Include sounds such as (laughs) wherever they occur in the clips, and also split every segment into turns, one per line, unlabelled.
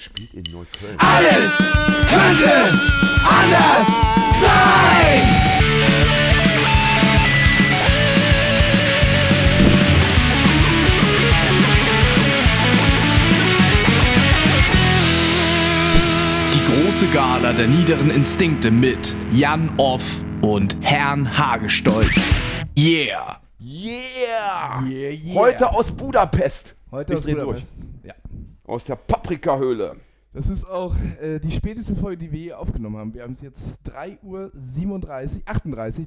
spielt in Neukölln.
Alles könnte anders sein!
Die große Gala der niederen Instinkte mit Jan Off und Herrn Hagestolz. Yeah! Yeah,
Yeah!
yeah.
Heute aus Budapest.
Heute
Ich
aus
dreh durch.
Budapest. Ja.
Aus der Paprikahöhle.
Das ist auch äh, die späteste Folge, die wir je aufgenommen haben. Wir haben es jetzt 3.37 Uhr, 38, 3.38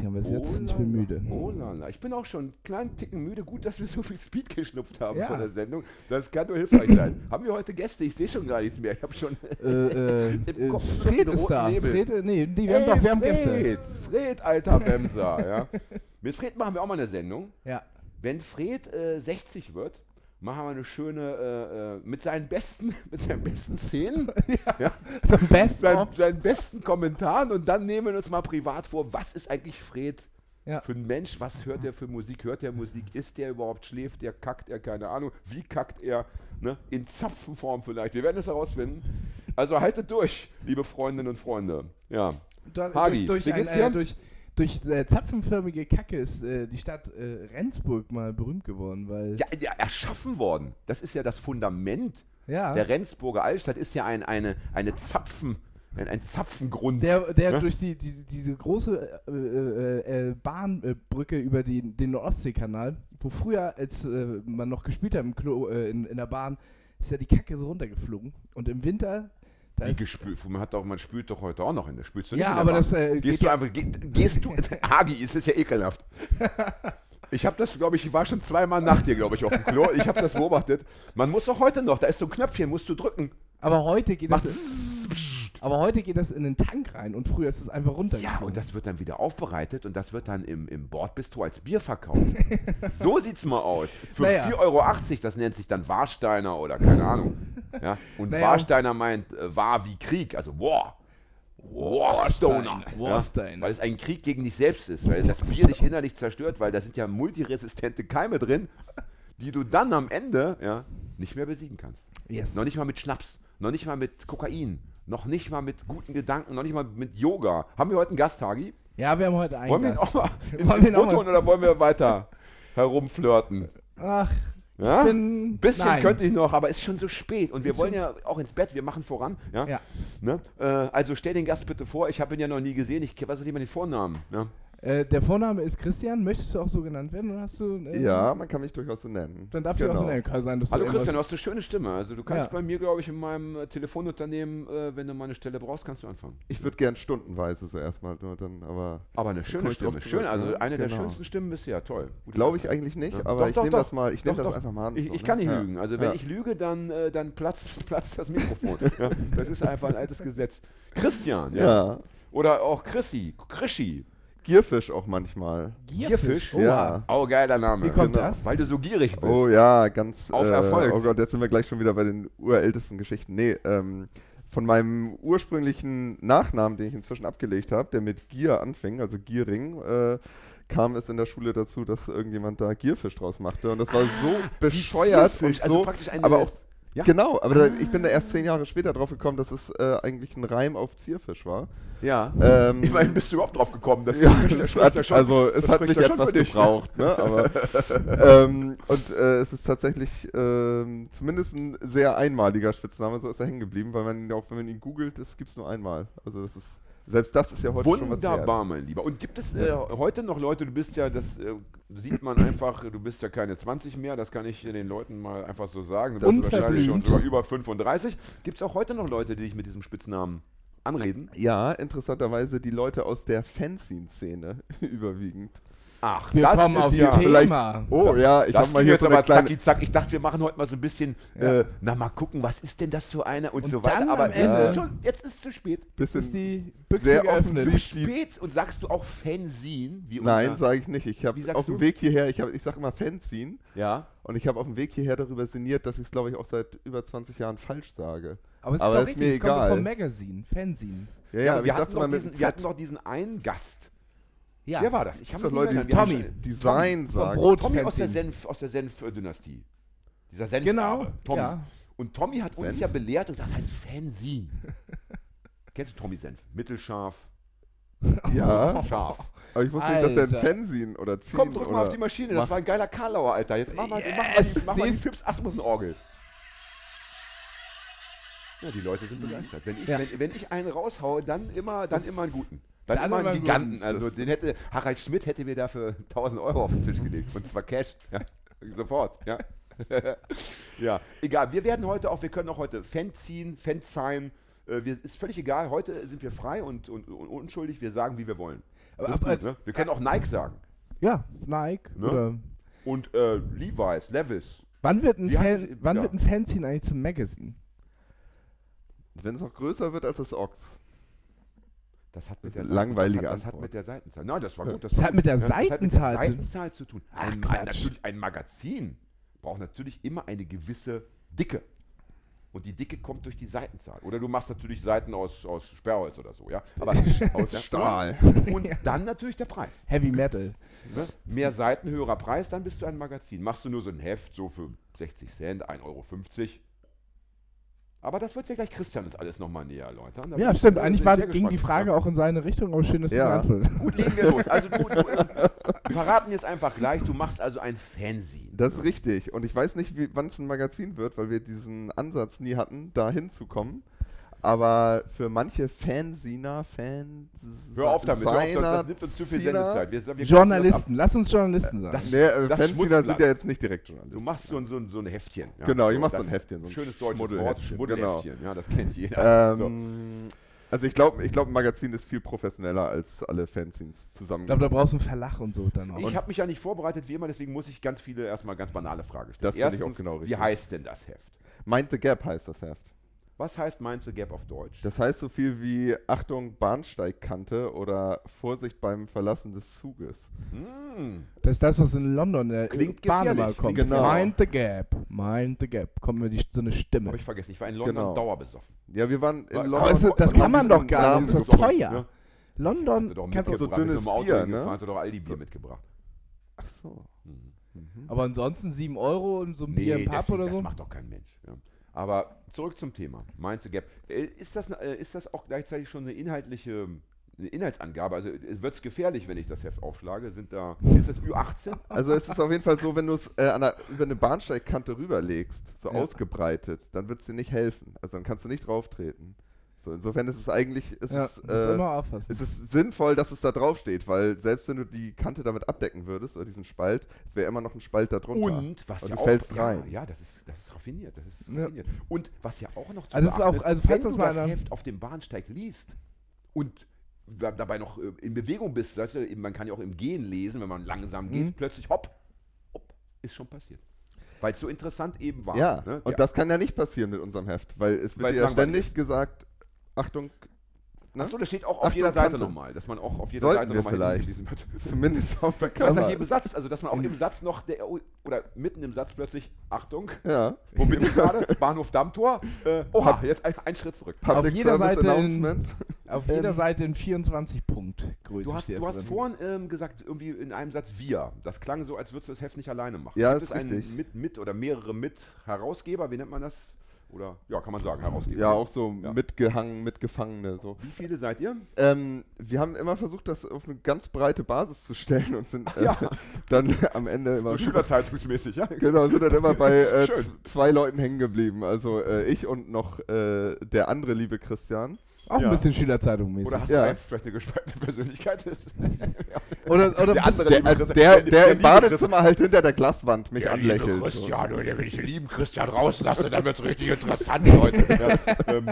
Uhr haben wir es jetzt. ich bin
lala.
müde.
Oh lala. Ich bin auch schon einen kleinen Ticken müde. Gut, dass wir so viel Speed geschnupft haben
Ja.
vor der Sendung. Das kann nur hilfreich sein. haben wir heute Gäste? Ich sehe schon gar nichts mehr. Ich habe schon.
Äh, äh,
(laughs) Im
äh,
Kopf ist
Fred
roten
ist da.
Nebel.
Fred, äh, nee, nee, (laughs) wir haben,
Ey,
doch, wir haben Gäste.
Fred, Fred, alter Bremser. ja. Mit Fred machen wir auch mal eine Sendung.
Ja. (laughs)
Wenn Fred äh, 60 wird, machen wir eine schöne äh, äh, mit seinen besten, (laughs) mit seinen besten
(laughs)
Szenen, ja,
Zum Besten.
seinen, seinen besten Kommentaren und dann nehmen wir uns mal privat vor, was ist eigentlich Fred
Ja.
für ein Mensch? Was hört er für Musik? Hört er Musik? Ist der überhaupt? Schläft der? Kackt er? Keine Ahnung. Wie kackt er? Ne? In Zapfenform vielleicht. Wir werden es herausfinden. Also haltet durch, liebe Freundinnen und Freunde. Ja.
Dort-
Hagi,
durch,
wie
durch, ein,
geht's
äh,
dir?
durch, durch äh, zapfenförmige Kacke ist äh, die Stadt äh, Rendsburg mal berühmt geworden, weil.
Ja, ja, erschaffen worden. Das ist ja das Fundament
Ja.
Der Rendsburger Altstadt ist ja ein, eine, eine Zapfen, ein, ein Zapfengrund.
Der, der
Ne?
durch die, diese- diese große äh, äh, äh, Bahnbrücke über die, den Nordostseekanal, wo früher, als äh, man noch gespielt hat im Klo, äh, in, in der Bahn, ist ja die Kacke so runtergeflogen. Und im Winter, da
Wie
ist.
gespült. Man, hat doch, man spült doch heute auch noch in der Spülst du
Ja,
nicht in der
aber
Bahn.
das, äh,
gehst
geht
du
ja-
einfach. Geh, gehst du. (laughs) Hagi, es ist ja
(laughs)
ekelhaft. Ich habe das, glaube ich, ich war schon zweimal nach dir, glaube ich, auf dem Klo. Ich habe das beobachtet. Man muss doch heute noch, da ist so ein Knöpfchen, musst du drücken.
Aber heute geht
Mach
das. Aber heute geht das in den Tank rein und früher ist es einfach runtergeflogen.
Ja, und das wird dann wieder aufbereitet und das wird dann im, im Bordbistro als Bier verkauft.
(laughs)
so sieht's mal aus. Für
Naja.
4,80 Euro, das nennt sich dann Warsteiner oder keine Ahnung. Ja? Und
Naja.
Warsteiner meint äh, war wie Krieg, also War. Warsteiner.
Warsteiner.
Ja? Weil es ein Krieg gegen dich selbst ist, weil das Bier dich innerlich zerstört, weil da sind ja multiresistente Keime drin, die du dann am Ende ja, nicht mehr besiegen kannst.
yes.
Noch nicht mal mit Schnaps, noch nicht mal mit Kokain, noch nicht mal mit guten Gedanken, noch nicht mal mit Yoga. Haben wir heute einen Gast, Hagi?
ja, wir haben heute einen
Wollen wir ihn auch
Gast. (laughs)
mal in
Wollen wir
den
ihn auch mal-
Foto oder wollen wir
(laughs)
weiter herumflirten?
Ach,
Ja?
bin-
bisschen
nein.
könnte ich noch, aber es ist schon so spät und wir
Ist
wollen
schon
ja auch ins Bett, wir machen voran. Ja?
Ja.
Ne? Äh, also stell den Gast bitte vor, ich habe ihn ja noch nie gesehen, ich weiß nicht mal den Vornamen. Ne?
äh, der Vorname ist Christian. Möchtest du auch so genannt werden? Oder hast du. äh,
Ja, man kann mich durchaus so nennen. Genau.
Dann darf
ich
ich auch so nennen. Kann sein, dass
Genau. Hallo
du
Christian, du
irgendwas-
hast eine schöne Stimme. Also du kannst
Ja.
bei mir, glaube ich, in meinem äh, Telefonunternehmen, äh, wenn du mal eine Stelle brauchst, kannst du anfangen.
Ich würde gern stundenweise so erstmal nur dann, aber
Aber eine
komm
schöne
ich drauf
Stimme.
zurück,
Schön, also
ne?
eine der
Genau.
schönsten Stimmen bisher. Toll. Gute
glaube ich
Sache.
eigentlich nicht,
Ja.
aber
Doch,
ich
doch,
nehme
doch.
das mal, ich nehm
Doch,
das
doch.
einfach mal an.
Ich,
so,
ich
ne?
kann nicht
Ja.
lügen. Also wenn
Ja.
ich lüge, dann, äh, dann platzt, platzt das
(laughs)
Mikrofon. ja, das ist einfach ein altes Gesetz. Christian, ja.
Ja.
Oder auch Chrissy, Krischi.
Gierfisch auch manchmal.
Gierfisch?
Oha.
Ja.
Oh, geiler Name.
Wie kommt
Genau.
das?
Weil du so gierig bist.
Oh ja, ganz.
Auf Erfolg.
Oh Gott, jetzt sind wir gleich schon wieder bei den urältesten Geschichten. Nee, ähm, von meinem ursprünglichen Nachnamen, den ich inzwischen abgelegt habe, der mit Gier anfing, also Giering, äh, kam es in der Schule dazu, dass irgendjemand da Gierfisch draus machte. Und das war so bescheuert und
Gierfisch, also
so,
praktisch eine-
aber auch
Ja. Ah.
Genau, aber da, ich bin da erst zehn Jahre später drauf gekommen, dass es äh, eigentlich ein Reim auf Zierfisch war.
Ja.
Ähm,
Immerhin bist du überhaupt drauf gekommen. Das
(laughs) ja,
(laughs) das
es
spricht ja
hat,
schon-
also es
das
hat
spricht
mich
ja schon
etwas
für dich.
gebraucht, ne? Aber,
(laughs)
ähm, und äh, es ist tatsächlich ähm, zumindest ein sehr einmaliger Spitzname, so ist er hängen geblieben, weil man ihn auch, wenn man ihn googelt, das gibt's nur einmal. Also das ist selbst das ist ja heute schon was
Wunderbar, mein Lieber. Und gibt es äh, heute noch Leute, du bist ja, das äh, sieht man einfach, du bist ja keine 20 mehr, das kann ich den Leuten mal einfach so sagen. Du bist wahrscheinlich schon
Unverblümt.
sogar über 35. Gibt es auch heute noch Leute, die dich mit diesem Spitznamen anreden?
wert. Ja, interessanterweise die Leute aus der Fanzine-Szene (laughs) überwiegend.
Ach,
Wir
das
kommen
ist
aufs
ja...
Thema.
vielleicht- Oh ja, ich
das
habe
ging
mal hier
jetzt
so eine
aber
kleine
zacki zack. Ich dachte, wir machen heute mal so ein bisschen,
Ja.
äh, na mal gucken, was ist denn das für einer und,
Und
so weiter.
dann
Aber
am
jetzt
Ende-
ist schon, jetzt ist es zu spät.
bisschen
ist die Büchse
sehr
geöffnet.
offensichtlich
Spät und sagst du auch Fanzine? Wie
Nein,
unser-
sage ich nicht. Ich
Wie
habe
sagst
auf dem
du?
Weg hierher, ich, hab, ich sage immer Fanzine
Ja.
und ich habe auf dem Weg hierher darüber sinniert, dass ich es, glaube ich, auch seit über 2020 Jahren falsch sage.
Aber es
Aber
ist
ist
doch richtig,
mir
es kommt doch
egal.
vom Magazine, Fanzine.
Ja,
Ja,
ja,
aber
aber ich
wir,
sag's
hatten
mal
doch
mit
diesen, wir hatten doch diesen einen Gast.
Ja.
Wer war das? Ich
Ich
hab
doch
die
Leute,
Namen-
die
wir haben
Tommy.
schon-
Design
vom
sagen.
Brot.
Tommy aus der
Fanzine.
Senf, aus der Senf-Dynastie. Dieser Senf.
Genau.
Tommy.
Ja.
Und Tommy hat uns
Senf?
ja belehrt und das heißt Fanzine. Kennst du Tommy Senf? Mittelscharf,
Ja,
scharf.
aber ich wusste nicht, dass er
Alter.
ein Fernsehen oder ziehen
Komm, drück
oder
mal auf die Maschine, das war ein geiler Karlauer, Alter. Jetzt mach mal, mach mal,
Yes,
die, mach mal die
siehst-
Pips Asmussen-Orgel. Ja, die Leute sind begeistert. Wenn ich,
Ja.
wenn, wenn ich einen raushaue, dann immer, dann immer einen guten. Dann,
Dann
immer
immer
einen
einen
Giganten.
guten.
Also den hätte, Harald Schmidt hätte mir dafür (laughs) 1000 Euro auf den Tisch gelegt. Und zwar Cash. Ja, sofort. Ja. (laughs) ja, egal. Wir werden heute auch, wir können auch heute Fan ziehen, Fan sein. Äh, wir, ist völlig egal. Heute sind wir frei und, und, und unschuldig. Wir sagen, wie wir wollen.
Aber-
Das ist
aber-
gut, ne? Wir können auch Nike sagen.
Ja, Nike.
Ne?
Oder
Und äh, Levi's, Levis.
wann wird ein,
Wie heißt
Fan,
es?
wann
Ja.
wird ein Fanzine eigentlich zum Magazine?
Wenn es noch größer wird als
(laughs)
das Ochs.
Das hat
Das
mit der
ist langweilige
das hat, das hat
Antwort.
mit der Seitenzahl. Nein, das war gut.
Das hat mit der
das hat mit der
Seitenzahl zu-
Seitenzahl zu tun.
Ach,
ein, ein,
Quatsch.
natürlich, ein Magazin braucht natürlich immer eine gewisse Dicke. Und die Dicke kommt durch die Seitenzahl. Oder du machst natürlich Seiten aus, aus Sperrholz oder so, ja.
(laughs)
Aber
Aus Stahl.
(laughs)
und dann natürlich der Preis.
Heavy Metal.
Ne? Mehr Seiten, höherer Preis, dann bist du ein Magazin. Machst du nur so ein Heft, so für 60 Cent, 1,50 Euro. Aber das wird ja gleich Christian uns alles nochmal näher erläutern. Da bin
Ja,
ich-
stimmt.
da
Eigentlich
bin
war,
ich sehr
ging die
gespannt.
Frage auch in seine Richtung, aber schön, dass du
Ja.
geantwortet hast.
Gut, legen wir los. Also du, du äh, verraten jetzt einfach gleich, du machst also ein Fanzine.
Das ist richtig. Und ich weiß nicht, wie- wann es ein Magazin wird, weil wir diesen Ansatz nie hatten, da hinzukommen. Aber für manche Fansiner, Fans.
Hör auf damit, hör auf, das, das nimmt uns zu viel Sendezeit. Wir, wir kürzen das ab.
Journalisten, lass uns Journalisten sagen.
Das-
Nee, äh,
Das
Fansiner
Schmutzblatt.
sind ja jetzt nicht direkt
Du
Journalisten.
machst so ein, so ein, so ein Heftchen. ja.
Genau, ich mach so
das
ein Heftchen, so ein
schönes deutsches Wort,
Schmuddelheftchen, genau.
Schmuddelheftchen. Ja, das kennt jeder. so.
Ähm, Also ich glaube, ich glaub, ein Magazin ist viel professioneller als alle Fanzines
Ich
zusammen.
glaube, da brauchst du einen Verlag und so dann auch.
Ich habe mich ja nicht vorbereitet, wie immer, deswegen muss ich ganz viele erstmal ganz banale Fragen stellen.
Das fand ich auch genau
Wie
richtig.
heißt denn das Heft?
Mind the Gap heißt das Heft.
Was heißt Mind the Gap auf Deutsch?
Das heißt so viel wie Achtung Bahnsteigkante oder Vorsicht beim Verlassen des Zuges.
Hm,
Das ist das, was in London äh,
Klingt
Bahn
gefährlich,
immer kommt.
klingt gefährlich.
Mind the Gap. Mind the Gap. Kommt mir die, so eine Stimme.
habe ich vergessen. Ich war in London
Genau.
dauerbesoffen.
Ja, wir waren in
Aber
London.
Aber ist, das- das
und
kann man
haben
doch
diesen
gar
Namen
nicht. Das ist doch
gesucht.
teuer.
ne?
London
Hatte doch
kannst du.
so
mitgebracht, ist
dünnes
im Auto
Bier, ne?
hingefahren, Hatte doch all die Bier mitgebracht.
Ach so.
Aber ansonsten 7 Euro und so ein Bier im Pub
deswegen,
oder so.
das macht doch kein Mensch. Ja. Aber zurück zum Thema. Mind the Gap. Äh, Ist das, äh, ist das auch gleichzeitig schon eine inhaltliche eine Inhaltsangabe? Also wird es gefährlich, wenn ich das Heft aufschlage? Sind da, ist das Ü18?
Also es ist auf jeden Fall so, wenn du es äh, an der- über eine Bahnsteigkante rüberlegst, so
Ja.
ausgebreitet, dann wird es dir nicht helfen. Also dann kannst du nicht drauftreten. So, insofern ist es eigentlich, ist
Ja,
es,
musst
äh,
immer aufpassen.
es ist sinnvoll, dass es da draufsteht, weil selbst wenn du die Kante damit abdecken würdest oder diesen Spalt, es wäre immer noch ein Spalt da drunter.
Und was
Und
ja
Also du
auch,
fällst
ja,
rein.
ja, das ist, das ist raffiniert, das ist
Ja.
raffiniert. Und was ja auch noch zu
Also das ist
beachten
auch- also falls
wenn
das
du
mal
das
einer-
Heft auf dem Bahnsteig liest und da- dabei noch äh, in Bewegung bist, weißt du, man kann ja auch im Gehen lesen, wenn man langsam geht,
Mhm.
plötzlich hopp, hopp, ist schon passiert. Weil es so interessant eben war.
Ja,
ne?
und
Der-
das kann ja nicht passieren mit unserem Heft, weil
Weil
es wird
es
dir ja
langweilig
ständig gesagt, Achtung,
Achso, das steht auch auf
Achtung,
jeder Seite
Kante.
nochmal, dass man auch auf jeder
Sollten
Seite
wir
nochmal
vielleicht.
hingewiesen wird.
zumindest (laughs) auf der
Vielleicht nach
Kamera.
jedem Satz, also dass man auch im Satz noch, der, oder mitten im Satz plötzlich, Achtung,
Ja,
wo (laughs) bin ich gerade? Bahnhof Dammtor. Äh, oha, jetzt ein, ein Schritt zurück.
Public
jeder
Service
Seite in-
Announcement. Ähm,
Auf jeder Seite in 24 Punkt Größe.
Du hast,
steht
du
das
hast
drin.
vorhin ähm, gesagt, irgendwie in einem Satz wir. Das klang so, als würdest du das Heft nicht alleine machen.
Ja,
Gibt
ist
es einen
richtig.
Mit, mit oder mehrere Mit-Herausgeber, wie nennt man das? Oder, ja, kann man sagen, Herausgeber.
Ja, auch so
Ja.
mitgehangen, mitgefangene. So.
Wie viele seid ihr?
Ähm, wir haben immer versucht, das auf eine ganz breite Basis zu stellen und sind
(laughs)
äh,
ja.
dann am Ende (laughs) immer.
So Schülerzeitungsmäßig,
(laughs)
ja?
Genau, sind dann
(laughs)
immer bei äh,
Schön.
z- zwei Leuten hängen geblieben. Also äh, ich und noch äh, der andere liebe Christian.
Auch
Ja.
ein bisschen Schülerzeitung mäßig.
Oder hast
Ja.
du vielleicht- vielleicht eine gespaltene
(laughs)
Persönlichkeit? (laughs)
oder, oder
Der
bist-
andere
Der,
liebe
also
Christian.
der, der,
Der
im
liebe
Badezimmer halt hinter der Glaswand mich
Der liebe
anlächelt. So.
Christian, oder wenn ich den lieben Christian rauslasse, dann wird es richtig interessant,
(laughs)
Leute. Ja, ähm,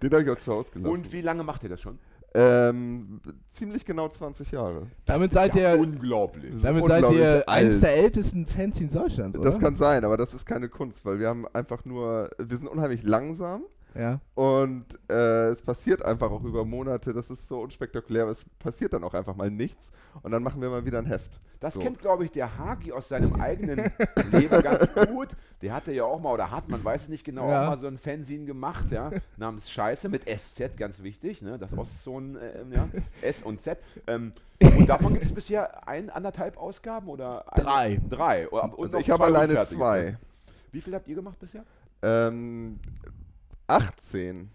Den habe ich auch zu Hause gelassen.
und wie lange macht ihr das schon?
ähm, ziemlich genau 20 Jahre.
damit seid
Ja,
ihr,
unglaublich.
damit seid ihr
unglaublich
eins
alt.
der ältesten Fanzines Deutschlands, oder?
Das kann sein, aber das ist keine Kunst, weil wir haben einfach nur, wir sind unheimlich langsam.
ja.
Und äh, es passiert einfach auch über Monate, das ist so unspektakulär, aber es passiert dann auch einfach mal nichts. Und dann machen wir mal wieder ein Heft.
Das
so.
kennt, glaube ich, der Hagi aus seinem eigenen
(laughs)
Leben ganz gut. Der hatte ja auch mal, oder hat, man weiß es nicht genau,
Ja.
auch mal so ein Fanzine gemacht, ja, namens Scheiße mit SZ, ganz wichtig, ne, das Ostzonen, äh, ähm, ja, S und Z. Ähm, und davon gibt es bisher ein, anderthalb Ausgaben oder? Eine,
Drei.
Drei. Oder, und
Also
noch
ich habe
zwei ne?
alleine
unfertige.
zwei.
Wie viel habt ihr gemacht bisher?
Ähm, 18.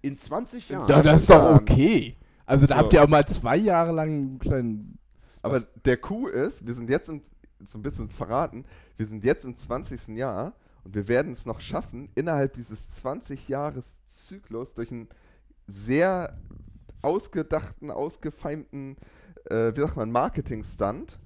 In 20 Jahren.
Ja, das ist doch
Ja.
okay. Also da
So.
habt ihr auch mal zwei Jahre lang einen kleinen.
Aber der Coup ist, wir sind jetzt im, so ein bisschen verraten, wir sind jetzt im 20. Jahr und wir werden es noch schaffen, innerhalb dieses 20 Jahres Zyklus durch einen sehr ausgedachten, ausgefeimten, äh, wie sagt man, Marketing-Stunt,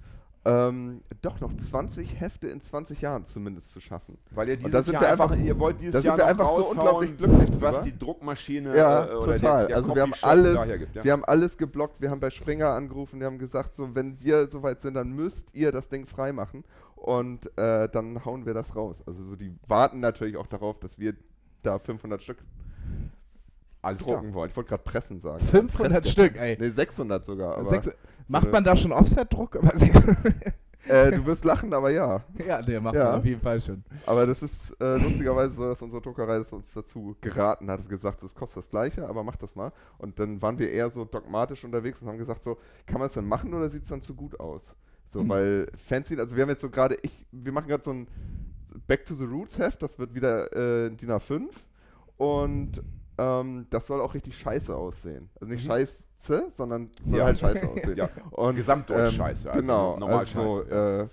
ähm, doch noch 20 Hefte in 20 Jahren zumindest zu schaffen.
Weil ihr
da
dieses
sind
Jahr
wir
einfach,
einfach-
ihr wollt dieses
da sind
Jahr
wir
noch
einfach so
raushauen,
unglaublich glücklich drüber.
was die Druckmaschine
Ja,
äh, oder
total.
Der, der
also wir haben
Copy-Shop
alles,
daher gibt, ja.
wir haben alles geblockt. Wir haben bei Springer angerufen, wir haben gesagt, so wenn wir soweit sind, dann müsst ihr das Ding freimachen und äh, dann hauen wir das raus. Also so, die warten natürlich auch darauf, dass wir da 500 Stück
alles klar.
drucken wollen. Ich wollte gerade pressen sagen.
500 Stück, ey.
Ne, 600 sogar. Aber,
Sechs, macht
eine-
man da schon Offset-Druck? Aber sechs- (laughs)
äh, du wirst lachen, aber ja.
ja, der macht
Ja.
man auf jeden Fall schon.
Aber das ist äh, lustigerweise so, dass unsere Druckerei das uns dazu geraten hat und gesagt, das kostet das gleiche, aber mach das mal. Und dann waren wir eher so dogmatisch unterwegs und haben gesagt, so, kann man es dann machen oder sieht es dann zu gut aus? So,
Mhm.
weil Fancy, also wir haben jetzt so gerade, ich, wir machen gerade so ein Back to the Roots Heft, das wird wieder äh, DIN A5 und ähm, das soll auch richtig scheiße aussehen. Also nicht scheiße, sondern soll
Mhm. Ja.
halt
(laughs)
scheiße aussehen.
Ja.
Und,
Gesamtdeutsch scheiße, also
genau,
normal
also,
scheiße,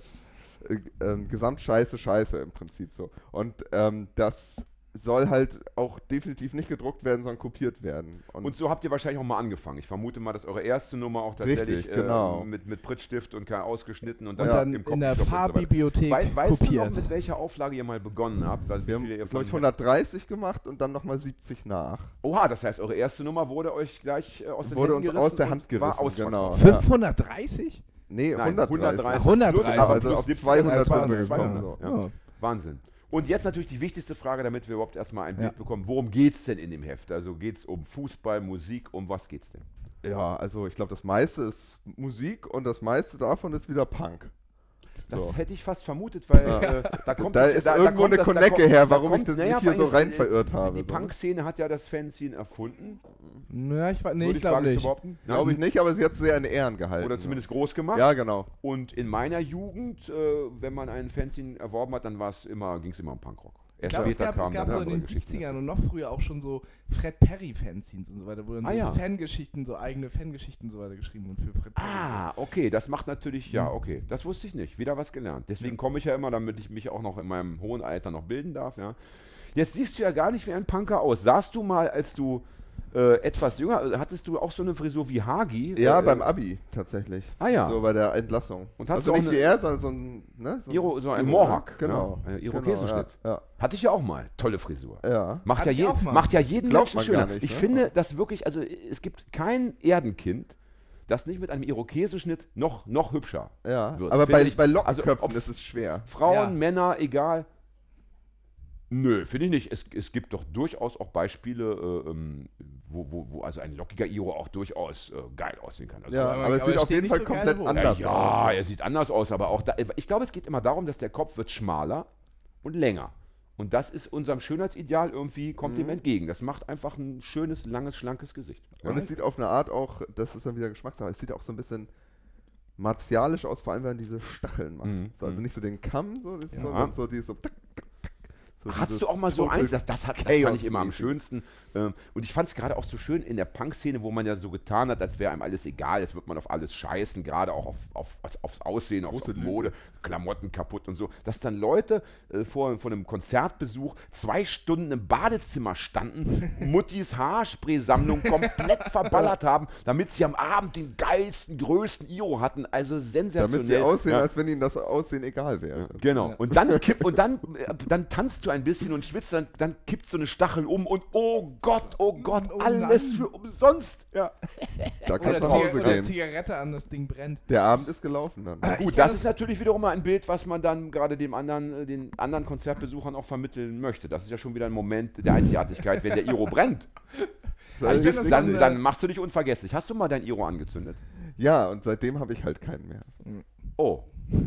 so, äh, äh, ähm, Gesamtscheiße, Scheiße im Prinzip so. Und ähm, das soll halt auch definitiv nicht gedruckt werden, sondern kopiert werden.
Und so habt ihr wahrscheinlich auch mal angefangen. Ich vermute mal, dass eure erste Nummer auch tatsächlich
Richtig, genau.
äh, mit, mit Prittstift und keine ausgeschnitten und
Und
dann,
dann
im
in der
Copyshop und so weiter.
Fahrbibliothek
Wei- Weißt du noch,
kopiert.
mit welcher Auflage ihr mal begonnen habt? Also wie
wir haben,
viele ihr
glaube ich,
von-
130 gemacht und dann nochmal 70 nach.
Oha, das heißt, eure erste Nummer wurde euch gleich äh, aus den
Wurde
Händen
uns aus
gerissen
der
und
Hand
war
gerissen,
ausverkauft.
genau. Ja.
530?
Nee,
Nein,
Ah,
130.
130.
Plus,
Also
plus
auf
70,
200
also
sind wir
200,
gekommen.
Ja.
Ja.
Wahnsinn. Und jetzt natürlich die wichtigste Frage, damit wir überhaupt erstmal ein
Ja.
Bild bekommen. Worum geht's denn in dem Heft? Also geht's um Fußball, Musik, um was geht's denn?
Ja, also ich glaube, das meiste ist Musik und das meiste davon ist wieder Punk.
Das
So.
hätte ich fast vermutet, weil äh, da kommt
Da
es-
ist irgendwo eine
da
Konecke her,
da
warum ich das mich hier
weil
so
es-
rein verirrt habe,
Die
so.
Punk-Szene hat ja das Fanzine erfunden.
Na, ich, wa- nee,
würde
ich glaube
wagen zu
nicht.
behaupten.
Glaube ich nicht, aber sie hat es sehr in Ehren gehalten.
Oder zumindest groß gemacht.
Ja, genau.
Und in meiner Jugend, äh, wenn man einen Fanzine erworben hat, dann war's immer, ging es immer um Punkrock.
Ich
Erst
glaube, es gab, es
dann
gab so in
andere
den
Geschichten.
70ern und noch früher auch schon so Fred Perry-Fanzines und so weiter, wo dann
Ah,
so
ja.
Fangeschichten, so eigene Fangeschichten und so weiter geschrieben wurden für Fred Perry.
Ah, okay, das macht natürlich,
Hm.
ja, okay. Das wusste ich nicht. Wieder was gelernt. Deswegen komme ich ja immer, damit ich mich auch noch in meinem hohen Alter noch bilden darf, ja. Jetzt siehst du ja gar nicht wie ein Punker aus. Sahst du mal, als du äh, etwas jünger, äh, hattest du auch so eine Frisur wie Hagi?
Ja,
äh,
beim Abi tatsächlich.
Ah, ja.
So bei der Entlassung.
Und hast du
also
auch
nicht
eine-
wie er, sondern so ein, ne, so
Iro, so ein
Iro-
Mohawk.
Genau.
Ne? Ein
Genau,
Irokesenschnitt.
Ja,
Hatte ich ja auch mal. Tolle Frisur.
ja, ja.
Macht
Hatte
ja,
ich
je,
auch mal.
macht ja jeden
Glaubt
Menschen
man gar
schöner.
nicht,
ich
ne?
finde das wirklich, also es gibt kein Erdenkind, das nicht mit einem Irokesenschnitt noch, noch hübscher
ja.
wird.
Aber
Finde
bei,
ich.
bei
Also,
Lockenköpfen
ob
ist es schwer.
Frauen,
Ja.
Männer, egal. Nö, finde ich nicht. Es, es gibt doch durchaus auch Beispiele, äh, ähm, wo, wo, wo also ein lockiger Iro auch durchaus äh, geil aussehen kann. Also,
Ja,
aber-
aber, es
aber
sieht
es
auf
steht
jeden
nicht
Fall
so geil
komplett
wo.
anders
ja,
aus.
er sieht anders aus, aber auch da, äh, ich glaube, es geht immer darum, dass der Kopf wird schmaler und länger. Und das ist unserem Schönheitsideal irgendwie, kommt
Mhm.
dem entgegen. Das macht einfach ein schönes, langes, schlankes Gesicht.
Und es sieht auf eine Art auch, das ist dann wieder Geschmackssache, es sieht auch so ein bisschen martialisch aus, vor allem wenn er diese Stacheln macht.
Mhm.
So, also nicht so den Kamm, so, das ist
Ja.
sondern so die so. tack, tack, tack. So
Hattest
dieses
du auch mal so
Total-
eins? Das, das, hat, das fand ich immer am
Chaos-mäßig.
schönsten. Ähm, Und ich fand es gerade auch so schön in der Punk-Szene, wo man ja so getan hat, als wäre einem alles egal, als würde man auf alles scheißen, gerade auch auf, auf, aufs- aufs Aussehen, aufs,
Große
auf Mode, Klamotten kaputt und so. Dass dann Leute äh, vor, vor einem Konzertbesuch zwei Stunden im Badezimmer
(laughs)
standen, Muttis Haarspray-Sammlung komplett verballert haben, damit sie am Abend den geilsten, größten Iro hatten. Also sensationell.
Damit sie aussehen,
Ja.
als wenn ihnen das Aussehen egal wäre.
Genau. Und dann kipp, und dann, äh, dann tanzt du ein bisschen und schwitzt, dann, dann kippt so eine Stachel um und oh Gott, oh Gott,
Oh
alles
nein.
für umsonst. Ja.
Da
Oder,
kannst du nach
Ziga
Hause
oder
gehen.
Zigarette an, das Ding brennt.
Der Abend ist gelaufen dann.
Gut, das ist natürlich wiederum mal ein Bild, was man dann gerade dem anderen, äh, den anderen Konzertbesuchern auch vermitteln möchte. Das ist ja schon wieder ein Moment der Einzigartigkeit, wenn der Iro brennt.
Also
das
ist-
Dann,
kann, äh,
dann machst du dich unvergesslich. Hast du mal dein Iro angezündet?
ja, und seitdem habe ich halt keinen mehr.
Oh,
okay.
(laughs)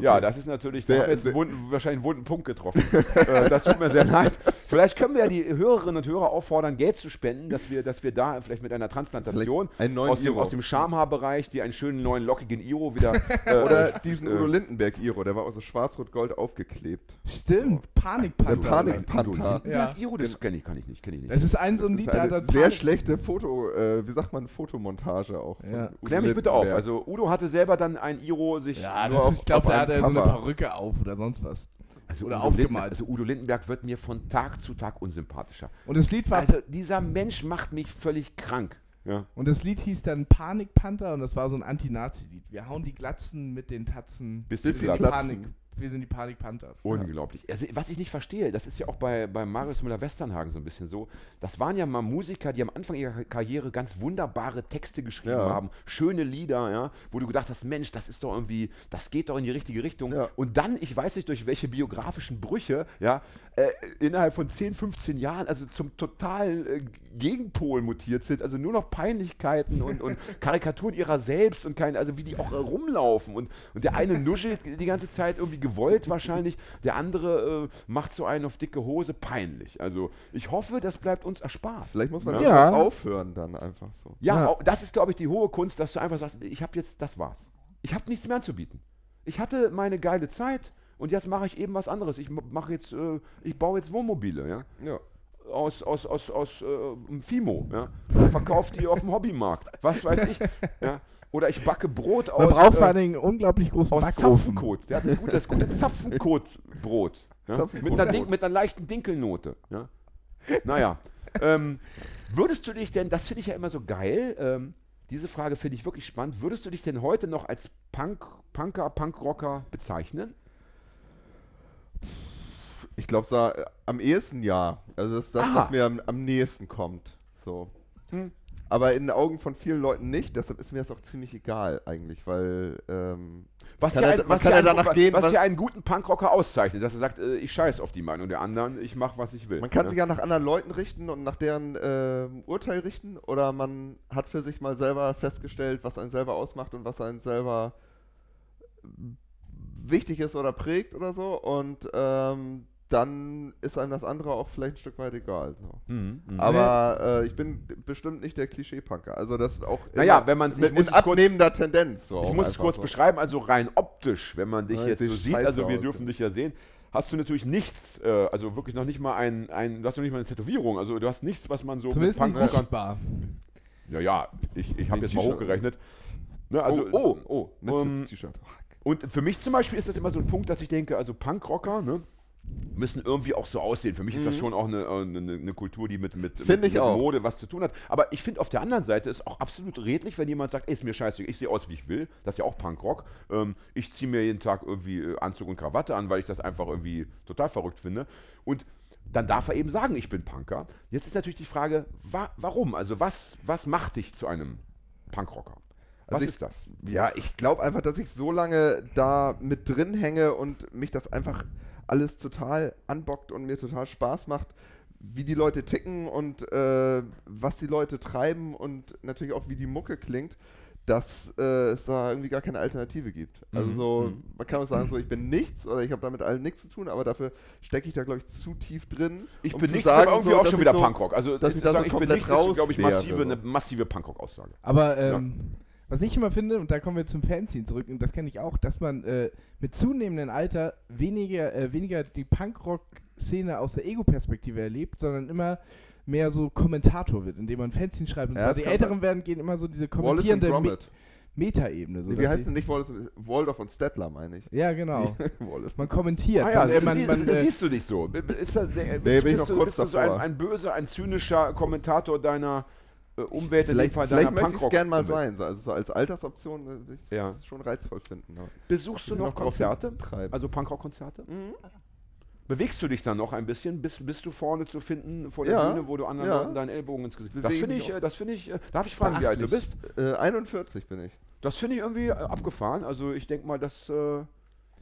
Ja, das ist natürlich, wir
Sehr-
haben jetzt einen
sehr-
wunden, wahrscheinlich einen wunden Punkt getroffen. (laughs) äh, das tut mir sehr leid. Vielleicht können wir ja die Hörerinnen und Hörer auffordern, Geld zu spenden, dass wir, dass wir da vielleicht mit einer Transplantation
Vielleicht einen neuen
aus dem,
Iro.
aus dem Schamhaarbereich, die einen schönen neuen lockigen Iro
(laughs)
wieder. Äh, (laughs)
Oder diesen
äh,
Udo Lindenberg-Iro, der war aus so schwarz-rot-gold aufgeklebt.
Stimmt, Panikpanther.
Der Panikpanther.
ja.
Ja.
Iro, das kenne ich, kann ich nicht, kenne ich nicht.
Das ist ein so ein
Das
Lied,
ist
da hat
eine
er
sehr
Panik-
schlechte Foto, äh, wie sagt man, Fotomontage auch. von
Ja.
Udo
Klär mich bitte auf.
Lindenberg.
Also Udo hatte selber dann ein Iro sich
Ja,
nur
das
auf,
ist, ich glaube,
auf
da hat
einem
er so eine
Cover.
Perücke auf oder sonst was.
also
oder
Udo Lindenberg,
aufgemalt.
also Udo Lindenberg wird mir von Tag zu Tag unsympathischer.
Und das Lied war
Also dieser Mensch macht mich völlig krank. Ja.
und das Lied hieß dann Panikpanther und das war so ein Anti-Nazi-Lied. Wir hauen die Glatzen mit den Tatzen.
Bis
Bis
die
die
Glatzen.
Panik. Wir sind die Panikpanther.
Unglaublich. Also, was ich nicht verstehe, das ist ja auch bei, bei Marius Müller-Westernhagen so ein bisschen so. Das waren ja mal Musiker, die am Anfang ihrer Karriere ganz wunderbare Texte geschrieben
Ja.
haben, schöne Lieder, ja, wo du gedacht hast, Mensch, das ist doch irgendwie, das geht doch in die richtige Richtung.
Ja.
Und dann, ich weiß nicht, durch welche biografischen Brüche, ja, äh, innerhalb von 10, 15 Jahren, also zum totalen äh, Gegenpol mutiert sind, also nur noch Peinlichkeiten und, und Karikaturen ihrer selbst und kein, also wie die auch äh, rumlaufen. Und, und der eine nuschelt die ganze Zeit irgendwie gewollt wahrscheinlich, der andere äh, macht so einen auf dicke Hose peinlich. Also ich hoffe, das bleibt uns erspart.
Vielleicht muss man
Ja.
ja. aufhören dann einfach so.
Ja,
Ja.
Auch, das ist, glaube ich, die hohe Kunst, dass du einfach sagst, ich habe jetzt, das war's. Ich habe nichts mehr anzubieten. Ich hatte meine geile Zeit und jetzt mache ich eben was anderes. Ich m- mache jetzt, äh, ich baue jetzt Wohnmobile, ja.
Ja.
Aus, aus, aus, aus äh, dem Fimo, ja. Verkauft die auf dem Hobbymarkt. Was weiß ich. Ja. Oder ich backe Brot aus.
Man braucht
äh,
vor allen Dingen einen unglaublich großen
aus
Backofen.
Zapfenkot. Der hat das gute, das
(laughs)
gute Zapfenkotbrot. Ja? Mit, einer
Zapfenkotbrot.
Dink- mit einer leichten Dinkelnote. Ja? Naja. ähm, würdest du dich denn, das finde ich ja immer so geil, ähm, diese Frage finde ich wirklich spannend, würdest du dich denn heute noch als Punk, Punker, Punkrocker bezeichnen?
Ich glaube, so, äh, am ehesten ja. Also das ist das,
Aha.
was mir am, am nächsten kommt. So.
Hm.
Aber in den Augen von vielen Leuten nicht, deshalb ist mir das auch ziemlich egal eigentlich, weil ähm,
Was
Kann
ja
er-
ein-
man
was
kann
ja
ja
ein-
danach
was-
gehen,
was
was-
ja einen guten Punkrocker auszeichnet, dass er sagt, äh, ich scheiß auf die Meinung der anderen, ich mache, was ich will.
man kann
ja?
sich ja nach anderen Leuten richten und nach deren ähm, Urteil richten oder man hat für sich mal selber festgestellt, was einen selber ausmacht und was einen selber ähm, wichtig ist oder prägt oder so und ähm, dann ist einem das andere auch vielleicht ein Stück weit egal. So.
Mhm, mhm.
Aber äh, ich bin bestimmt nicht der Klischee-Punker. Also das ist auch
Naja,
immer
wenn man's- ich
mit,
muss
in
es kurz-
abnehmender Tendenz. So
Ich
auch
muss es
einfach
kurz
so.
beschreiben, also rein optisch, wenn man dich
Ja,
jetzt so
sieht
sieht,
scheiße
also wir
aus,
dürfen
ja.
dich ja sehen, hast du natürlich nichts, äh, also wirklich noch nicht mal ein, ein, du hast noch nicht mal eine Tätowierung, also du hast nichts, was man so
Zumindest nicht
Punkrockern.
sichtbar.
Ja, ja, ich, ich habe
Mit
jetzt mal
T-Shirt.
hochgerechnet. Ne, also,
oh, oh, oh,
ähm,
Misfits-T-Shirt.
Und für mich zum Beispiel ist das immer so ein Punkt, dass ich denke, also Punkrocker, ne? müssen irgendwie auch so aussehen. Für mich ist das schon auch eine, äh, eine, eine ne Kultur, die mit, mit,
Mhm. Finde
mit,
ich
mit
auch.
Mode was zu tun hat. Aber ich finde auf der anderen Seite ist auch absolut redlich, wenn jemand sagt, ey, ist mir scheiße, ich sehe aus, wie ich will. Das ist ja auch Punkrock. Ähm, ich ziehe mir jeden Tag irgendwie äh, Anzug und Krawatte an, weil ich das einfach irgendwie total verrückt finde. Und dann darf er eben sagen, ich bin Punker. Jetzt ist natürlich die Frage, wa warum? Also was, was macht dich zu einem Punkrocker? Was
Also ich-
ist das?
Ja, ich glaube einfach, dass ich so lange da mit drin hänge und mich das einfach alles total anbockt und mir total Spaß macht, wie die Leute ticken und äh, was die Leute treiben und natürlich auch wie die Mucke klingt, dass äh, es da irgendwie gar keine Alternative gibt.
Mhm,
Also so, man kann auch sagen, so ich bin nichts oder ich habe damit allen nichts zu tun, aber dafür stecke ich da glaube ich zu tief drin.
Ich
um
bin
zu
nicht aber
sagen,
irgendwie
so,
auch
dass
schon
ich
wieder
so-
Punkrock. Also
dass
ich,
ich da so
sagen, ich bin
komplett
nicht, das ist, glaube ich,
raus
massive,
wäre.
eine massive Punkrock-Aussage.
Aber ähm, was ich immer finde, und da kommen wir zum Fanzine zurück, und das kenne ich auch, dass man äh, mit zunehmendem Alter weniger, äh, weniger die Punkrock-Szene aus der Ego-Perspektive erlebt, sondern immer mehr so Kommentator wird, indem man Fanzine schreibt. Und
Ja,
so.
das
Die
kann
Älteren
sein.
werden gehen immer so diese
Wallace und
kommentierende Me
Gromit.
Meta-Ebene. So,
Nee,
dass
Wie
sie-
heißt denn nicht Wallace und Waldorf und Stettler, meine ich.
Ja, genau.
(laughs) Wallace.
Man kommentiert.
Ah ja,
man, äh,
also
sie-
man,
sie-
man, äh,
siehst du dich so? Ist das, äh, bist,
bin ich
bist
noch
du,
kurz
bist du so ein,
davor.
ein böser, ein zynischer Kommentator deiner äh, Umwelt, in dem
Vielleicht,
Fall
vielleicht
deiner
möchte ich es
Punkrock?
gern mal sein. so. Also so als Altersoption äh, würde ich
Ja.
das schon reizvoll finden. aber-
Besuchst du
Ich
noch
will noch drauf Mhm.
Konzerte?
hintreiben.
Also Punkrock-Konzerte? Bewegst du dich dann noch ein bisschen? Bist, bist du vorne zu finden vor der
Ja,
Bühne, wo du anderen
ja.
Leuten deinen Ellbogen ins Gesicht Das
Bewege
finde
mich
ich,
auch.
äh, das finde ich, äh, darf ich fragen, wie alt du bist?
Beachtlich. Äh, 41 bin ich.
Das finde ich irgendwie äh, abgefahren. Also ich denke mal, dass. Äh,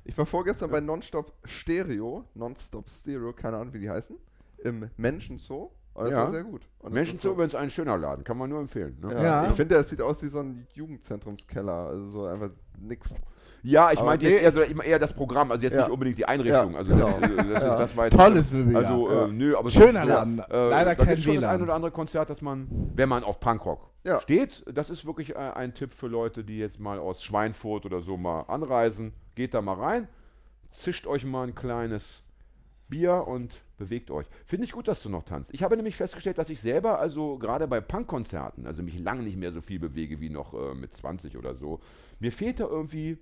Ich war vorgestern bei Nonstop Stereo, Nonstop Stereo, keine Ahnung wie die heißen, im Menschen Zoo. Und das
Ja.
war sehr gut. Und das
Menschen
ist
zu
so-
übrigens ein schöner Laden, kann man nur empfehlen. Ne?
Ja,
Ja.
Ich finde, es sieht aus wie so ein Jugendzentrumskeller. Also so einfach nix.
Ja, ich
Aber
meinte
nee,
jetzt eher, so, eher das Programm, also jetzt
Ja.
nicht unbedingt die Einrichtung.
Ja,
Also
genau.
das, das, das,
Ja.
das war jetzt-
Tolles Möbel, ja.
Also,
Ja.
Äh, nö, aber
Schöner
so- äh,
Laden. Leider
da
kein
gibt's schon das
WLAN.
ein oder andere Konzert, dass man, wenn man auf Punkrock
Ja.
steht, das ist wirklich äh, ein Tipp für Leute, die jetzt mal aus Schweinfurt oder so mal anreisen. Geht da mal rein, zischt euch mal ein kleines Bier und bewegt euch. Finde ich gut, dass du noch tanzt. Ich habe nämlich festgestellt, dass ich selber, also gerade bei Punkkonzerten, also mich lange nicht mehr so viel bewege wie noch äh, mit 20 oder so. Mir fehlt da irgendwie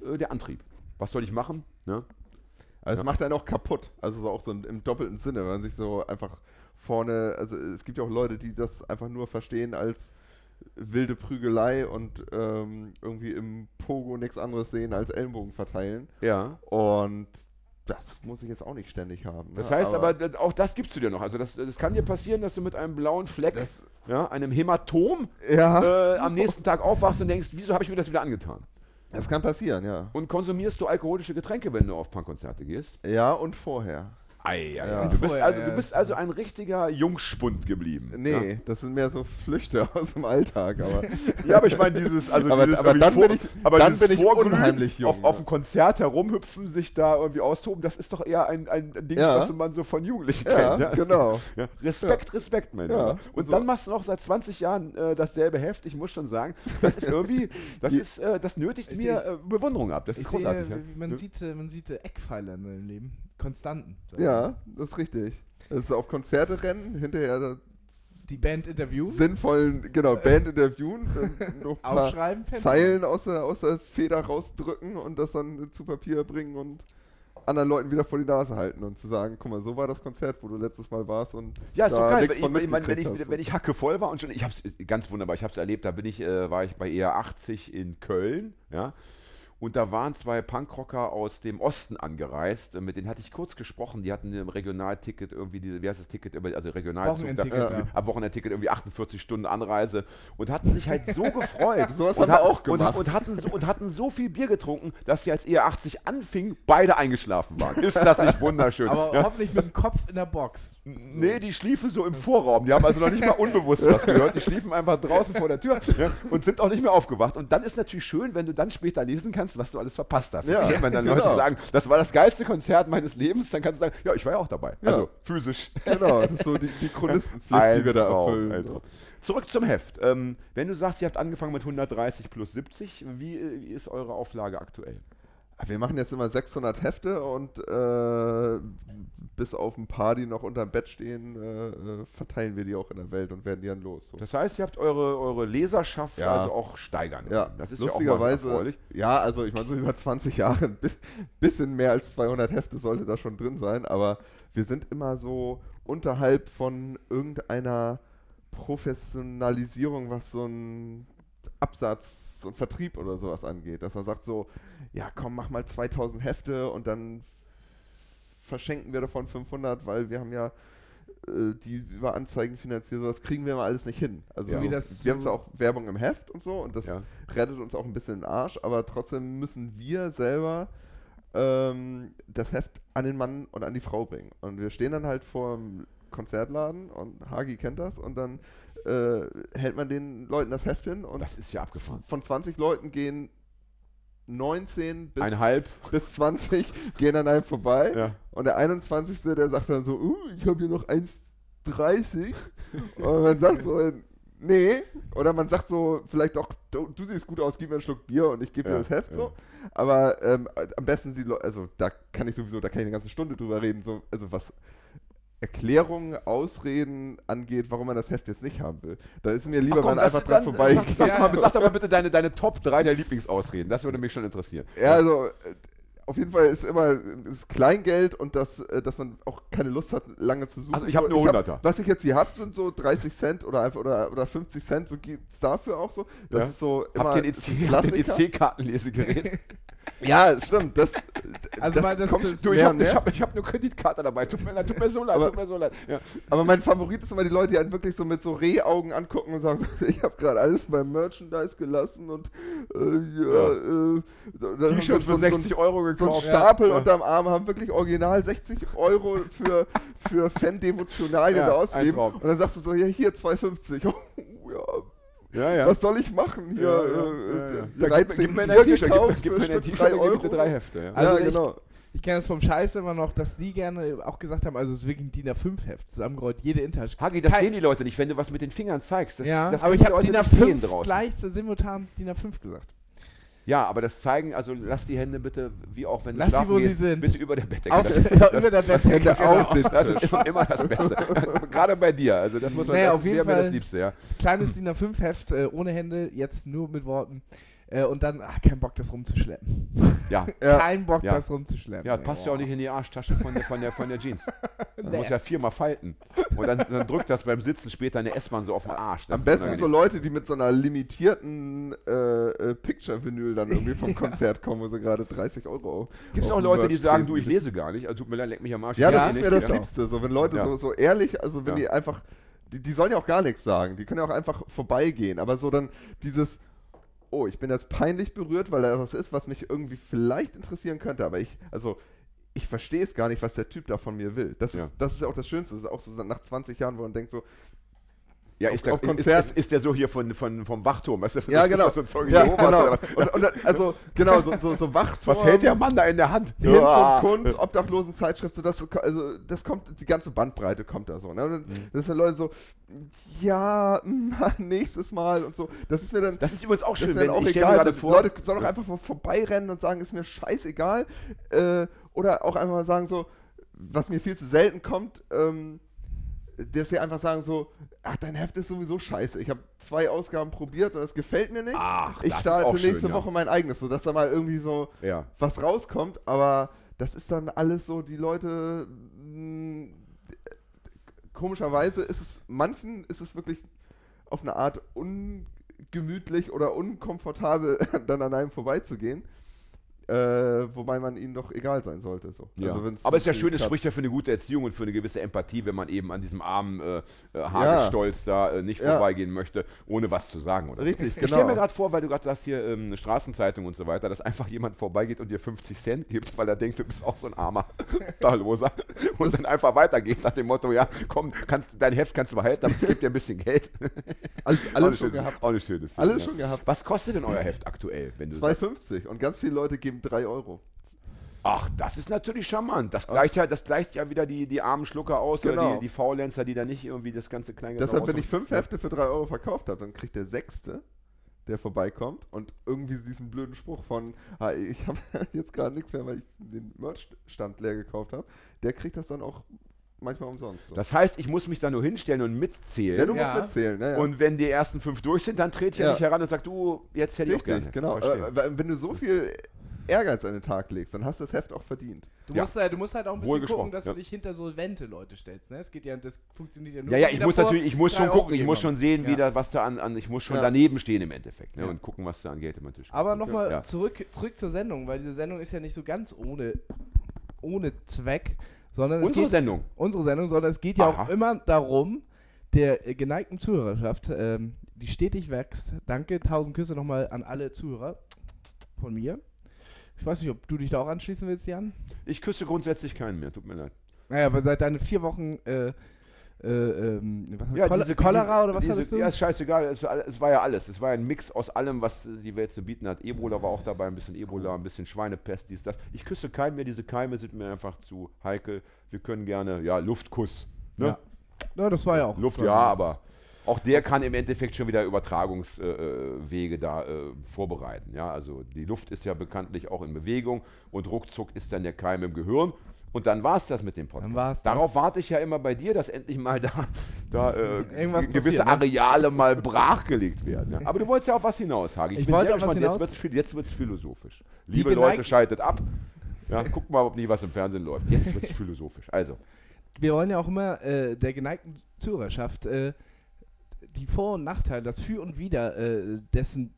äh, der Antrieb. Was soll ich machen? Ne?
Also es macht einen auch kaputt. Also so auch so im doppelten Sinne, wenn man sich so einfach vorne, also es gibt ja auch Leute, die das einfach nur verstehen als wilde Prügelei und ähm, irgendwie im Pogo nichts anderes sehen als Ellenbogen verteilen.
Ja.
Und das muss ich jetzt auch nicht ständig haben. ne?
Das heißt aber, d- auch das gibst du dir noch. Also das, das kann dir passieren, dass du mit einem blauen Fleck,
Das-
ja, einem Hämatom, (laughs)
ja,
äh, am nächsten Tag aufwachst und denkst, wieso habe ich mir das wieder angetan?
das kann passieren, ja.
Und konsumierst du alkoholische Getränke, wenn du auf Punkkonzerte gehst?
Ja und vorher.
Ei, ei,
Ja.
ei. Du, bist
Vorher,
also,
Oh, ja,
du bist also ein richtiger Jungspund geblieben. ne?
Nee, das sind mehr so Flüchte (laughs) aus dem Alltag, aber
Ja, ja aber ich meine dieses, also
(laughs) Aber-
dieses
aber
irgendwie
dann bin ich-
aber
dann
dieses
bin ich
Vorglühen,
unheimlich jung,
Auf, auf
ja.
dem Konzert herumhüpfen, sich da irgendwie austoben, das ist doch eher ein, ein Ding,
Ja.
was man so von Jugendlichen (laughs)
Ja,
kennt.
genau.
Ja. Respekt, Respekt, mein
Ja.
Lieber.
Also
Und dann machst du noch seit 20 Jahren äh, dasselbe Heft. Ich muss schon sagen, das
(laughs)
ist irgendwie, das ist, äh, das nötigt
Ich
mir
sehe-
äh, Bewunderung ab. Das ist
Ich
großartig.
sehe,
ja.
man,
Ja.
sieht, äh, man sieht äh, Eckpfeiler in deinem Leben. Konstanten. sag ich mal.
ja, das ist richtig. Das ist auf Konzerte rennen, hinterher da
Die Band interviewen,
sinnvollen, genau,
Äh.
Band interviewen, dann
(laughs)
noch ein paar
aufschreiben, Fenster-
Zeilen aus der, aus der Feder rausdrücken und das dann zu Papier bringen und anderen Leuten wieder vor die Nase halten und zu sagen, guck mal, so war das Konzert, wo du letztes Mal warst und
Ja, ist
da
so geil.
nix
Wenn ich, ich meine, wenn,
mitgekriegt
ich,
hast.
wenn ich Hacke voll war und schon, ich hab's ganz wunderbar, ich hab's erlebt, da bin ich, äh, war ich bei ER 80 in Köln, ja. Und da waren zwei Punkrocker aus dem Osten angereist. äh, Mit denen hatte ich kurz gesprochen. Die hatten ein Regionalticket irgendwie, diese, wie heißt das Ticket? Über- Also Regionalzug.
Wochenendticket,
da,
ja.
Am Wochenendticket irgendwie 48 Stunden Anreise. Und hatten sich halt so gefreut.
Sowas
und
haben wir
hat-
auch
und,
gemacht.
und, hatten so, und hatten so viel Bier getrunken, dass sie als ER 80 anfingen, beide eingeschlafen waren. Ist das nicht wunderschön?
Aber
Ja. Hm.
hoffentlich mit dem Kopf in der Box.
Nee, die schliefen so im Vorraum. Die haben also noch nicht mal unbewusst was gehört. Die schliefen einfach draußen vor der Tür ja, und sind auch nicht mehr aufgewacht. Und dann ist natürlich schön, wenn du dann später lesen kannst, was du alles verpasst hast.
Ja,
wenn dann Leute
(laughs) genau.
sagen, das war das geilste Konzert meines Lebens, dann kannst du sagen, ja, ich war ja auch dabei. Also physisch.
Genau, das ist so die, die Chronistenpflicht,
Ein
die wir da
Traum,
erfüllen.
ein Traum. Zurück zum Heft. Ähm, wenn du sagst, ihr habt angefangen mit 130 plus 70, wie, äh, wie ist eure Auflage aktuell?
Wir machen jetzt immer 600 Hefte und äh, bis auf ein paar, die noch unterm Bett stehen, äh, äh, verteilen wir die auch in der Welt und werden die dann los. So.
Das heißt, ihr habt eure, eure Leserschaft
Ja.
also auch steigern.
Ja,
wollen. das ist ja auch mal
lustigerweise.
erfreulich.
Ja, also ich meine, so über 20 Jahre, (laughs) ein bis, bisschen mehr als 200 Hefte sollte da schon drin sein, aber wir sind immer so unterhalb von irgendeiner Professionalisierung, was so ein Absatz und Vertrieb oder sowas angeht. Dass man sagt so, ja komm, mach mal 2000 Hefte und dann verschenken wir davon 500, weil wir haben ja äh, die über Anzeigen finanziert, sowas kriegen wir immer alles nicht hin. Also
So wie
das
wir
so-
haben zwar auch Werbung im Heft und so und das
Ja.
rettet uns auch ein bisschen den Arsch, aber trotzdem müssen wir selber ähm, das Heft an den Mann und an die Frau bringen. Und wir stehen dann halt vor dem Konzertladen und Hagi kennt das und dann äh, hält man den Leuten das Heft hin und
Das ist ja abgefahren.
von 20 Leuten gehen 19 bis,
Einhalb.
bis 20 gehen an einem vorbei
Ja.
und der 21. der sagt dann so, uh, ich habe hier noch 1,30 und man sagt so, nee oder man sagt so, vielleicht auch, du, du siehst gut aus, gib mir einen Schluck Bier und ich gebe
Ja,
dir das Heft
ja.
so, aber ähm, am besten sie, Leu- also da kann ich sowieso, da kann ich eine ganze Stunde drüber reden, so, also was Erklärungen, Ausreden angeht, warum man das Heft jetzt nicht haben will. Da ist mir lieber,
Ach komm,
man
das-
einfach dran
dann-
vorbeigeht.
Sag, (laughs) sag, doch mal, sag doch mal bitte deine, deine Top 3 der Lieblingsausreden. Das würde mich schon interessieren.
(laughs) Ja, also äh, auf jeden Fall ist immer äh, ist Kleingeld und das, äh, dass man auch keine Lust hat, lange zu suchen.
Also ich hab
So,
nur
hab-
100er.
was ich jetzt hier habe, sind so 30 Cent oder einfach oder, oder 50 Cent, so geht's dafür auch so. Das
Ja.
ist so immer
Habt ihr ein
ist ein
EC habt ihr ein
(laughs)
EC-Kartenlesegerät?
Ja, stimmt.
(laughs)
Das,
Also mal das-
kommt
das-
du, ich
mehr
habe
und mehr.
hab, ich hab nur Kreditkarte dabei. Tut mir leid, tut mir so leid,
Aber-
tut mir so leid. Ja.
Aber mein Favorit ist immer die Leute, die einen wirklich so mit so Rehaugen angucken und sagen, (laughs) ich habe gerade alles beim Merchandise gelassen und äh, ja, äh, da- da haben
T-Shirt
so-
für
so- so ein-
60 Euro
so einen
gekauft.
Stapel unterm Arm, haben wirklich original 60 Euro für, für Fan-Devotionalien
Ja,
da
ein
ausgegeben.
Traum.
Und dann sagst du so, ja, hier 2,50. (laughs) Oh, ja,
Ja, ja.
Was soll ich machen? Hier,
Ja, ja,
äh,
ja.
äh, 13
gib mir
Bier
ein T-Shirt,
gekauft
gib, gib mir
für
ein
statt
T-Shirt, dann
drei
gebe ich dir
Euro.
drei Hefte. Ja.
Also
ja,
ich-
genau.
Ich kenne es vom Scheiß immer noch, dass die gerne auch gesagt haben, also es ist wirklich ein DIN A5-Heft zusammengerollt, jede Intasche.
Hagi, das
Kein-
sehen die Leute nicht, wenn du was mit den Fingern zeigst. Das,
ja,
das
aber
können
ich
die
habe
Leute
DIN
nicht sehen
A5
draußen.
gleich simultan DIN A5 gesagt.
Ja, aber das zeigen, also lass die Hände bitte, wie auch wenn du
Lass sie,
schlafen
wo sie
gehst,
sind.
bitte über der Bettdecke.
Auf,
(laughs)
das,
(laughs)
(laughs)
ja, über der Bettdecke.
das,
auf den
ist, das ist schon immer das
(laughs)
Beste. Gerade bei dir, also das muss man,
Naja,
das
auf jeden
wäre mir das
Fall.
Liebste, ja.
Kleines DIN A5-Heft äh, ohne Hände, jetzt nur mit Worten. Äh, und dann, ach, kein Bock, das rumzuschleppen.
Ja,
Ja.
Kein Bock,
Ja.
das rumzuschleppen.
ja passt ja auch nicht in die Arschtasche von der, von der, von der Jeans. Man muss ja viermal falten. Und dann, dann drückt das beim Sitzen später eine S-Bahn so auf den Arsch. Das
Am
ist
besten
unangenehm.
so Leute, die mit so einer limitierten äh, äh, Picture-Vinyl dann
(laughs)
irgendwie vom Konzert kommen, wo sie gerade 30 Euro auf.
Gibt es
auf
auch
dem
Leute,
Merch
die sagen, du,
lesen.
ich lese gar nicht, also tut mir leid, leck mich am Arsch.
Ja,
ich
das
lese
ist
nicht,
mir das
ja.
Liebste. So, wenn Leute
Ja.
so, so ehrlich, also wenn
Ja.
die einfach, die, die sollen ja auch gar nichts sagen, die können ja auch einfach vorbeigehen, aber so dann dieses, oh, ich bin jetzt peinlich berührt, weil da was ist, was mich irgendwie vielleicht interessieren könnte, aber ich, also ich verstehe es gar nicht, was der Typ da von mir will. Das,
Ja.
ist, das ist auch das Schönste. Das ist auch so nach 20 Jahren, wo man denkt so,
Ja,
Auf-
ist der,
auf
ist-
Konzert-
Ist, ist der so hier von, von, vom Wachturm? Weißt du,
(laughs)
(laughs)
ja
ist
genau,
das so ein Zeuge
ja,
Jehovas
genau.
oder was?
Und, und, also genau, so, so, so Wachturm.
Was hält der Mann da in der Hand?
Hinz
Uah.
und Kunz, Obdachlosenzeitschrift, so das, also das kommt, die ganze Bandbreite kommt da so. Ne? Und
Mhm.
Das sind Leute so, ja, (laughs) mm, nächstes Mal und so. Das ist mir dann,
Das ist übrigens auch
das ist
schön,
mir dann
wenn
auch
ich stell mir
egal.
gerade
Das-
vor,
Leute sollen doch einfach vor- vorbeirennen und sagen, ist mir scheißegal. Äh, oder auch einfach mal sagen so, was mir viel zu selten kommt, ähm, dass sie einfach sagen so, ach, dein Heft ist sowieso scheiße. Ich habe zwei Ausgaben probiert und das gefällt mir nicht.
Ach,
ich
das ist
starte
auch schön,
nächste
ja.
Woche mein eigenes, sodass da mal irgendwie so
ja.
was rauskommt, aber das ist dann alles so, die Leute, mh, komischerweise ist es, manchen ist es wirklich auf eine Art ungemütlich oder unkomfortabel, (laughs) dann an einem vorbeizugehen, äh, wobei man ihnen doch egal sein sollte. So.
Ja.
Also wenn's
Aber es ist ja
nicht
schön, es
klappt.
spricht ja für eine gute Erziehung und für eine gewisse Empathie, wenn man eben an diesem armen äh, äh, Hagestolz da äh, nicht
Ja.
vorbeigehen möchte, ohne was zu sagen. Oder? so.
Richtig,
Ich stelle mir
genau.
gerade vor, weil du gerade sagst, hier ähm, Straßenzeitung und so weiter, dass einfach jemand vorbeigeht und dir 50 Cent gibt, weil er denkt, du bist auch so ein
(laughs)
armer Dachloser. Und dann einfach weitergeht nach dem Motto, ja, komm, kannst, dein Heft kannst du behalten, aber ich gebe dir ein bisschen Geld.
Alles,
Auch eine
alles schon
schöne-
gehabt.
Auch eine schöne Szene,
Alles schon gehabt.
Was kostet denn euer Heft aktuell? Wenn du sagst?
2,50 und ganz viele Leute geben 3 Euro.
Ach, das ist natürlich charmant. Das gleicht ja, das gleicht ja wieder die, die armen Schlucker aus oder
Genau.
die, die Faulenzer, die da nicht irgendwie das ganze Kleingeld
Deshalb, wenn
rausholen.
ich fünf Hefte für 3 Euro verkauft habe, dann kriegt der sechste, der vorbeikommt und irgendwie diesen blöden Spruch von, "Ah, ich habe (laughs) jetzt gerade nichts mehr, weil ich den Merchstand leer gekauft habe, der kriegt das dann auch manchmal umsonst. So.
Das heißt, ich muss mich da nur hinstellen und mitzählen.
ja, du
Ja.
musst mitzählen. Ja, ja.
Und wenn die ersten fünf durch sind, dann trete ich
Ja.
ja nicht heran und sag, du, jetzt hätte ich
Richtig,
auch gerne.
genau.
Verstehe.
Aber, aber wenn du so viel Ehrgeiz an den Tag legst, dann hast du das Heft auch verdient.
Du,
Ja.
musst, halt- du musst halt auch ein bisschen
Wohlgesprochen,
gucken, dass
ja.
du dich hinter solvente Leute stellst. Ne? Es geht ja, das funktioniert ja nur.
ja, ja,
wenn
ich
die
muss
davor
natürlich, ich muss
drei
schon
Euro
gucken, ich
gegeben
muss
haben.
schon sehen, wie
Ja.
da, was da an, an ich muss schon
Ja.
daneben stehen im Endeffekt ne,
Ja.
und gucken, was da an Geld im Tisch
Aber
kommt.
nochmal
Ja.
zurück, zurück zur Sendung, weil diese Sendung ist ja nicht so ganz ohne, ohne Zweck, sondern es
Unsere
geht,
Sendung.
unsere Sendung, sondern es geht ja auch
Aha.
immer darum, der äh, geneigten Zuhörerschaft, ähm, die stetig wächst. Danke, tausend Küsse nochmal an alle Zuhörer von mir. Ich weiß nicht, ob du dich da auch anschließen willst, Jan.
Ich küsse grundsätzlich keinen mehr, tut mir leid.
Naja, aber seit deinen vier Wochen äh, äh, ähm, was, Chol
diese-
Cholera
diese-
oder was
diese,
hattest du?
Ja, ist scheißegal. Es, war all- es war ja alles. Es war ein Mix aus allem, was äh, die Welt zu bieten hat. Ebola war auch dabei, ein bisschen Ebola, ein bisschen Schweinepest, dies, das. Ich küsse keinen mehr. Diese Keime sind mir einfach zu heikel. Wir können gerne, ja, Luftkuss. Ne?
Ja. Ja, das war ja auch.
Luft,
das
ja,
war auch-
aber auch der kann im Endeffekt schon wieder Übertragungswege äh, Wege da äh, vorbereiten. Ja? Also die Luft ist ja bekanntlich auch in Bewegung und ruckzuck ist dann der Keim im Gehirn. Und dann war es das mit dem Podcast.
Dann war's das.
Darauf warte ich ja immer bei dir, dass endlich mal da, da äh,
Irgendwas
gewisse
passiert, ne?
Areale mal brachgelegt werden. Ja? Aber du wolltest ja auf was hinaus, Hagi.
Ich wollte auf was
Jetzt
hinaus.
wird's viel- Jetzt wird es philosophisch. Liebe
geneigten-
Leute, schaltet ab. Ja, guckt mal, ob nicht was im Fernsehen läuft. Jetzt wird es philosophisch. Also,
wir wollen ja auch immer äh, der geneigten Zuhörerschaft äh, die Vor- und Nachteile, das Für und Wider äh, dessen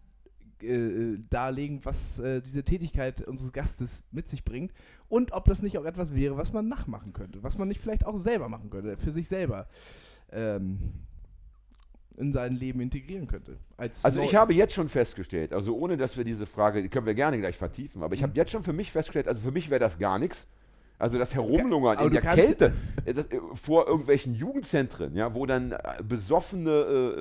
äh, darlegen, was äh, diese Tätigkeit unseres Gastes mit sich bringt und ob das nicht auch etwas wäre, was man nachmachen könnte, was man nicht vielleicht auch selber machen könnte, für sich selber ähm, in sein Leben integrieren könnte. Als
Also ich
Neu-
habe jetzt schon festgestellt, also
Mhm.
ohne dass wir diese Frage, die können wir gerne gleich vertiefen, aber ich habe jetzt schon für mich festgestellt, also für mich wäre das gar nichts. Also das Herumlungern
Aber
in
du
der
kannst-
Kälte äh, das, äh, vor irgendwelchen Jugendzentren, ja, wo dann äh, besoffene,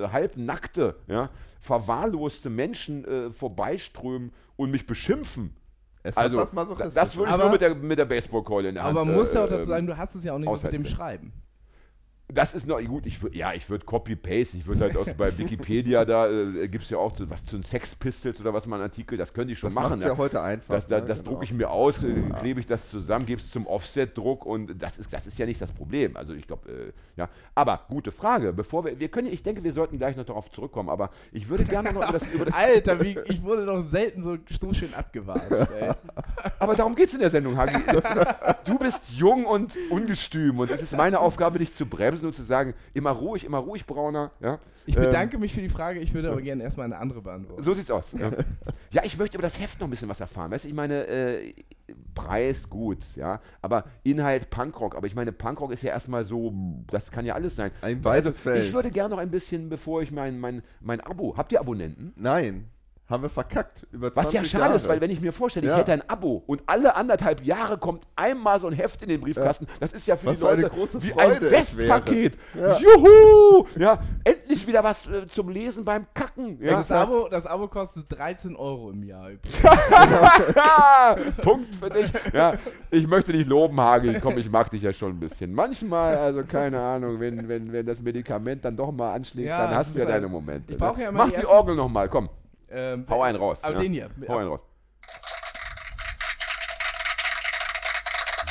äh, halbnackte, ja, verwahrloste Menschen äh, vorbeiströmen und mich beschimpfen.
Es
Also,
hat was
da-
Masochistisches.
das würde ich
Aber-
nur mit der, mit der Baseballkeule in der Hand.
Aber man muss ja auch
äh,
dazu sagen, du hast es ja auch nicht so mit
aushalten
dem
können.
Schreiben.
Das ist noch gut. Ich, wür- ja, ich würde Copy-Paste. Ich würde halt aus bei Wikipedia, da äh, gibt es ja auch so, was zu den Sex Pistols oder was man Artikel, das könnte ich schon
das
machen. ne?
macht's ja heute einfach.
das da,
ne?
das
Genau.
drucke ich mir aus, äh, klebe ich das zusammen, gebe es zum Offset-Druck und das ist, das ist ja nicht das Problem. Also ich glaube, äh, ja. Aber gute Frage. Bevor wir, wir können, ich denke, wir sollten gleich noch darauf zurückkommen, aber ich würde gerne noch über das, über das
Alter, wie, ich wurde doch selten so, so schön abgewatscht, ey.
Aber darum geht es in der Sendung, Hagi.
(laughs)
Du bist jung und ungestüm und es ist meine Aufgabe, dich zu bremsen und zu sagen, immer ruhig, immer ruhig, Brauner. Ja?
Ich
Ähm,
bedanke mich für die Frage, ich würde aber gerne erstmal eine andere beantworten.
So sieht's aus.
(laughs)
Ja, ja ich möchte über das Heft noch ein bisschen was erfahren. Weißt du, ich meine, äh, Preis gut, ja, aber Inhalt Punkrock. Aber ich meine, Punkrock ist ja erstmal so, das kann ja alles sein.
Ein weites Feld.
Also, Ich würde gerne noch ein bisschen, bevor ich mein, mein, mein Abo, habt ihr Abonnenten?
Nein, haben wir verkackt. Über
Was
20
ja schade
Jahre.
ist, weil wenn ich mir vorstelle,
Ja.
ich hätte ein Abo und alle anderthalb Jahre kommt einmal so ein Heft in den Briefkasten, das ist ja für
Was
die
für eine
Leute
große
wie ein
Freude es
Westpaket.
wäre. Ja.
Juhu! Ja, endlich wieder was äh, zum Lesen beim Kacken. Ja,
das, Abo, das Abo kostet 13 Euro im Jahr übrigens.
Ja, Ah, Punkt für dich. Ja, ich möchte dich loben, Hagi. Komm, ich mag dich ja schon ein bisschen. Manchmal, also keine Ahnung, wenn, wenn, wenn das Medikament dann doch mal anschlägt,
Ja,
dann
das
hast
ist
du ja
halt-
deine Momente. ne?
Ich brauch ja immer
Mach
die
die,
ersten-
Orgel nochmal, komm.
Ähm,
Hau einen raus.
Aber
ja.
den hier.
Hau einen raus.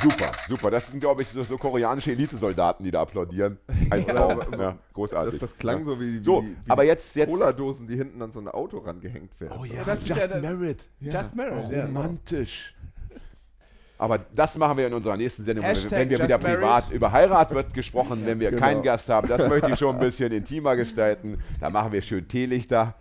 Super, super. Das sind, glaube ich, so, so koreanische Elitesoldaten, die da applaudieren.
(laughs)
Ein Traum. Ja,
Das,
großartig.
das klang
ja.
so wie, wie,
So,
wie
aber jetzt, jetzt.
Cola-Dosen, die hinten an so ein Auto rangehängt werden.
Oh ja,
Ja, das
das
ist
Just
ja der-
Merit.
Just
Oh,
Married. ja.
Romantisch. Aber das machen wir in unserer nächsten Sendung, wenn wir-
Hashtag
wenn wir
Just
wieder
Married.
privat über Heirat wird gesprochen, wenn wir
Genau.
keinen Gast haben. Das möchte ich schon ein bisschen intimer gestalten. Da machen wir schön Teelichter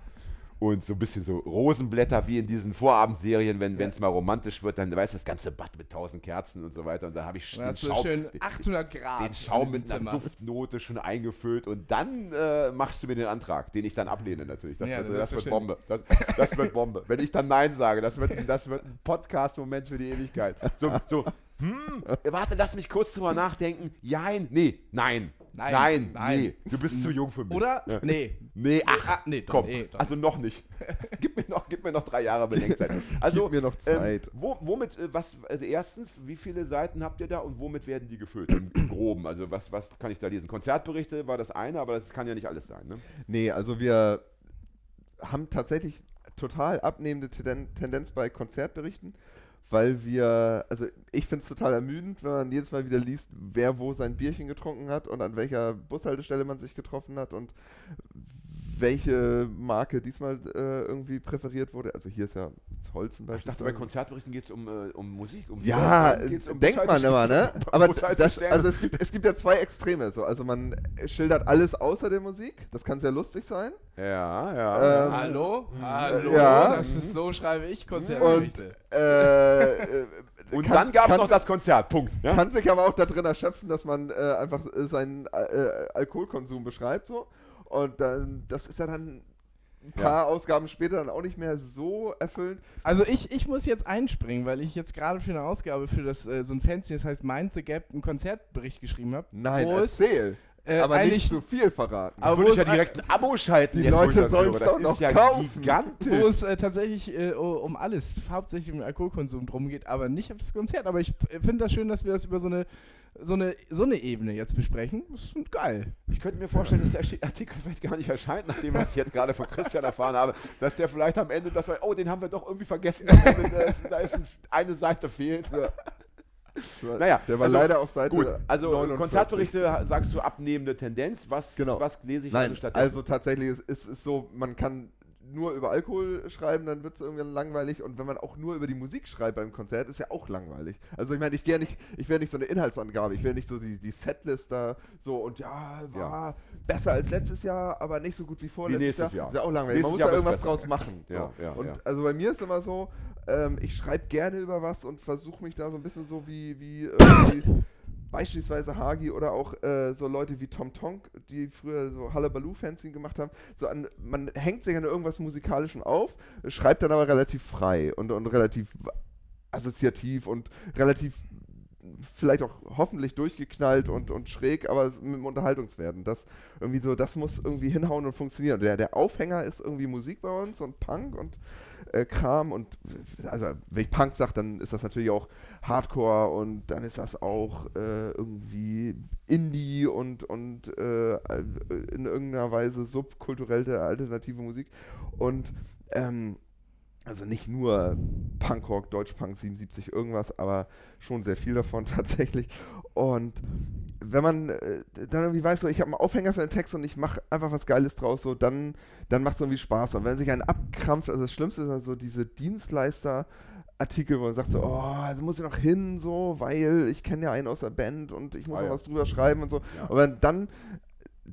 und so ein bisschen so Rosenblätter wie in diesen Vorabendserien, wenn es mal romantisch wird, dann weiß das ganze Bad mit tausend Kerzen und so weiter. Und da habe ich
Da
den
hast du
Schaum-
schön 800 Grad.
den Schaum
in
mit
diesem
einer
Zimmer.
Duftnote schon eingefüllt und dann äh, machst du mir den Antrag, den ich dann ablehne natürlich. Das
Ja,
wird, das
das ist
wird
so schön.
Bombe. Das, das wird Bombe. Wenn ich dann Nein sage, das wird, das wird ein Podcast-Moment für die Ewigkeit. So, so hm, warte, lass mich kurz drüber nachdenken. Jein, nee, nein,
Nein,
nein, nein,
nein.
nee. Du bist zu jung für mich.
Oder?
Ja.
Nee.
Nee, ach,
Ah, nee, doch,
komm.
nee, doch.
Also noch nicht. (laughs) gib, mir noch, gib mir noch drei Jahre Bedenkzeit. Also,
(laughs) Gib mir noch Zeit.
Ähm, wo, womit, äh, was, also erstens, wie viele Seiten habt ihr da und womit werden die gefüllt? Im, im Groben, also was, was kann ich da lesen? Konzertberichte war das eine, aber das kann ja nicht alles sein. Ne?
Nee, also wir haben tatsächlich total abnehmende Tenden- Tendenz bei Konzertberichten, weil wir, also ich finde es total ermüdend, wenn man jedes Mal wieder liest, wer wo sein Bierchen getrunken hat und an welcher Bushaltestelle man sich getroffen hat und welche Marke diesmal äh, irgendwie präferiert wurde. Also hier ist ja das Holz zum
Ich
Beispiel.
dachte, bei Konzertberichten geht es um, äh, um Musik. Um
Ähm. Ja, äh,
dann geht's um
denkt man
Bescheid- (laughs)
immer, ne?
um
Aber
Bescheid
das,
bestellen.
also es, gibt, es gibt ja zwei Extreme. So. Also man schildert alles außer der Musik. Das kann sehr lustig sein.
ja, ja.
Ähm,
Hallo?
Mhm.
Hallo?
Ja.
Das ist so, schreibe ich
Und,
Konzertberichte.
(laughs)
äh, äh,
und
kann-
dann gab es
kann-
noch das Konzert, Punkt. ne? Ja?
Kann sich aber auch darin erschöpfen, dass man äh, einfach äh, seinen äh, Alkoholkonsum beschreibt. So. Und dann, das ist ja dann ein paar Ausgaben später dann auch nicht mehr so erfüllend.
Also ich, ich muss jetzt einspringen, weil ich jetzt gerade für eine Ausgabe für das äh, so ein Fancy, das heißt Mind the Gap, einen Konzertbericht geschrieben habe.
Nein,
wo es,
erzähl.
äh,
aber
eigentlich-
nicht zu viel verraten.
aber
Würde
wo
ich ja
es, ein-
direkt ein Abo schalten.
Die
jetzt, wo ich
Leute
das höre.
sollen's
Das
doch
ist
noch
ja
kaufen.
gigantisch.
wo es äh, tatsächlich äh, o- um alles, hauptsächlich um Alkoholkonsum drum geht, aber nicht auf das Konzert. Aber ich äh, finde das schön, dass wir das über so eine, so eine, so eine Ebene jetzt besprechen. Das ist geil.
Ich könnte mir vorstellen, dass der Arti- Artikel vielleicht gar nicht erscheint, nachdem was ich jetzt gerade von Christian erfahren habe, dass der vielleicht am Ende das war, oh, den haben wir doch irgendwie vergessen. Am Ende, da ist, da ist ein, eine Seite fehlt. naja,
der war
also,
leider auf Seite
Gut, also
49.
Konzertberichte ha- sagst du abnehmende Tendenz. Was,
Genau.
was lese ich
Nein,
stattdessen?
also tatsächlich ist es ist, so, man kann nur über Alkohol schreiben, dann wird es irgendwann langweilig. Und wenn man auch nur über die Musik schreibt beim Konzert, ist ja auch langweilig. Also ich meine, ich gehe nicht, ich wäre nicht so eine Inhaltsangabe, ich wäre nicht so die, die Setlist da so und ja, war besser als letztes Jahr, aber nicht so gut wie vorletztes
nächstes
Jahr.
Jahr.
Ist ja auch langweilig.
Nächstes
man muss
Jahr
da irgendwas
wird's
draus machen. So.
Ja, ja,
und
ja.
also bei mir ist immer so, ähm, ich schreibe gerne über was und versuche mich da so ein bisschen so wie, wie äh, wie beispielsweise Hagi oder auch äh, so Leute wie Tom Tonk, die früher so Hallabaloo-Fanzine gemacht haben. So an, man hängt sich an irgendwas Musikalischem auf, schreibt dann aber relativ frei und, und relativ assoziativ und relativ vielleicht auch hoffentlich durchgeknallt und, und schräg, aber mit dem Unterhaltungswert. Und das irgendwie so, das muss irgendwie (laughs) hinhauen und funktionieren. Der, der Aufhänger ist irgendwie Musik bei uns und Punk und äh, Kram und also wenn ich Punk sage, dann ist das natürlich auch Hardcore und dann ist das auch äh, irgendwie Indie und, und äh, in irgendeiner Weise subkulturelle alternative Musik und ähm, also nicht nur Punkrock, Deutschpunk 77 irgendwas, aber schon sehr viel davon (laughs) tatsächlich und wenn man äh, dann irgendwie weiß, so, ich habe einen Aufhänger für den Text und ich mache einfach was Geiles draus, so, dann, dann macht es irgendwie Spaß. Und wenn sich einen abkrampft, also das Schlimmste ist also diese Dienstleister- Artikel, wo man sagt so, oh, also muss ich noch hin, so, weil ich kenne ja einen aus der Band und ich muss
Ah,
noch
ja.
was drüber schreiben und so.
Ja.
Aber dann,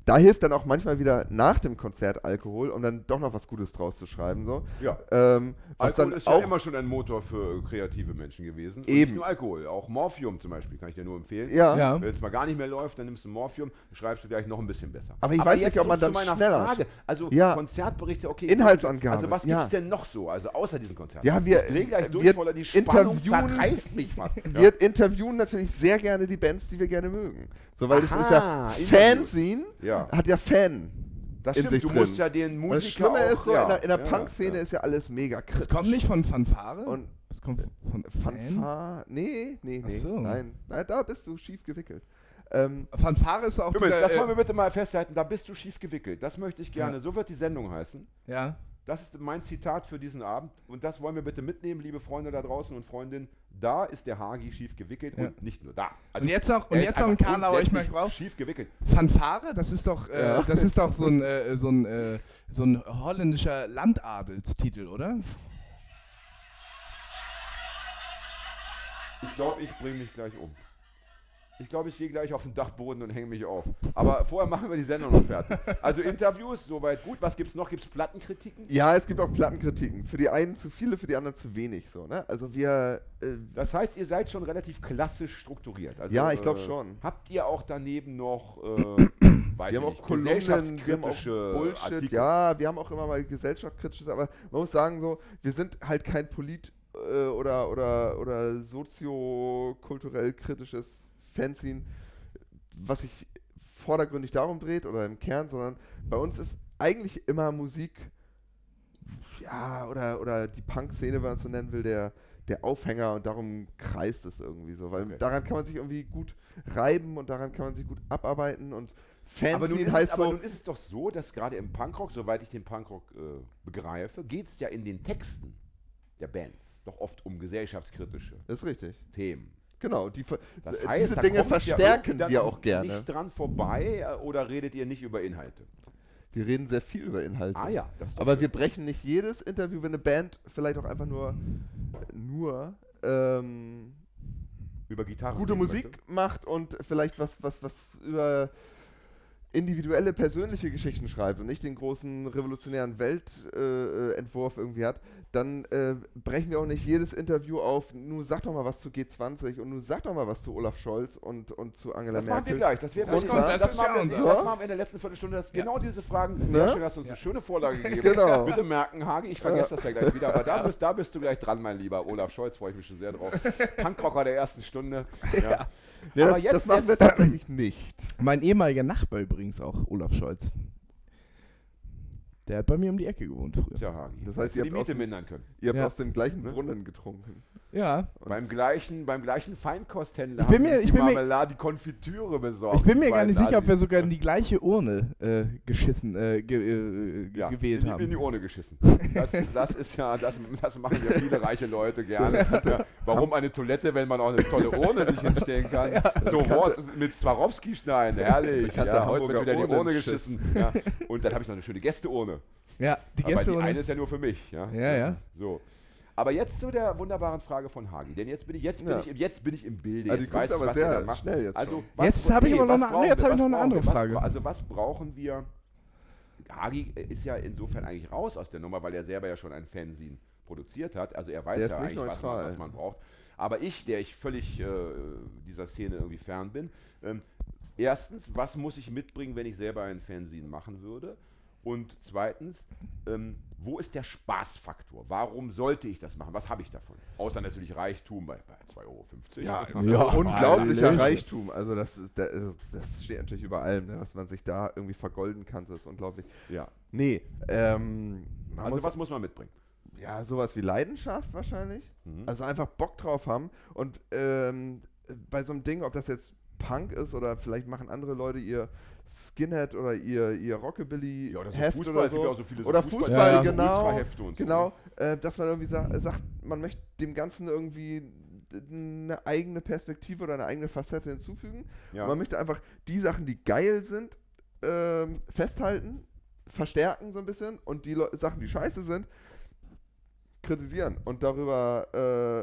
da hilft dann auch manchmal wieder nach dem Konzert Alkohol, um dann doch noch was Gutes draus zu schreiben, so.
Ja.
Ähm, was
Alkohol
dann
ist ja
auch
immer schon ein Motor für kreative Menschen gewesen. Und
Eben.
Nicht nur Alkohol, auch Morphium zum Beispiel, kann ich dir nur empfehlen.
Ja.
Ja.
Wenn es mal gar nicht mehr läuft, dann nimmst du Morphium, schreibst du gleich noch ein bisschen besser.
Aber ich weiß nicht,
jetzt
ob man
so
dann
zu meiner
schneller-
Frage. Also
Ja.
Konzertberichte, okay.
Inhaltsangabe,
Also was
ja.
gibt's denn noch so, also außer diesen Konzerten?
Ja, wir-
ich dreh gleich durch,
wir
Voller, die Spannung
interviewen-
zerreißt mich
(laughs)
fast.
Wir interviewen natürlich sehr gerne die Bands, die wir gerne mögen. So, weil
Aha,
das ist ja
Interviews.
Fanzine,
Ja.
hat ja Fan.
Das
in
stimmt,
sich
du
Ah, drin.
musst ja den
Und das
Musiker
Schlimme
auch,
ist so,
ja.
in der, in der
ja,
Punk-Szene
ja.
ist ja alles mega
Das kommt nicht von Fanfare?
Und-
das kommt von Fan?
Fanfare. Nee, nee,
Ach
nee.
so.
Nein. Nein, da bist du schief gewickelt. Ähm,
Fanfare ist auch
Übrigens,
dieser,
das wollen
äh,
wir bitte mal festhalten, da bist du schief gewickelt. Das möchte ich gerne. So wird die Sendung heißen.
Ja.
Das ist mein Zitat für diesen Abend und das wollen wir bitte mitnehmen, liebe Freunde da draußen und Freundinnen. Da ist der Hagi schief gewickelt
Ja.
und nicht nur da. Also
Und jetzt noch- und
er ist
jetzt noch ein
einfach
Karlauer, ich
grundsätzlich
mag auch.
Schief gewickelt.
Fanfare, das ist doch, äh, das ist doch so ein, äh, so ein, äh, so ein holländischer Landadelstitel, oder?
Ich glaube, ich bringe mich gleich um. Ich glaube, ich gehe gleich auf den Dachboden und hänge mich auf. Aber vorher machen wir die Sendung noch fertig. Also Interviews, soweit gut. Was gibt's noch? Gibt's Plattenkritiken?
ja, es gibt auch Plattenkritiken. Für die einen zu viele, für die anderen zu wenig. So, ne? Also wir, äh,
Das heißt, ihr seid schon relativ klassisch strukturiert. Also,
Ja, ich glaub schon.
Habt ihr auch daneben noch, äh, weiß
wir
ich
haben auch
nicht,
Kolumnen, wir haben auch
gesellschaftskritische
Bullshit,
Artikel?
ja, wir haben auch immer mal gesellschaftskritisches, aber man muss sagen so, wir sind halt kein polit- äh, oder, oder, oder soziokulturell kritisches Fanzine, was sich vordergründig darum dreht oder im Kern, sondern bei uns ist eigentlich immer Musik, ja, oder, oder die Punk-Szene, wenn man es so nennen will, der, der Aufhänger und darum kreist es irgendwie so, weil
Okay.
daran kann man sich irgendwie gut reiben und daran kann man sich gut abarbeiten und
Aber nun,
Fanzine
ist,
heißt
aber
so,
nun ist es doch so, dass gerade im Punkrock, soweit ich den Punkrock äh, begreife, geht es ja in den Texten der Bands doch oft um gesellschaftskritische
das ist richtig.
Themen.
Genau, die, ver-
Das
äh,
heißt,
diese
da
Dinge
kommt ja
verstärken
irgendwann
wir auch gerne.
Nicht dran vorbei äh, oder redet ihr nicht über Inhalte?
Wir reden sehr viel über Inhalte.
Ah ja, das ist doch
Aber
schön.
wir brechen nicht jedes Interview, wenn eine Band vielleicht auch einfach nur, nur ähm,
über Gitarre.
gute
reden
Musik
möchte.
macht und vielleicht was, was, was über individuelle persönliche Geschichten schreibt und nicht den großen revolutionären Weltentwurf äh, Entwurf irgendwie hat, dann äh, brechen wir auch nicht jedes Interview auf, nun sag doch mal was zu G20 und nun sag doch mal was zu Olaf Scholz und, und zu Angela
Das machen wir
Merkel.
gleich. Das, wäre
Das
wir-
kommt,
das,
das ist ja
machen wir,
unser-
das machen wir in der letzten Viertelstunde. Das, Genau diese Fragen.
Ne?
Sehr schön, hast du uns eine schöne Vorlage gegeben.
Genau.
Bitte merken, Hage, ich vergesse das ja gleich wieder. Aber
(laughs)
da bist, da bist du gleich dran, mein lieber Olaf Scholz. Freue ich mich schon sehr drauf. Punkrocker der ersten Stunde. Ja.
(laughs) Ja,
Aber
das,
jetzt-
das machen
(laughs)
wir
jetzt-
tatsächlich nicht.
Mein ehemaliger Nachbar übrigens auch, Olaf Scholz. Der hat bei mir um die Ecke gewohnt früher.
Tja, Hagi.
Das heißt, ihr
die
habt aus
Miete
dem-
mindern können.
Ihr habt
Ja.
aus dem gleichen Brunnen getrunken.
Ja.
Beim gleichen, beim gleichen Feinkosthändler
Ich bin
haben
mir-
sie sich
ich
die
bin mir-
Marmelade, die Konfitüre besorgt.
Ich bin mir
die
gar nicht
beiden
sicher, ob wir
Assis.
sogar in die gleiche Urne äh, geschissen, äh, ge, äh,
ja,
gewählt
in die, In die
haben.
Urne
(laughs)
geschissen. Das, das ist ja, das, das machen ja viele reiche Leute
(laughs)
gerne. Ja, warum eine Toilette, wenn man auch eine tolle Urne sich hinstellen
(laughs)
kann? so what, mit Swarovski schneiden, herrlich.
Bekannter
Ja, heute wird
Hamburger
wieder in die Urne
Urnenschiss.
geschissen. Ja. Und dann habe ich noch eine schöne Gästeurne.
Ja, die
Aber die eine
Gästeurne.
ist ja nur für mich. Ja,
Ja, ja.
So. Aber jetzt zu der wunderbaren Frage von Hagi, denn jetzt bin ich jetzt bin
Ja.
ich im- jetzt bin ich im Bilde.
Also
jetzt
die kommt
weiß ich,
aber
was
sehr
er da macht.
schnell jetzt
Also
schon.
was-
Jetzt habe ich aber noch eine-
brauchen
nee, jetzt
wir?
habe
Was
ich noch eine
brauchen
andere
wir? Was-
Frage.
also was brauchen wir? Hagi ist ja insofern eigentlich raus aus der Nummer, weil er selber ja schon ein Fanzine produziert hat. Also er weiß
Der ist
ja eigentlich,
nicht
was man,
neutral.
was man braucht. Aber ich, der ich völlig äh, dieser Szene irgendwie fern bin, ähm, erstens, was muss ich mitbringen, wenn ich selber ein Fanzine machen würde? Und zweitens, ähm, wo ist der Spaßfaktor? Warum sollte ich das machen? Was habe ich davon? Außer natürlich Reichtum bei, bei 2,50 Euro. (laughs)
Ja,
Ja,
Oh,
unglaublicher
Hallöchen.
Reichtum. Also das, ist- das, ist- das steht natürlich über allem, ne? was man sich da irgendwie vergolden kann, das ist unglaublich.
ja.
Nee, ähm, man
Also
muss,
was muss man mitbringen? Mhm.
ja, sowas wie Leidenschaft wahrscheinlich.
Hm.
Also einfach Bock drauf haben und ähm, bei so einem Ding, ob das jetzt Punk ist oder vielleicht machen andere Leute ihr Skinhead oder ihr, ihr Rockabilly
Ja, oder so
Heft
Fußball,
oder
es gibt
so.
ja auch so viele so
oder
Fußball-
Fußball,
Ja, ja.
genau.
Ultrahefte und so, ne?
genau, äh, dass man irgendwie sa sagt, man möchte dem Ganzen irgendwie eine eigene Perspektive oder eine eigene Facette hinzufügen.
Ja.
Man möchte einfach die Sachen, die geil sind, ähm, festhalten, verstärken so ein bisschen und die Leu- Sachen, die scheiße sind, kritisieren und darüber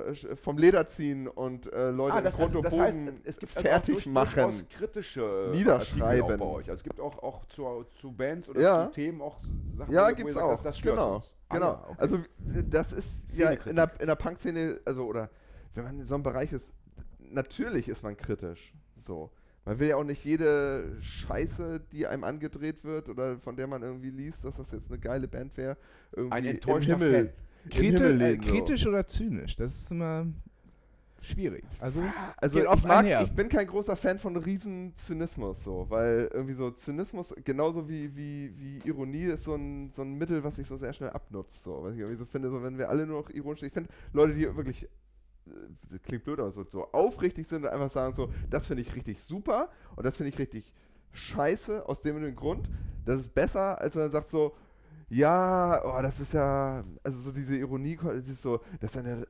äh, sch- vom Leder ziehen und äh,
Ah,
Leute in Grund und Bogen
also auch
fertig
durch-
machen.
durchaus kritische äh,
niederschreiben.
Artikel auch bei euch. Also es gibt auch, auch zu, zu Bands oder
Ja.
zu Themen auch Sachen,
Ja,
wo ihr
gibt's
sagt,
auch.
Das, das stört
genau.
uns. Ah,
genau.
ja, okay.
Also w- das ist ja in der,
Szenekritik.
in der Punk-Szene, also oder wenn man in so einem Bereich ist, natürlich ist man kritisch. So. Man will ja auch nicht jede Scheiße, die einem angedreht wird oder von der man irgendwie liest, dass das jetzt eine geile Band wäre, irgendwie
Ein
in
enttäuschter
Himmel,
Fan.
in
Kriti
Himmel
äh,
legen, so.
kritisch oder zynisch, das ist immer schwierig. Also,
Ah,
Also
Geht oft
ich, mag,
einher.
ich bin kein großer Fan von riesen Zynismus so, weil irgendwie so Zynismus, genauso wie, wie, wie Ironie, ist so ein, so ein Mittel, was sich so sehr schnell abnutzt. So. Was ich irgendwie so finde, so wenn wir alle nur noch ironisch, ich finde Leute, die wirklich, äh, das klingt blöd, aber so, so aufrichtig sind und einfach sagen so, das finde ich richtig super und das finde ich richtig scheiße, aus dem und dem Grund, das ist besser, als wenn man sagt so, ja, oh, das ist ja, also so diese Ironie, das ist so, das ist eine,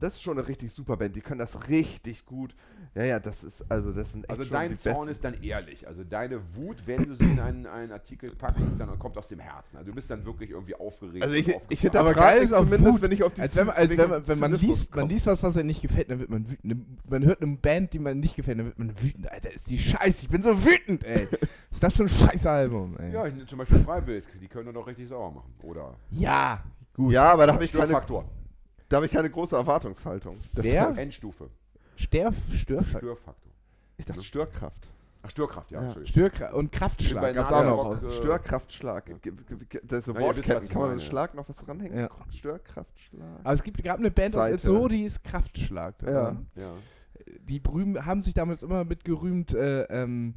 das ist schon eine richtig super Band, die können das richtig gut. Ja, ja, das ist, also das sind echt
Also
schon
dein
die
Zorn
besten.
ist dann ehrlich. Also deine Wut, wenn du sie in einen, einen Artikel packst, ist dann, kommt aus dem Herzen. Also du bist dann wirklich irgendwie aufgeregt.
Also
und
ich, ich
aufgebracht.
hätte
Aber geil ist auch
zumindest,
Wut.
wenn ich auf die
als wenn man, als wenn man, wenn man
Zynismus
liest, man
komme.
liest was, was einem nicht gefällt, dann wird man wütend. Man hört eine Band, die man nicht gefällt, dann wird man wütend. Alter, ist die Scheiße, ich bin so wütend,
(laughs)
ey. ist das für ein scheiß Album, ey?
ja, ich nehme zum Beispiel Freiwild. Die können doch richtig sauer machen. Oder
Ja, gut.
Ja, aber da habe ich, keine-
Störfaktor.
da hab ich keine große Erwartungshaltung. Das- halt-
Wer?
Endstufe.
Störf, Störfakt.
Störfaktor.
Ich dachte Störkraft.
Ach, Störkraft, ja.
Ja.
Entschuldigung.
Störkra und
Bei
Kraftschlag gab's auch
Nazi-
noch.
Rock, äh,
Störkraftschlag. Ge- ge- ge- Das ist so
Ja, ihr wisst, was
Wortketten.
ich
Kann man mit
meine, ja.
Störkraft noch was dranhängen?
Ja.
Störkraftschlag.
Aber es gibt, gab eine Band aus
Seite.
Itzo, die ist Kraftschlag. Ähm,
Ja.
Ja.
Die berühm, haben sich damals immer mit gerühmt, äh, ähm,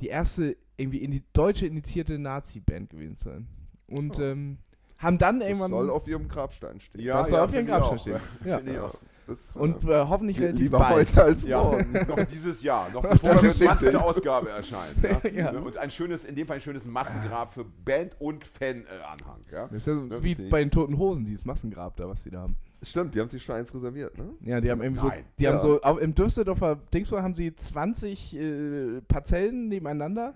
die erste irgendwie in die deutsche initiierte Nazi-Band gewesen zu sein. Und
Oh.
ähm, haben dann
Das
irgendwann.
soll auf ihrem Grabstein stehen.
Ja,
das soll auf ihrem
finde ich
Grabstein
auch.
stehen.
Ja.
Ja.
Finde ich auch.
Das,
Und
äh,
äh, hoffentlich
li-
relativ
lieber
bald.
heute als
Ja,
morgen.
noch dieses Jahr,
(laughs)
noch
Das
bevor die
ist
20. Ausgabe erscheint. Ja?
(laughs)
Ne,
Ja.
Und ein schönes, in dem Fall ein schönes Massengrab für Band und Fan-Anhang. Ja?
Das ist ja so wie
Richtig.
bei den Toten Hosen, dieses Massengrab da, was die da haben.
Stimmt, die haben sich schon eins reserviert, ne?
Ja, die haben irgendwie
Nein.
so, die
Ja.
haben so, auch im Düsseldorfer Dingsburg haben sie 20 äh, Parzellen nebeneinander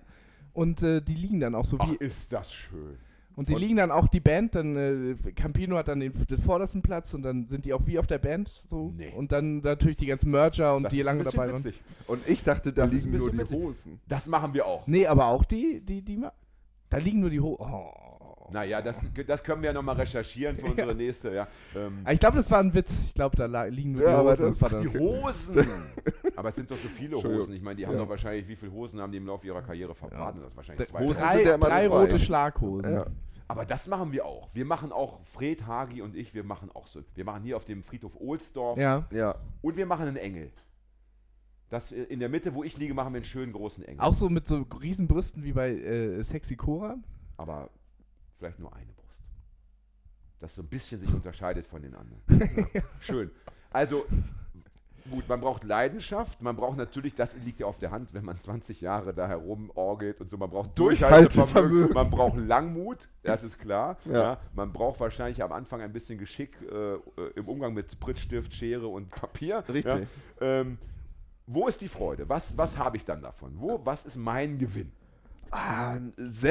und äh, die liegen dann auch so
Ach,
wie,
ist das schön.
und die liegen dann auch die Band, dann äh, Campino hat dann den, den vordersten Platz und dann sind die auch wie auf der Band so
Nee.
und dann natürlich die ganzen Merger und
Das
die
ist ein
lange
bisschen
dabei waren.
witzig.
Und ich dachte, da
Das ist
liegen
ein
nur die
bisschen witzig.
Hosen.
Das machen wir auch.
Nee, aber auch die, die, die, ma- da liegen nur die Ho oh.
Naja, das, das können wir ja nochmal
(laughs)
recherchieren für unsere nächste. Ja. Ähm,
Ah, Ich glaube, das war ein Witz. Ich glaube, da la- liegen nur
Ja,
die
aber
Hosen.
das-
Das war
die
das.
Hosen! Aber es sind doch so viele
Entschuldigung.
Hosen. Ich meine, die haben doch wahrscheinlich, wie viele Hosen haben die im Laufe ihrer Karriere verbraten? Das wahrscheinlich zwei,
Hosen
drei.
Drei,
sind ja immer
drei
dabei.
rote Schlaghosen.
Ja.
Aber das machen wir auch. Wir machen auch, Fred, Hagi und ich, wir machen auch so. Wir machen hier auf dem Friedhof Ohlsdorf
ja.
Ja.
und wir machen einen Engel. Das, äh, in der Mitte, wo ich liege, machen wir einen schönen großen Engel.
Auch so mit so riesen Brüsten wie bei äh, Sexy Cora.
Aber vielleicht nur eine Brust. Das so ein bisschen sich unterscheidet von den
(laughs)
anderen. Ja, schön. Also, gut, man braucht Leidenschaft, man braucht natürlich, das liegt ja auf der Hand, wenn man 20 Jahre da herumorgelt und so, man braucht
Durchhaltevermögen.
man braucht Langmut, das ist klar.
Ja.
Ja. man braucht wahrscheinlich am Anfang ein bisschen Geschick äh, äh, im Umgang mit Prittstift, Schere und Papier.
Richtig.
Ja. Ähm, wo ist die Freude? Was, was habe ich dann davon? Wo, was ist mein Gewinn?
Ah,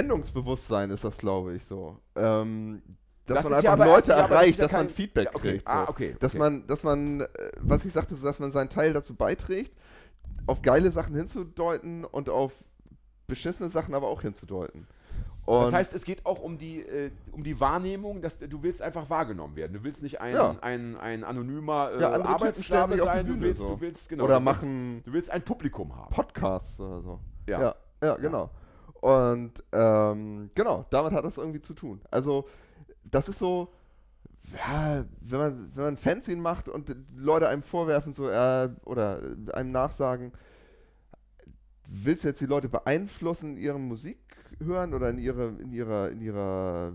Sendungsbewusstsein ist das, glaube ich, so. Ähm, dass
Das
man
ist
einfach
ja aber-
Leute
ja, aber das
erreicht,
ist ja
dass man
kein-
Feedback
Ja, okay.
kriegt. So.
Ah, okay,
Dass
okay.
man, dass man, äh, was ich sagte, so, dass man seinen Teil dazu beiträgt, auf geile Sachen hinzudeuten und auf beschissene Sachen aber auch hinzudeuten. Und
Das heißt, es geht auch um die, äh, um die Wahrnehmung, dass du willst einfach wahrgenommen werden. Du willst nicht ein,
Ja.
ein, ein anonymer äh,
Ja, andere Typen stellen
Arbeitssklave
sich auf die
sein. Du
Bühne,
willst,
so.
du willst, genau,
Oder
du willst,
machen-
Du willst ein Publikum haben.
Podcasts oder so.
Ja.
ja, ja, genau. Und ähm, genau, damit hat das irgendwie zu tun. Also, das ist so, ja, wenn man, wenn man Fanzine macht und Leute einem vorwerfen, so, äh, oder einem nachsagen, willst du jetzt die Leute beeinflussen in ihrer Musik hören oder in ihre, in ihrer, in ihrer,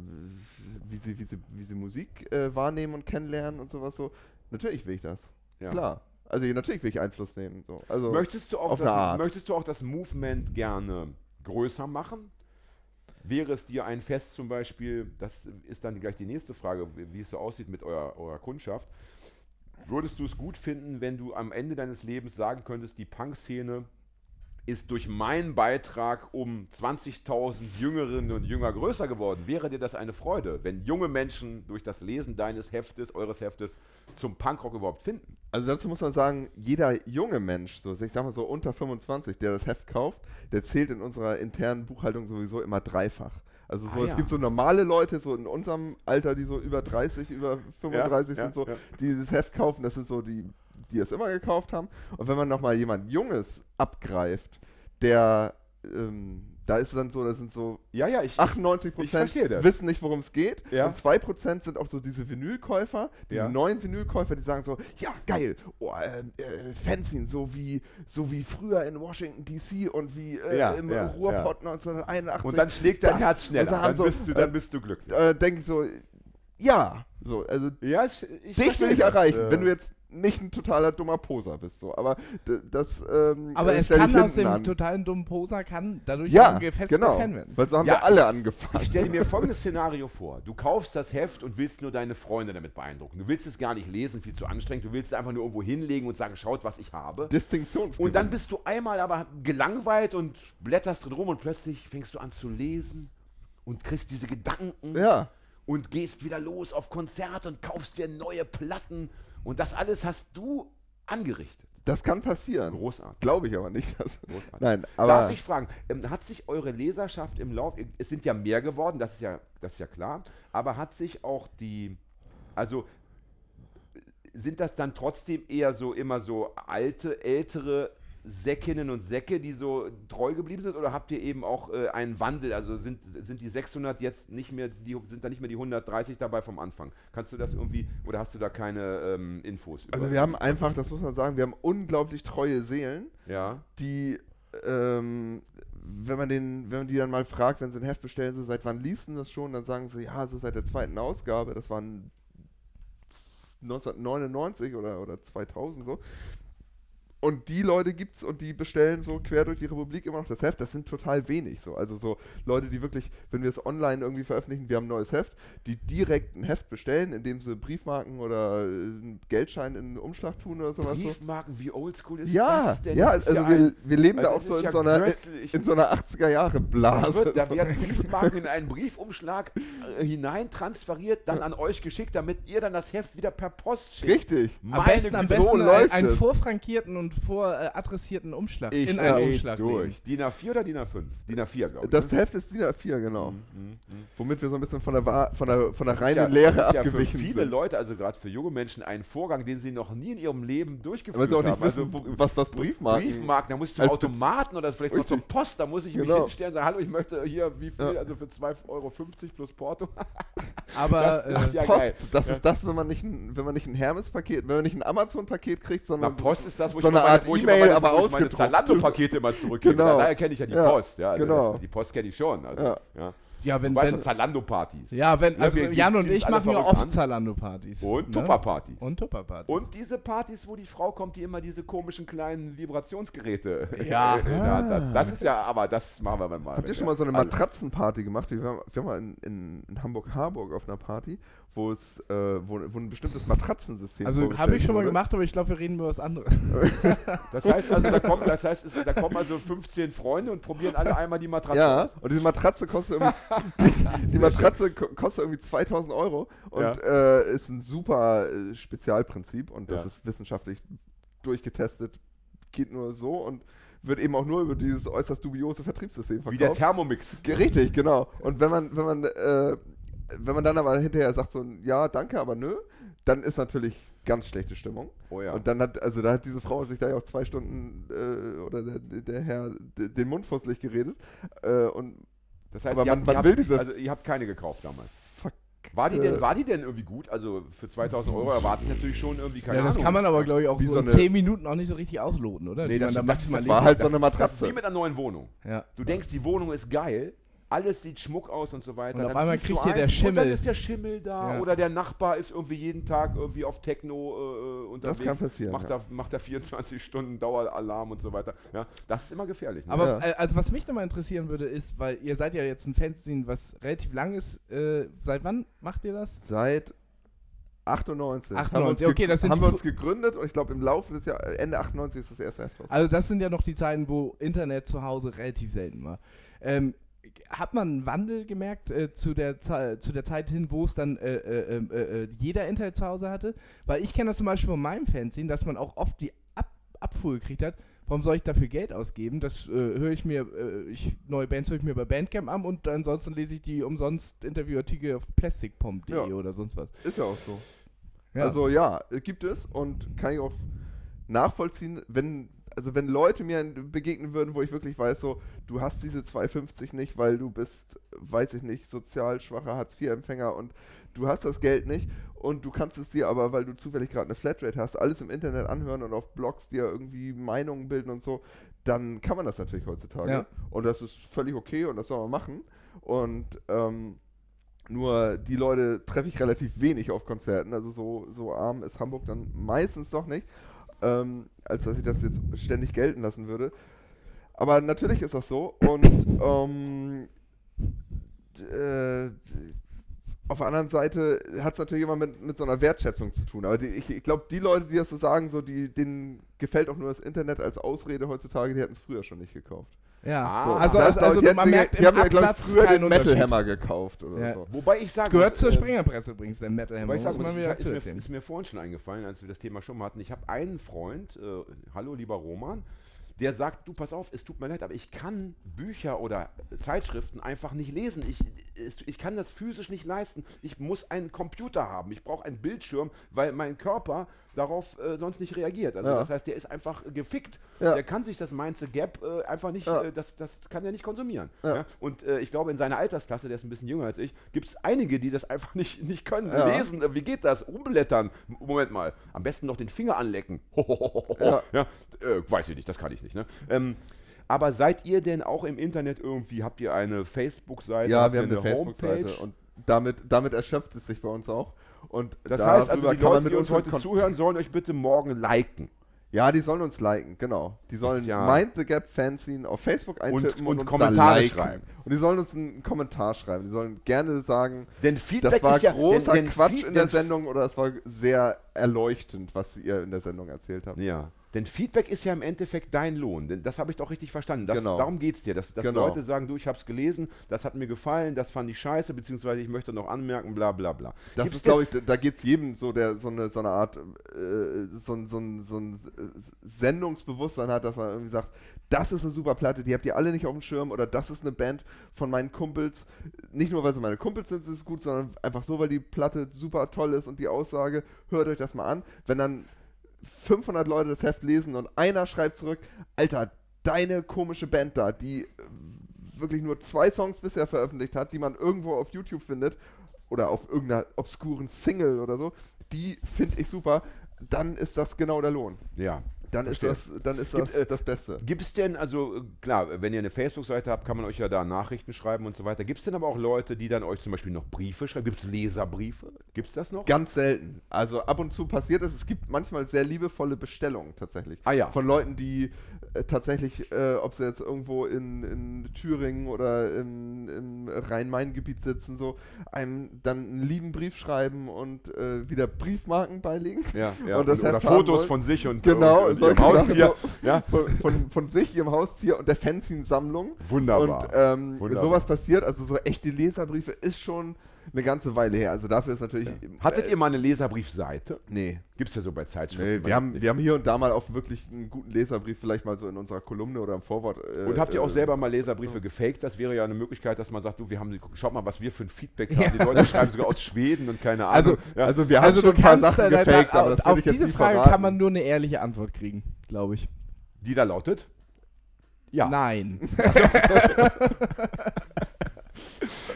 wie sie, wie sie, wie sie Musik äh, wahrnehmen und kennenlernen und sowas so? Natürlich will ich das.
Ja.
Klar. Also natürlich will ich Einfluss nehmen. So. Also,
Möchtest du, auch
auf eine
das,
Art.
möchtest du auch das Movement gerne größer machen? Wäre es dir ein Fest zum Beispiel, das ist dann gleich die nächste Frage, wie wie es so aussieht mit eurer, eurer Kundschaft. Würdest du es gut finden, wenn du am Ende deines Lebens sagen könntest, die Punk-Szene ist durch meinen Beitrag um 20.000 Jüngerinnen und Jünger größer geworden? Wäre dir das eine Freude, wenn junge Menschen durch das Lesen deines Heftes, eures Heftes, zum Punkrock überhaupt finden?
Also dazu muss man sagen, jeder junge Mensch, so ich sag mal so unter 25, der das Heft kauft, der zählt in unserer internen Buchhaltung sowieso immer dreifach. Also so,
Ah,
es
ja.
gibt so normale Leute, so in unserem Alter, die so über 30, über 35
Ja, ja,
sind, so,
ja.
die dieses Heft kaufen, das sind so die, die es immer gekauft haben. Und wenn man nochmal jemand Junges abgreift, der, ähm, da ist es dann so, das sind so
Ja, ja, ich.
98
Ich verstehe
Prozent
das.
wissen nicht, worum es geht.
Ja.
Und 2 Prozent sind auch so diese Vinylkäufer, diese
Ja.
neuen Vinylkäufer, die sagen so, ja, geil, oh, äh, äh, Fanzine, so wie, so wie früher in Washington D.C. und wie äh,
Ja,
im
ja,
Ruhrpott 1981.
Und dann schlägt dein
Das-
Herz schneller.
und
Dann,
so,
bist du, dann bist du glücklich.
äh, äh, denke ich so, ja, so, also
Ja, ich, ich
dich will ich
das,
erreichen,
äh,
wenn du jetzt nicht ein totaler dummer Poser bist, so, aber d- das, ähm,
Aber
äh,
es
stell dich
kann aus dem
hinten an.
totalen dummen Poser kann dadurch
ja,
ein gefestigter
genau,
Fan werden.
weil so haben
Ja,
wir alle angefangen.
Ich stelle
(laughs)
mir folgendes Szenario vor. Du kaufst das Heft und willst nur deine Freunde damit beeindrucken. Du willst es gar nicht lesen, viel zu anstrengend. Du willst es einfach nur irgendwo hinlegen und sagen, schaut, was ich habe.
Distinktionsgewinn.
Und dann bist du einmal aber gelangweilt und blätterst drin rum und plötzlich fängst du an zu lesen und kriegst diese Gedanken
Ja.
und gehst wieder los auf Konzerte und kaufst dir neue Platten. Und das alles hast du angerichtet.
Das kann passieren.
Großartig.
Glaube ich aber nicht. Dass
Großartig.
Nein,
Darf
aber
ich fragen, ähm, hat sich eure Leserschaft im Lauf, es sind ja mehr geworden, das ist ja, das ist ja klar, aber hat sich auch die, also sind das dann trotzdem eher so immer so alte, ältere Säckinnen und Säcke, die so treu geblieben sind oder habt ihr eben auch äh, einen Wandel? Also sind, sind die 600 jetzt nicht mehr, die sind da nicht mehr die 130 dabei vom Anfang? Kannst du das irgendwie oder hast du da keine ähm, Infos?
also
über?
wir haben einfach, das muss man sagen, wir haben unglaublich treue Seelen,
ja,
die, ähm, wenn man den, wenn man die dann mal fragt, wenn sie ein Heft bestellen, so seit wann liest denn das schon, dann sagen sie, ja, so seit der zweiten Ausgabe, das waren 1999 oder, oder 2000 so. Und die Leute gibt's und die bestellen so quer durch die Republik immer noch das Heft. Das sind total wenig so. Also so Leute, die wirklich, wenn wir es online irgendwie veröffentlichen, wir haben ein neues Heft, die direkt ein Heft bestellen, indem sie Briefmarken oder äh, Geldschein in einen Umschlag tun oder sowas. so.
Briefmarken, wie oldschool ist
Also Ja,
das denn?
ja,
Das ist
also wir,
ein-
wir leben
also
da auch
das
so
ist
in,
ja
so einer,
göttlich.
in so einer 80er-Jahre-Blase.
Da wird, da
So.
werden
(laughs)
Briefmarken in einen Briefumschlag äh, hinein transferiert, dann an euch geschickt, damit ihr dann das Heft wieder per Post schickt.
Richtig.
Am
Meine
besten, am
Güte,
so
besten ein,
läuft
einen
es.
vorfrankierten und voradressierten Umschlag
ich
in
in
einen Umschlag legen.
durch. DIN A4 oder DIN A5? DIN A4, glaube ich.
Das
ne?
Heft ist DIN A4, genau. Womit wir so ein bisschen von der, Wa- von der, von
Mhm, Das
der
ist
reinen
ja-
Lehre
das ist ja für
abgewichen
viele
sind.
Leute, also gerade für junge Menschen, ein Vorgang, den sie noch nie in ihrem Leben
Weil
durchgeführt
sie auch nicht
haben.
wissen,
also,
was das Briefmarken
Briefmarken, da muss ich zum
Als
Automaten oder vielleicht noch zur
Richtig.
Post, da muss ich mich
Genau.
hinstellen und sagen, hallo, ich möchte hier, wie viel,
Ja.
also für 2,50 Euro plus Porto.
Aber
Das ist
äh,
ja
Post,
geil.
das ist das, wenn man nicht ein, wenn man nicht ein Hermes-Paket, wenn man nicht ein Amazon-Paket kriegt,
Na,
sondern
Post ist das, wo
Hm. so
ich immer
eine Art
wo ich
E-Mail,
immer
aber
wo ich meine
ausgedruckt.
Zalando-Pakete immer zurückgebe.
Genau.
Daher kenne ich ja die
Ja,
Post. Ja, also
genau.
das, die Post kenne ich schon. Also,
Ja.
ja.
ja, wenn,
Du weißt
wenn,
doch, Zalando-Partys.
ja, wenn,
Ja,
also
wir- wir
Jan und
ziehen uns
ich
alle
machen ja
verrückt
oft
an.
Zalando-Partys.
Und Tupperpartys.
ne? Und Tupperpartys.
Und diese Partys, wo die Frau kommt, die immer diese komischen kleinen Vibrationsgeräte äh,
Ja. Ah.
in der Hand hat. Das ist ja, aber das machen wir mal. Also,
Habt
Äh,
ihr schon mal so eine Matratzenparty gemacht? Wir waren, wir waren mal in, in, in Hamburg-Harburg auf einer Party, wo es äh, wo, wo ein bestimmtes Matratzensystem
also habe
vorgestellt
ich schon mal
wurde.
gemacht, aber ich glaube, wir reden über was anderes.
Das heißt also,
(laughs)
da kommen, das heißt, es, da kommen also 15 Freunde und probieren alle einmal die Matratze.
Ja, und diese Matratze
(laughs)
kostet irgendwie, die Matratze ko- kostet irgendwie 2000 Euro und
Ja.
äh, ist ein super äh, Spezialprinzip und das
Ja.
ist wissenschaftlich durchgetestet, geht nur so und wird eben auch nur über dieses äußerst dubiose Vertriebssystem
Wie der
verkauft.
Thermomix.
Ge- Richtig, genau. Und wenn man, wenn man äh, wenn man dann aber hinterher sagt so, ja, danke, aber nö, dann ist natürlich ganz schlechte Stimmung.
Oh ja.
Und dann hat, also da hat diese Frau sich da ja auch zwei Stunden äh, oder der, der Herr d- den Mund fusselig geredet. Äh, und
Das heißt,
Aber
ihr
man-
habt-
man
ihr
will
habt,
diese-
Also ihr habt keine gekauft damals.
fuck.
War die, denn,
Äh.
war die denn irgendwie gut? Also für 2000 Euro erwarte ich natürlich schon irgendwie keine
Ja, das
Ahnung.
kann man aber, glaube ich, auch
Wie
so
so
in
eine-
10 Minuten auch nicht so richtig ausloten, oder?
Nee,
Die
das-
man da
das-
maximal
das
War
legt.
halt so eine
Das ist wie
Matratze.
mit einer neuen Wohnung.
Ja.
Du denkst, die Wohnung ist geil, alles sieht schmuck aus und so weiter.
Und auf
dann
einmal
ziehst du
kriegst du
ein
der
Und dann
Schimmel.
ist der Schimmel da
Ja.
oder der Nachbar ist irgendwie jeden Tag irgendwie auf Techno äh, äh, unterwegs.
kann passieren,
Macht,
ja.
da, macht da 24 Stunden Daueralarm und so weiter. Ja, das ist immer gefährlich. Ne?
Aber
Ja.
äh, also was mich nochmal interessieren würde, ist, weil ihr seid ja jetzt ein Fanzine, was relativ lang ist. Äh, seit wann macht ihr das?
Seit 98. Haben wir uns,
98, okay, das sind
haben
die
wir
Fu-
uns gegründet und ich glaube im Laufe des Jahres, Ende 98 ist das erste Heft raus.
Also das sind ja noch die Zeiten, wo Internet zu Hause relativ selten war. Ähm, hat man einen Wandel gemerkt äh, zu, der Ze- zu der Zeit hin, wo es dann äh, äh, ähm, äh, äh, jeder Internet zu Hause hatte? Weil ich kenne das zum Beispiel von meinem Fernsehen, dass man auch oft die Ab Abfuhr gekriegt hat. Warum soll ich dafür Geld ausgeben? Das äh, höre ich mir, äh, ich, neue Bands höre ich mir bei Bandcamp an und ansonsten lese ich die umsonst Interviewartikel auf plasticpomp.de
Ja.
oder sonst was.
Äh,
Ist ja auch so.
Ja.
Also ja, äh, gibt es und kann ich auch nachvollziehen, wenn also wenn Leute mir in- begegnen würden, wo ich wirklich weiß, so, du hast diese 2,50 nicht, weil du bist, weiß ich nicht, sozial schwacher Hartz-IV-Empfänger und du hast das Geld nicht und du kannst es dir aber, weil du zufällig gerade eine Flatrate hast, alles im Internet anhören und auf Blogs dir irgendwie Meinungen bilden und so, dann kann man das natürlich heutzutage.
Ja.
Und das ist völlig okay und das soll man machen. Und ähm, nur die Leute treffe ich relativ wenig auf Konzerten. Also so, so arm ist Hamburg dann meistens doch nicht, ähm, als dass ich das jetzt ständig gelten lassen würde. Aber natürlich ist das so. Und ähm, d- äh, auf der anderen Seite hat es natürlich immer mit, mit so einer Wertschätzung zu tun. Aber die, ich, ich glaube, die Leute, die das so sagen, so die, denen gefällt auch nur das Internet als Ausrede heutzutage, die hätten es früher schon nicht gekauft.
ja.
Ah.
also,
Das
also,
glaub
also
ich, die
man
hätten-
merkt
die
im
haben ja, glaub ich,
Absatz
früher
keinen
den
Unterschied.
Metal Hammer gekauft oder
Ja.
so.
Wobei ich sagen
Gehört
muss,
zur
äh,
Springerpresse übrigens, der Metal Hammer.
Weil ich
Muss
sag,
man
mal,
wieder
ist,
dazu
mir,
erzählen.
ist mir vorhin schon eingefallen, als wir das Thema schon mal hatten. Ich habe einen Freund, äh, hallo lieber Roman, der sagt, du pass auf, es tut mir leid, aber ich kann Bücher oder Zeitschriften einfach nicht lesen. Ich, es- ich kann das physisch nicht leisten. Ich muss einen Computer haben. Ich brauche einen Bildschirm, weil mein Körper darauf äh, sonst nicht reagiert. Also
Ja.
das heißt, der ist einfach gefickt.
Ja.
Der kann sich das Mainzer Gap äh, einfach nicht,
Ja.
äh, das, das kann er nicht konsumieren.
Ja.
Ja? Und äh, ich glaube, in seiner Altersklasse, der ist ein bisschen jünger als ich, gibt es einige, die das einfach nicht, nicht können
Ja.
lesen, äh, wie geht das? Umblättern. M- Moment mal, am besten noch den Finger anlecken. (laughs)
Ja.
Ja. Äh, weiß ich nicht, das kann ich nicht. Ne? Ähm, aber seid ihr denn auch im Internet irgendwie, habt ihr eine Facebook-Seite?
Ja,
habt
wir
ihr
haben eine Facebook-Seite und damit, damit erschöpft es sich bei uns auch. Und
das
darüber
heißt also, die
kann man
Leute,
mit
die uns
uns in
heute
Kon-
zuhören, sollen euch bitte morgen liken
Ja, die sollen uns liken, genau. Die sollen
ja-
Mind the Gap Fanzine auf Facebook eintippen
und
uns da
Kommentare
liken.
schreiben.
Und die sollen uns einen Kommentar schreiben. Die sollen gerne sagen,
Denn
das
Feedback
war
ist ja
großer
denn, denn
Quatsch
Feed-
in der
denn-
Sendung oder es war sehr erleuchtend, was ihr in der Sendung erzählt habt.
Ja. Denn Feedback ist ja im Endeffekt dein Lohn. Denn das habe ich doch richtig verstanden. Das,
Genau.
Darum geht es dir. Dass, dass
Genau.
Leute sagen, du, ich habe es gelesen, das hat mir gefallen, das fand ich scheiße, beziehungsweise ich möchte noch anmerken, bla bla bla.
Das
Gibt's
ist,
denn-
glaube ich, da geht es jedem so, der so eine, so eine Art äh, so, ein- so, ein- so ein äh, Sendungsbewusstsein hat, dass man irgendwie sagt, das ist eine super Platte, die habt ihr alle nicht auf dem Schirm oder das ist eine Band von meinen Kumpels. Nicht nur, weil sie meine Kumpels sind, ist es gut, sondern einfach so, weil die Platte super toll ist und die Aussage, hört euch das mal an. Wenn dann 500 Leute das Heft lesen und einer schreibt zurück, Alter, deine komische Band da, die äh, wirklich nur zwei Songs bisher veröffentlicht hat, die man irgendwo auf YouTube findet oder auf irgendeiner obskuren Single oder so, die finde ich super, dann ist das genau der Lohn.
Ja.
Dann ist
Verstehe.
das, dann ist das,
Gibt, äh,
das Beste.
Gibt es denn, also äh, klar, wenn ihr eine Facebook-Seite habt, kann man euch ja da Nachrichten schreiben und so weiter. Gibt es denn aber auch Leute, die dann euch zum Beispiel noch Briefe schreiben? Gibt es Leserbriefe? Gibt es das noch?
Ganz selten. Also ab und zu passiert es. Es gibt manchmal sehr liebevolle Bestellungen tatsächlich.
Ah ja.
Von Leuten, die äh, tatsächlich, äh, ob sie jetzt irgendwo in, in Thüringen oder im, im Rhein-Main-Gebiet sitzen, so einem dann einen lieben Brief schreiben und äh, wieder Briefmarken beilegen.
ja, ja.
Und das
oder
Heft haben
Fotos
wollen.
von sich und,
Genau,
und, und
solche
ihrem Haustier.
Sachen.
Ja,
Von, von, von sich, ihrem Haustier und der Fanzine-Sammlung.
Wunderbar.
Und ähm,
Wunderbar.
sowas passiert. Also so echte Leserbriefe ist schon eine ganze Weile her. Also dafür ist natürlich...
Hattet ihr mal eine Leserbriefseite?
Nee.
Gibt es ja so bei Zeitschriften.
Nee, wir,
man-
haben, wir haben hier und da mal auch wirklich einen guten Leserbrief, vielleicht mal so in unserer Kolumne oder im Vorwort. äh,
und habt ihr auch
äh,
selber mal Leserbriefe gefaked? Das wäre ja eine Möglichkeit, dass man sagt, du, wir haben, schaut mal, was wir für ein Feedback haben. Die Leute schreiben sogar aus Schweden und keine Ahnung.
Also-
ja.
Also wir haben schon ein paar
da-
Sachen
da-
gefaked, aber das
auf
würde ich jetzt
diese
nicht
Frage
verraten.
kann man nur eine ehrliche Antwort kriegen, glaube ich.
die da lautet? Ja.
Nein.
(laughs)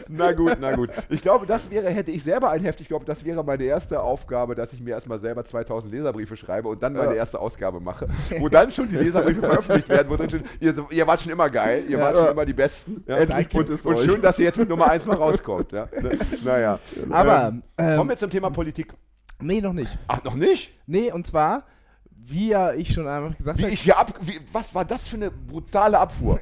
Na gut, na gut. Ich glaube, das wäre, hätte ich selber ein Heft, ich glaube, das wäre meine erste Aufgabe, dass ich mir erstmal selber 2000 Leserbriefe schreibe und dann meine
Ja.
erste Ausgabe
(laughs)
mache, wo dann schon die Leserbriefe veröffentlicht werden, wo drin steht, ihr, ihr wart schon immer geil, ihr wart schon immer die Besten. Ja, danke.
Endlich gibt es
und
euch.
schön, dass ihr jetzt mit Nummer 1 mal rauskommt.
(laughs)
Ja. Ne? Naja.
Aber,
Ähm, kommen
ähm,
wir zum Thema Politik.
nee, noch nicht.
Ach, noch nicht?
Nee, und zwar, wie ja ich schon einfach gesagt
Wie
habe,
ich hier ab. Wie, was war das für eine brutale Abfuhr?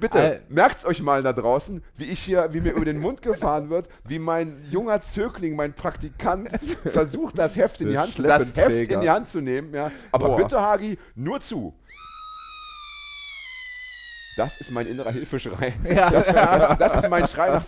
Bitte,
Al-
merkt's euch mal da draußen, wie ich hier, wie mir über den Mund gefahren wird, wie mein junger Zögling, mein Praktikant versucht, das Heft in die
Der
Hand, das Heft
Schleppenträger.
in die Hand zu nehmen. Ja. Aber
Boah.
bitte, Hagi, nur zu. Das ist mein innerer Hilfeschrei.
(laughs) Ja.
Das, das, das ist mein Schrei nach,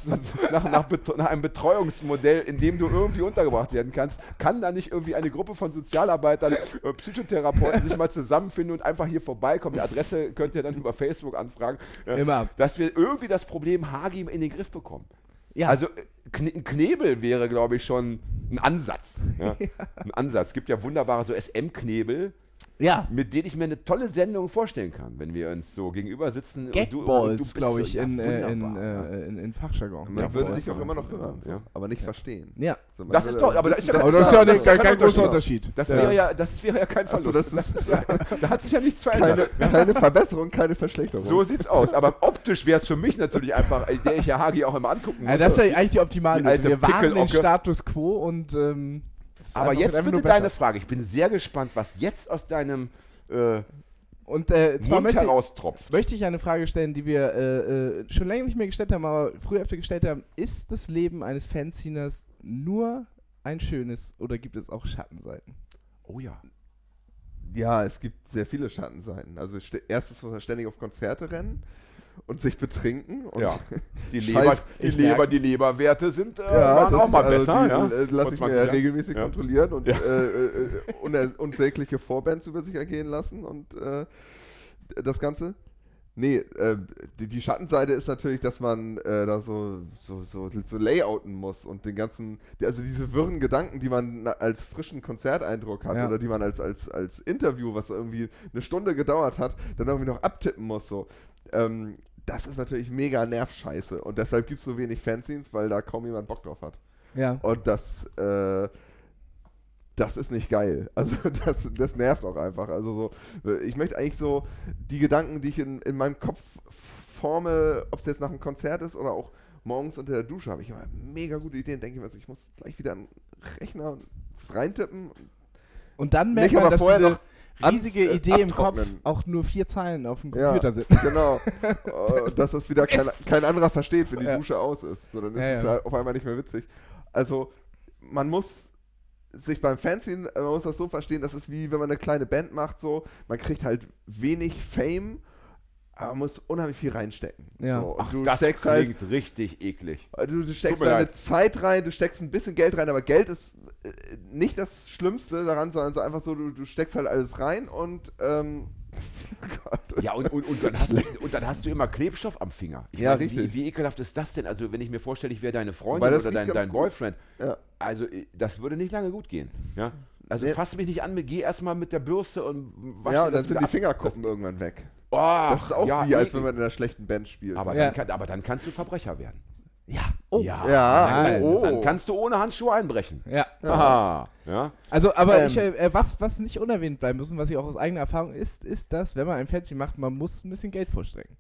nach, nach, Bet- nach einem Betreuungsmodell, in dem du irgendwie untergebracht werden kannst. Kann da nicht irgendwie eine Gruppe von Sozialarbeitern, äh, Psychotherapeuten sich mal zusammenfinden und einfach hier vorbeikommen? Die Adresse könnt ihr dann über Facebook anfragen. Ja.
Immer.
Dass wir irgendwie das Problem Hagi in den Griff bekommen.
ja,
Also äh, Kne ein Knebel wäre, glaube ich, schon ein Ansatz.
(laughs)
Ja. Ein Ansatz. Es gibt ja wunderbare so SM-Knebel
ja.
mit denen ich mir eine tolle Sendung vorstellen kann, wenn wir uns so gegenüber sitzen. und du- und du
Gagballs,
bist
glaube
so-
ich,
ja,
in, äh, in,
wunderbar.
äh, in, in Fachjargon.
Man
Ja,
würde
voll.
dich auch immer noch hören, so,
Ja.
aber nicht verstehen.
Ja.
So, man
Das ist
würde
doch, aber da
wissen,
ist ja
dass-
kein-
Aber das ist ja
das
nicht,
ist
kein,
kein
kein großer
Unterschied.
Unterschied.
das
Ja.
wäre ja, das wäre ja kein
Also
Verlust.
das ist
da hat sich ja nichts verändert.
keine, keine Verbesserung, keine Verschlechterung.
So sieht's aus. Aber optisch wäre es für mich natürlich einfach, äh, der ich ja Hagi auch immer angucken muss.
Ja, das ist ja eigentlich die optimale
Die alte
Lösung. Wir wahren den
Pickelocke.
Status quo und ähm, es ist
aber
einfach-
jetzt
einfach
bitte
nur besser.
deine Frage. Ich bin sehr gespannt, was jetzt aus deinem äh,
Und äh, zwar
Mund
möchte,
heraustropft.
möchte ich eine Frage stellen, die wir äh, äh, schon länger nicht mehr gestellt haben, aber früher öfter gestellt haben. Ist das Leben eines Fanziners nur ein schönes oder gibt es auch Schattenseiten?
Oh ja.
Ja, es gibt sehr viele Schattenseiten. Also st- erstens muss man ständig auf Konzerte rennen und sich betrinken. Und (laughs)
Ja. Die
Scheiß-
Leber, die,
ich
Leber,
merk-
die Leberwerte sind äh,
Ja,
waren
das-
auch mal
also
besser.
Die,
ja.
äh,
Vor
Lasse ich
20
mir
Jahren.
regelmäßig
Ja.
kontrollieren und
Ja.
äh, äh, äh, uner- unsägliche Vorbands über sich ergehen lassen und äh, das Ganze. Nee, äh, die, die Schattenseite ist natürlich, dass man äh, da so, so, so, so layouten muss und den ganzen, die- also diese wirren Gedanken, die man na- als frischen Konzerteindruck hat
Ja.
oder die man als, als, als Interview, was irgendwie eine Stunde gedauert hat, dann irgendwie noch abtippen muss. So. Ähm, das ist natürlich mega Nervscheiße und deshalb gibt es so wenig Fanzines, weil da kaum jemand Bock drauf hat.
Ja.
Und das, äh, das ist nicht geil. (laughs) Also das, das nervt auch einfach. Also so, äh, ich möchte eigentlich so die Gedanken, die ich in, in meinem Kopf forme, ob es jetzt nach einem Konzert ist oder auch morgens unter der Dusche, habe ich immer mega gute Ideen. Denke ich mir so, ich muss gleich wieder an den Rechner und das reintippen.
Und dann merkt
Nicht,
man,
aber
dass
vorher
diese
ans-
riesige
äh,
Idee im Kopf
abtrocknen.
auch nur vier Zeilen auf dem
Ja,
Computer sind. (laughs)
genau. Äh, Dass das wieder kein, kein anderer versteht, wenn die
Ja.
Dusche aus ist. So, dann ist
Ja,
es
ja.
ja auf einmal nicht mehr witzig. Also, man muss sich beim Fanzine, äh, man muss das so verstehen, das ist wie wenn man eine kleine Band macht, so, man kriegt halt wenig Fame, aber man muss unheimlich viel reinstecken.
Ja.
So, und
Ach,
du
das
steckst halt
klingt richtig eklig.
also du steckst
mir
deine
leid.
Zeit rein, du steckst ein bisschen Geld rein, aber Geld ist äh, nicht das Schlimmste daran, sondern so einfach so, du, du steckst halt alles rein und ähm, (laughs) Gott.
Ja, und, und, und, dann hast du, und dann hast du immer Klebstoff am Finger. Ich
Ja,
meine,
richtig.
Wie, wie ekelhaft ist das denn? Also, wenn ich mir vorstelle, ich wäre deine
Wobei,
Freundin
das
oder
riecht
dein,
ganz
dein
gut.
Boyfriend,
Ja.
also äh, das würde nicht lange gut gehen. Ja? Also,
Nee.
fass mich nicht an, geh erstmal mit der Bürste und wasch
ja,
dir
und
das
dann sind
wieder
die
ab.
Fingerkuppen irgendwann weg.
Oh,
Das ist auch
ja,
wie, als
eklig.
wenn man in einer schlechten Band spielt.
aber,
Ja.
dann kann, aber dann kannst du Verbrecher werden.
Ja. Oh.
Ja,
Ja,
nein,
oh, oh.
dann kannst du ohne Handschuhe einbrechen.
Ja.
Ah.
Aha, ja.
Also, aber
Ähm.
ich, äh, äh, was, was nicht unerwähnt bleiben muss und was ich auch aus eigener Erfahrung ist, ist, dass, wenn man ein Fancy macht, man muss ein bisschen Geld vorstrecken.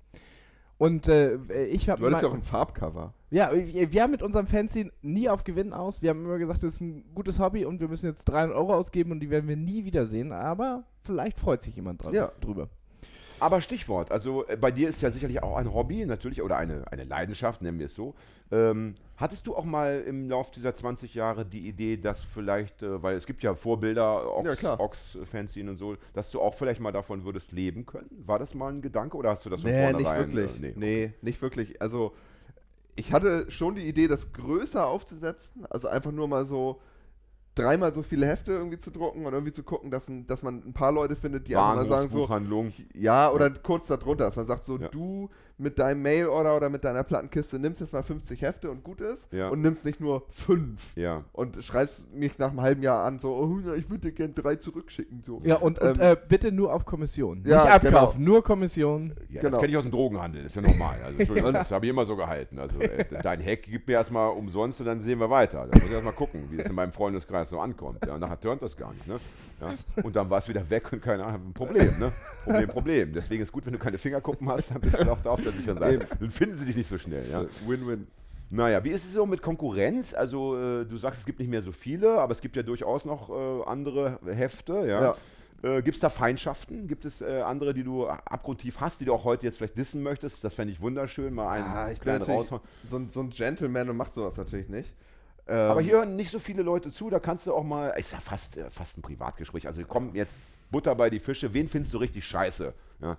Und äh, ich habe
du hattest ja auch ein Farbcover.
Ja, wir, wir haben mit unserem Fanzine nie auf Gewinn aus. Wir haben immer gesagt, das ist ein gutes Hobby und wir müssen jetzt 300 Euro ausgeben und die werden wir nie wiedersehen. Aber vielleicht freut sich jemand dran,
Ja.
drüber.
Aber Stichwort, also äh, bei dir ist ja sicherlich auch ein Hobby, natürlich, oder eine, eine Leidenschaft, nennen wir es so. Ähm, hattest du auch mal im Laufe dieser 20 Jahre die Idee, dass vielleicht, äh, weil es gibt ja Vorbilder, Ox,
Ja, klar.
Ox äh, Fanzine und so, dass du auch vielleicht mal davon würdest leben können? War das mal ein Gedanke oder hast du das von
Nee, nicht
vornherein,
wirklich.
äh,
nee. nicht wirklich. Also, ich hatte schon die Idee, das größer aufzusetzen. Also einfach nur mal so dreimal so viele Hefte irgendwie zu drucken und irgendwie zu gucken, dass, ein- dass man ein paar Leute findet, die einfach mal sagen so,
Bahnhofsbuchhandlung.
ja, oder kurz darunter, dass man sagt so,
Ja.
du mit deinem Mailorder oder mit deiner Plattenkiste nimmst jetzt mal 50 Hefte und gut ist
Ja.
und nimmst nicht nur fünf
Ja.
und schreibst mich nach einem halben Jahr an so, oh, ja, ich würde dir gern drei zurückschicken. So.
Ja, und, und
Ähm,
äh, bitte nur auf Kommission.
Ja,
Nicht abkaufen, nur Kommission.
Ja,
Genau.
Das kenne ich aus dem Drogenhandel, ist ja normal. Also, Entschuldigung, das habe ich immer so gehalten. Also, äh, dein Hack gib mir erstmal umsonst und dann sehen wir weiter. Da muss ich erstmal gucken, wie das in meinem Freundeskreis so ankommt. Ja, und nachher turnt das gar nicht. Ne? Ja, und dann war es wieder weg und keine Ahnung, ein Problem. Ne? Problem, Problem. Deswegen ist gut, wenn du keine Fingerkuppen hast, dann bist du auch da auf der sicheren Seite. Dann finden sie dich nicht so schnell. Ja?
Win-win.
Naja, wie ist es so mit Konkurrenz? Also, äh, du sagst, es gibt nicht mehr so viele, aber es gibt ja durchaus noch äh, andere Hefte. Ja. Äh, gibt es da Feindschaften? Gibt es äh, andere, die du abgrundtief hast, die du auch heute jetzt vielleicht dissen möchtest? Das fände ich wunderschön, mal einen
Ah, ich bin
kleinen
natürlich
raushauen.
so, ein- so ein Gentleman und macht sowas natürlich nicht. Ähm,
Aber hier hören nicht so viele Leute zu, da kannst du auch mal, ist ja fast, äh, fast ein Privatgespräch, also komm jetzt Butter bei die Fische, wen findest du richtig scheiße? Ja.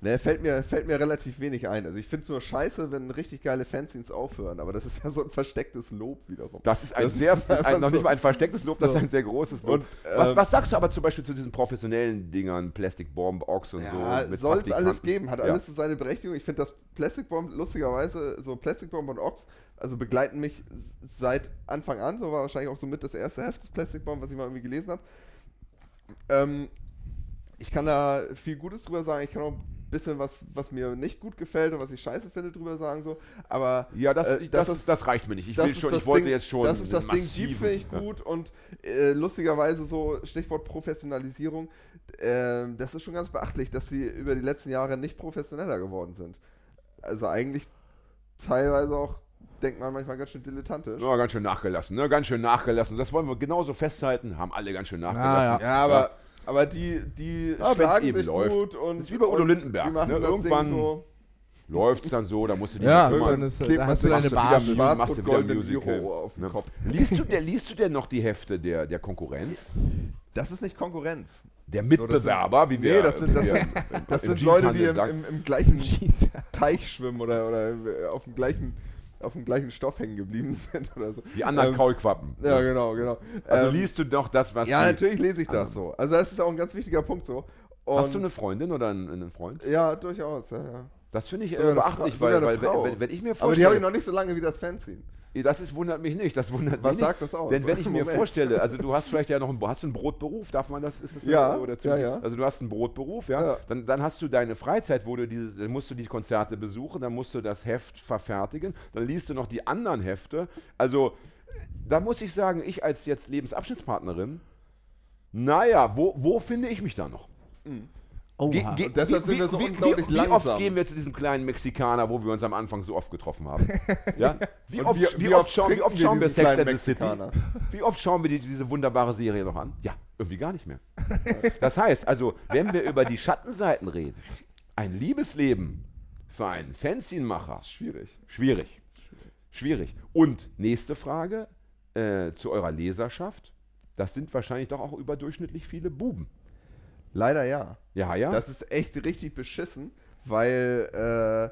Ne, fällt mir, fällt mir relativ wenig ein. Also ich finde es nur scheiße, wenn richtig geile Fanzines aufhören, aber das ist ja so ein verstecktes Lob wiederum.
Das ist ein
Das
sehr,
ist einfach
ein, noch
so.
nicht mal ein verstecktes Lob, das ist ein sehr großes Lob.
Und,
was,
ähm,
was sagst du aber zum Beispiel zu diesen professionellen Dingern, Plastic Bomb, Ox und
ja,
so? mit
soll es
Praktikanten?
alles geben, hat
Ja.
alles so seine Berechtigung. Ich finde das Plastic Bomb, lustigerweise, so Plastic Bomb und Ox, also begleiten mich s- seit Anfang an, so war wahrscheinlich auch so mit das erste Heft des Plastic Bomb, was ich mal irgendwie gelesen habe. Ähm, ich kann da viel Gutes drüber sagen, ich kann auch ein bisschen was, was mir nicht gut gefällt und was ich scheiße finde, drüber sagen, so, aber
Ja, das,
äh,
das, ist, das reicht mir nicht. Ich,
das
will
ist
schon,
das
ich wollte
Ding-
jetzt schon.
Das ist das
einen
Ding, Jeep
massiven-
finde ich
Ja.
gut und äh, lustigerweise so, Stichwort Professionalisierung, ähm, das ist schon ganz beachtlich, dass sie über die letzten Jahre nicht professioneller geworden sind. Also eigentlich teilweise auch, denkt man manchmal ganz schön dilettantisch.
Ja, ganz schön nachgelassen, ne? Ganz schön nachgelassen. Das wollen wir genauso festhalten. Haben alle ganz schön nachgelassen.
Ja, aber, aber die, die
Ja, wenn's
schlagen
eben
sich
läuft.
gut und.
Ist wie bei Udo
und
Lindenberg,
Die machen
ne?
das
Irgendwann-
Ding so.
Läuft es dann so, da musst du dich
Ja,
nicht kümmern.
dann ist, äh,
klebt
da
man
hast du
sich
deine
auf die
Basis.
Basis.
Machst
Schwarz
du
und
wieder
goldene
Musical.
Zero auf dem
Ne?
Kopf.
Liest, du denn, liest du denn noch die Hefte der, der Konkurrenz?
Das ist nicht Konkurrenz.
Der
sind-
Mitbewerber, wie wir.
Nee, das sind, das
wir-
sind, das
im
sind Leute, die
Jeanshandel
im,
sagen.
im, im gleichen
(laughs)
(laughs)
Teich schwimmen oder, oder auf, dem gleichen, auf dem gleichen Stoff hängen geblieben (laughs) sind oder so.
die anderen
Ähm,
Kaulquappen.
Ja, genau, genau.
Also
Ähm,
liest du noch das, was
ja,
die-
natürlich lese ich das so. Also das ist auch ein ganz wichtiger Punkt so. Und
Hast du eine Freundin oder einen, einen Freund?
ja, durchaus, ja, ja.
Das finde ich
Sogar
äh,
eine Fra-
beachtlich,
sogar
weil,
eine
weil
Frau.
wenn, wenn ich mir
Aber die habe
vorstelle,
ich noch nicht so lange wie das Fanzine.
das ist, wundert mich nicht, das wundert
Was
mich
sagt
nicht.
das aus?
Denn wenn ich mir
Moment.
vorstelle, also du hast vielleicht ja noch einen, hast du einen Brotberuf, darf man das, ist das
Ja,
oder
ja, ja.
Also du hast einen Brotberuf, ja,
Ja.
Dann, dann hast du deine Freizeit, wo du dieses, dann musst du die Konzerte besuchen, dann musst du das Heft verfertigen, dann liest du noch die anderen Hefte. Also da muss ich sagen, ich als jetzt Lebensabschnittspartnerin, naja, wo, wo finde ich mich da noch? Ge-
Oha.
ge-
Und deshalb
wie-
sind wir so
wie-
unglaublich
wie, wie
langsam.
oft gehen wir zu diesem kleinen Mexikaner, wo wir uns am Anfang so oft getroffen
(laughs)
haben? Ja? Wie,
Und
oft, wie, oft schauen, wie
trinken
oft schauen wir
diesen
Sex
kleinen
and the City?
Mexikaner?
Wie oft schauen wir die, diese wunderbare Serie noch an? Ja, irgendwie gar nicht
(laughs)
mehr. Das heißt, also, wenn wir über die Schattenseiten reden, ein Liebesleben für einen Fanzinmacher,
Schwierig.
schwierig. Schwierig. Und nächste Frage äh, zu eurer Leserschaft. Das sind wahrscheinlich doch auch überdurchschnittlich viele Buben.
Leider ja.
Ja, ja.
Das ist echt richtig beschissen, weil äh,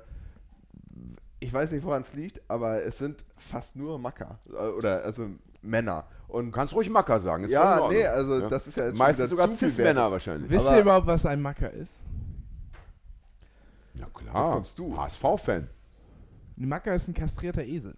ich weiß nicht, woran es liegt, aber es sind fast nur Macker. Äh, Oder also Männer. Und
Du kannst ruhig Macker sagen. ist voll in
ja,
Ordnung.
nee, also
Ja.
das ist ja jetzt schon
Meistens
wieder
sogar
zu viel
Cis-Männer
Wert.
wahrscheinlich.
Wisst
aber-
ihr überhaupt, was ein Macker ist?
Ja
Jetzt
klar.
kommst du.
HSV-Fan.
Ein Macker ist ein kastrierter Esel.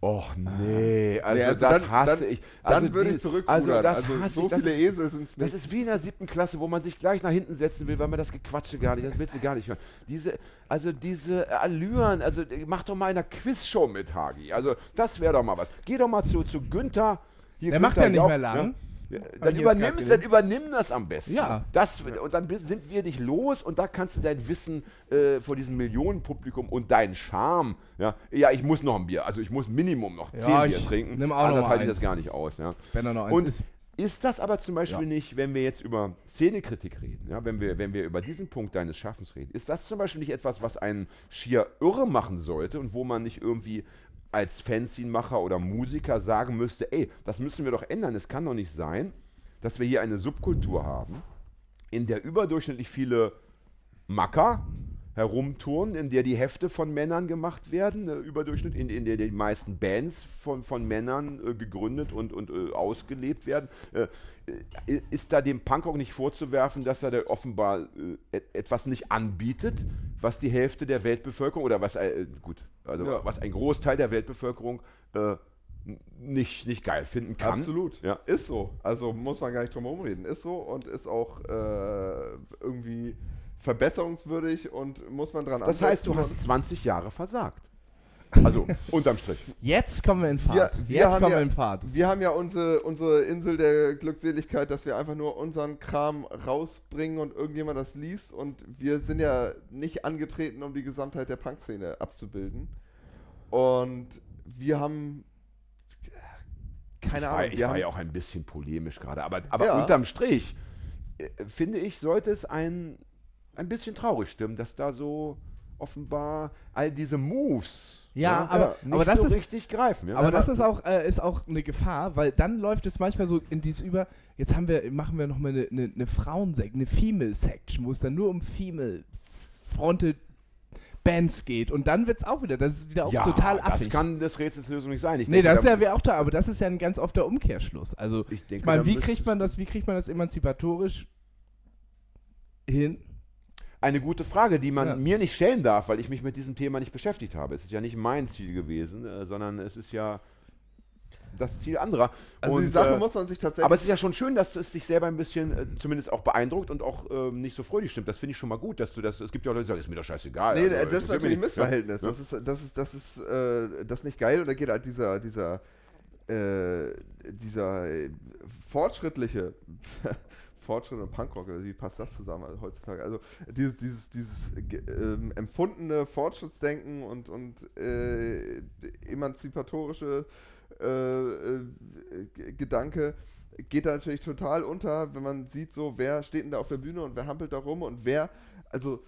Och nee, also,
Nee,
das
dann-
hasse
dann,
ich. Also
Dann würde ich
dieses-
zurückrudern.
Also das
Also
hasse
so
ich. Das
viele
ist,
Esel sind es
das
nicht.
ist wie in der siebten Klasse, wo man sich gleich nach hinten setzen will, weil man das Gequatsche gar nicht, das willst du gar nicht hören. Diese, also diese Allüren, also äh, mach doch mal in einer Quizshow mit, Hagi. Also das wäre doch mal was. Geh doch mal zu, zu Günther. Hier,
Der macht ja nicht
Jauch,
mehr lang.
ne? Ja, Dann
ich jetzt grad
übernimmst, dann
gesehen.
übernimm das am besten.
Ja.
Das, und dann bist- sind wir dich los und da kannst du dein Wissen äh, vor diesem Millionenpublikum und deinen Charme. Ja, ja, ich muss noch ein Bier, also ich muss Minimum noch
Ja,
10 Bier
ich
trinken.
nimm auch noch
Anders
mal
halte ich
eins.
das gar nicht aus. Ja.
Wenn er noch eins
Und
Genau, ist.
ist das aber zum Beispiel nicht, wenn wir jetzt über Szenekritik reden, ja, wenn, wir, wenn wir über diesen Punkt deines Schaffens reden, ist das zum Beispiel nicht etwas, was einen schier irre machen sollte und wo man nicht irgendwie als Fanzinmacher oder Musiker sagen müsste, ey, das müssen wir doch ändern. Es kann doch nicht sein, dass wir hier eine Subkultur haben, in der überdurchschnittlich viele Macker herumtouren, in der die Hefte von Männern gemacht werden, äh, überdurchschnitt, in, in der die meisten Bands von, von Männern äh, gegründet und, und äh, ausgelebt werden. Äh, äh, ist da dem Punkrock nicht vorzuwerfen, dass er da offenbar äh, et- etwas nicht anbietet, was die Hälfte der Weltbevölkerung oder was, äh, gut, also
Ja.
was ein Großteil der Weltbevölkerung äh, n- nicht, nicht geil finden kann?
Absolut.
Ja.
Ist so. Also muss man gar nicht drum herum reden. Ist so und ist auch äh, irgendwie verbesserungswürdig und muss man dran
Das heißt,
ansetzen
du hast
und-
20 Jahre versagt.
(laughs)
Also, unterm Strich.
Jetzt kommen wir in
Wir,
Fahrt.
wir,
Jetzt
haben
kommen
ja,
wir in Fahrt.
wir haben ja unsere, unsere Insel der Glückseligkeit, dass wir einfach nur unseren Kram rausbringen und irgendjemand das liest. Und wir sind ja nicht angetreten, um die Gesamtheit der Punk-Szene abzubilden. Und wir haben. Keine
Ich war-
Ahnung.
Ich
wir
war
haben,
ja auch ein bisschen polemisch gerade, aber, aber
Ja.
unterm Strich, äh, finde ich, sollte es ein, ein bisschen traurig stimmen, dass da so offenbar all diese Moves
Ja,
ne,
aber-
nicht
aber das
so
ist-
richtig greifen. Ja?
Aber das ist auch, äh, ist auch eine Gefahr, weil dann läuft es manchmal so in dieses über, jetzt haben wir, machen wir nochmal eine, eine, eine Frauensection, eine Female-Section, wo es dann nur um Female-fronted Bands geht. Und dann wird es auch wieder, das ist wieder auch
ja,
total
das
affig.
kann das Rätsels Lösung nicht sein. Ich
nee, das ist ja
da-
wie auch da, aber das ist ja ein ganz oft der Umkehrschluss. Also,
Ich denke,
ich meine,
da
wie
müsste-
kriegt man das, wie kriegt man das emanzipatorisch hin?
Eine gute Frage, die man
Ja.
mir nicht stellen darf, weil ich mich mit diesem Thema nicht beschäftigt habe. Es ist ja nicht mein Ziel gewesen, äh, sondern es ist ja das Ziel anderer.
also die
Und,
Sache
äh,
muss man sich tatsächlich.
Aber es ist ja schon schön, dass es dich selber ein bisschen äh, zumindest auch beeindruckt und auch ähm, nicht so fröhlich stimmt. Das finde ich schon mal gut, dass du das. Es gibt ja auch Leute, die sagen, ist mir doch scheißegal.
Nee, äh,
also,
das ist
interessiert mich
natürlich ein
nicht.
Missverhältnis.
Ja.
Das ist, das ist, das ist, äh, das ist nicht geil und da geht halt dieser, dieser, äh, dieser äh, fortschrittliche (laughs) Fortschritt und Punkrock, also wie passt das zusammen also heutzutage? Also dieses, dieses, dieses ge- ähm, empfundene Fortschrittsdenken und, und äh, emanzipatorische äh, äh, G- Gedanke geht da natürlich total unter, wenn man sieht, so wer steht denn da auf der Bühne und wer hampelt da rum und wer, also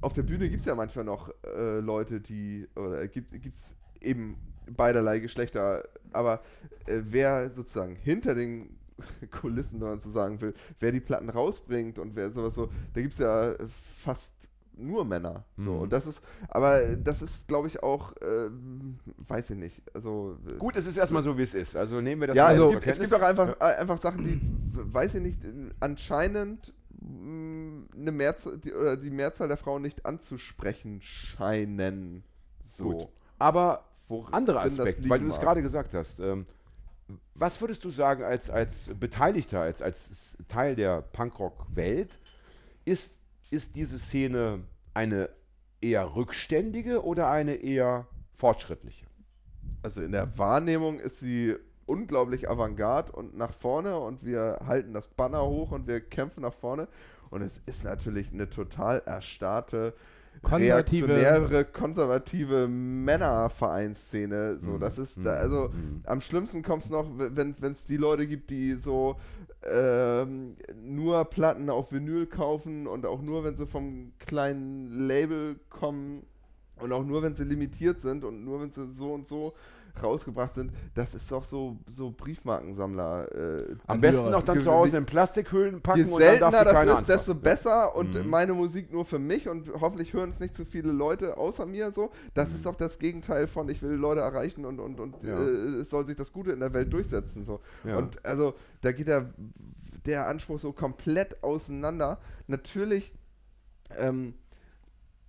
auf der Bühne gibt es ja manchmal noch äh, Leute, die, oder gibt es eben beiderlei Geschlechter, aber äh, wer sozusagen hinter den (laughs) Kulissen, wenn man so sagen will, wer die Platten rausbringt und wer sowas so, da gibt es ja fast nur Männer. So.
Mhm.
Und das ist, aber das ist, glaube ich, auch, ähm, weiß ich nicht, also. äh,
Gut, es ist erstmal so, wie es ist. Also nehmen wir das
ja,
mal
es,
zur
gibt, es
Kenntnis.
gibt auch einfach, äh, einfach Sachen, die, weiß ich nicht, äh, anscheinend mh, eine Mehrzahl, die, oder die Mehrzahl der Frauen nicht anzusprechen scheinen. So.
Gut. Aber
Wo
anderer
drin das
Aspekt,
liegen
weil du es
mag.
gerade gesagt hast. Ähm, was würdest du sagen als, als Beteiligter, als, als Teil der Punkrock-Welt? Ist, ist diese Szene eine eher rückständige oder eine eher fortschrittliche?
Also in der Wahrnehmung ist sie unglaublich avantgarde und nach vorne und wir halten das Banner hoch und wir kämpfen nach vorne. Und es ist natürlich eine total erstarrte,
Konservative-
reaktionäre, konservative Männervereinsszene. So,
Mhm.
das ist da, also
Mhm.
am schlimmsten kommt es noch, w- wenn es die Leute gibt, die so ähm, nur Platten auf Vinyl kaufen und auch nur, wenn sie vom kleinen Label kommen und auch nur, wenn sie limitiert sind und nur, wenn sie so und so rausgebracht sind. Das ist doch so, so Briefmarkensammler. Äh,
Am
Ja,
besten noch dann
ge-
zu Hause
wie-
in Plastikhüllen packen
Je
und dann darf
seltener
die
das ist,
keiner
desto
anfassen.
besser und
Mhm.
meine Musik nur für mich und hoffentlich hören es nicht zu viele Leute außer mir so. Das ist doch das Gegenteil von ich will Leute erreichen und, und, und
Mhm. Ja.
äh, es soll sich das Gute in der Welt durchsetzen so.
Ja.
Und also da geht der, der Anspruch so komplett auseinander. Natürlich ähm,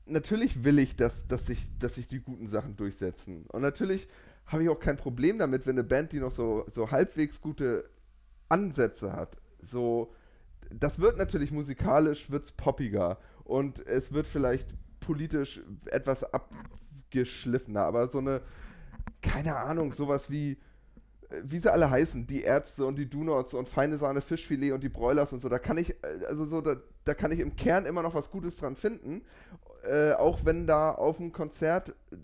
natürlich will ich, dass, dass, sich, dass sich die guten Sachen durchsetzen. Und natürlich habe ich auch kein Problem damit, wenn eine Band, die noch so, so halbwegs gute Ansätze hat, so, das wird natürlich musikalisch, wird's poppiger und es wird vielleicht politisch etwas abgeschliffener, aber so eine, keine Ahnung, sowas wie, äh, wie sie alle heißen, die Ärzte und die Donuts und feine Sahne Fischfilet und die Broilers und so, da kann ich, äh, also so, da, da kann ich im Kern immer noch was Gutes dran finden, äh, auch wenn da auf dem Konzert, äh,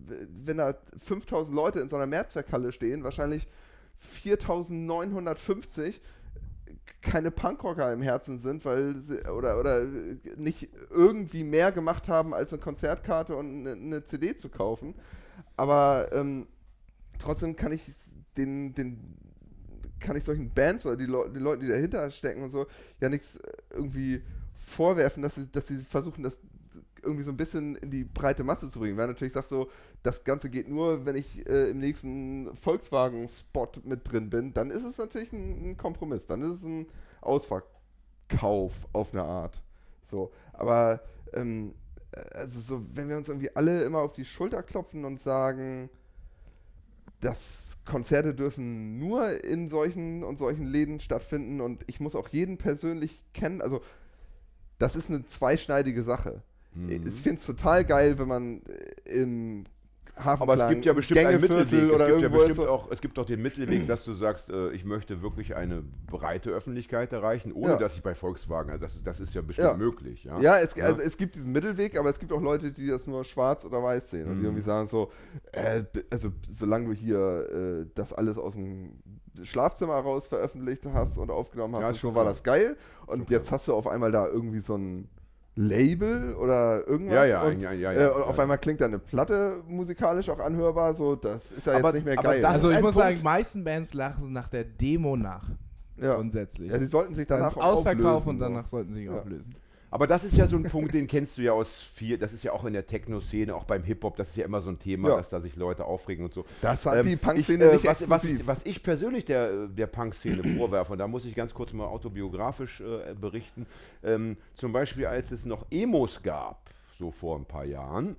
wenn da 5000 Leute in so einer Mehrzweckhalle stehen, wahrscheinlich 4950 keine Punkrocker im Herzen sind, weil sie oder, oder nicht irgendwie mehr gemacht haben, als eine Konzertkarte und ne, eine, eine CD zu kaufen. Aber ähm, trotzdem kann ich den, den kann ich solchen Bands oder die, Leu die Leute, die dahinter stecken und so, ja nichts äh, irgendwie vorwerfen, dass sie, dass sie versuchen, das irgendwie so ein bisschen in die breite Masse zu bringen. Weil er natürlich sagt so, das Ganze geht nur, wenn ich äh, im nächsten Volkswagen-Spot mit drin bin, dann ist es natürlich ein, ein Kompromiss, dann ist es ein Ausverkauf auf eine Art. So, aber ähm, also so, wenn wir uns irgendwie alle immer auf die Schulter klopfen und sagen, dass Konzerte dürfen nur in solchen und solchen Läden stattfinden und ich muss auch jeden persönlich kennen, also das ist eine zweischneidige Sache.
Mhm.
Ich finde es total geil, wenn man äh, im Hafenklang,
Aber es gibt ja
im
bestimmt einen
Gängeviertel
Mittelweg.
oder
es, gibt ja
irgendwo ist
bestimmt
so,
auch, es gibt doch den Mittelweg, dass du sagst, äh, ich möchte wirklich eine breite Öffentlichkeit erreichen, ohne
Ja.
dass ich bei Volkswagen, also das, das ist ja bestimmt
Ja.
möglich. Ja,
Ja, es, Also es gibt diesen Mittelweg, aber es gibt auch Leute, die das nur schwarz oder weiß sehen und die irgendwie
Mhm.
sagen so, äh, b- also solange du hier äh, das alles aus dem Schlafzimmer heraus veröffentlicht hast und aufgenommen hast,
Ja,
und
ist
so
schon
war
klar.
das geil und jetzt hast du auf einmal da irgendwie so ein Label oder irgendwas
Ja, ja,
und
ja, ja, ja,
äh, und auf
ja.
einmal klingt da eine Platte musikalisch auch anhörbar, so das ist ja
Aber-
jetzt nicht mehr
aber
geil.
das
Also
ist
ich
ein
muss
Punkt.
sagen, die meisten Bands lachen nach der Demo nach.
ja.
Grundsätzlich.
ja, die sollten sich
Dann
danach auch
Ausverkauf
auflösen,
und
so.
danach sollten sie sich
Ja.
auflösen.
Aber das ist ja so ein Punkt, den kennst du ja aus viel, das ist ja auch in der Techno-Szene, auch beim Hip-Hop, das ist ja immer so ein Thema,
Ja.
dass da sich Leute aufregen und so.
Das hat die Punk-Szene
Ähm, ich, äh,
nicht
was, was, ich,
exklusiv.
was ich persönlich der, äh, der Punk-Szene vorwerfe, und da muss ich ganz kurz mal autobiografisch äh, berichten, ähm, zum Beispiel als es noch Emos gab, so vor ein paar Jahren,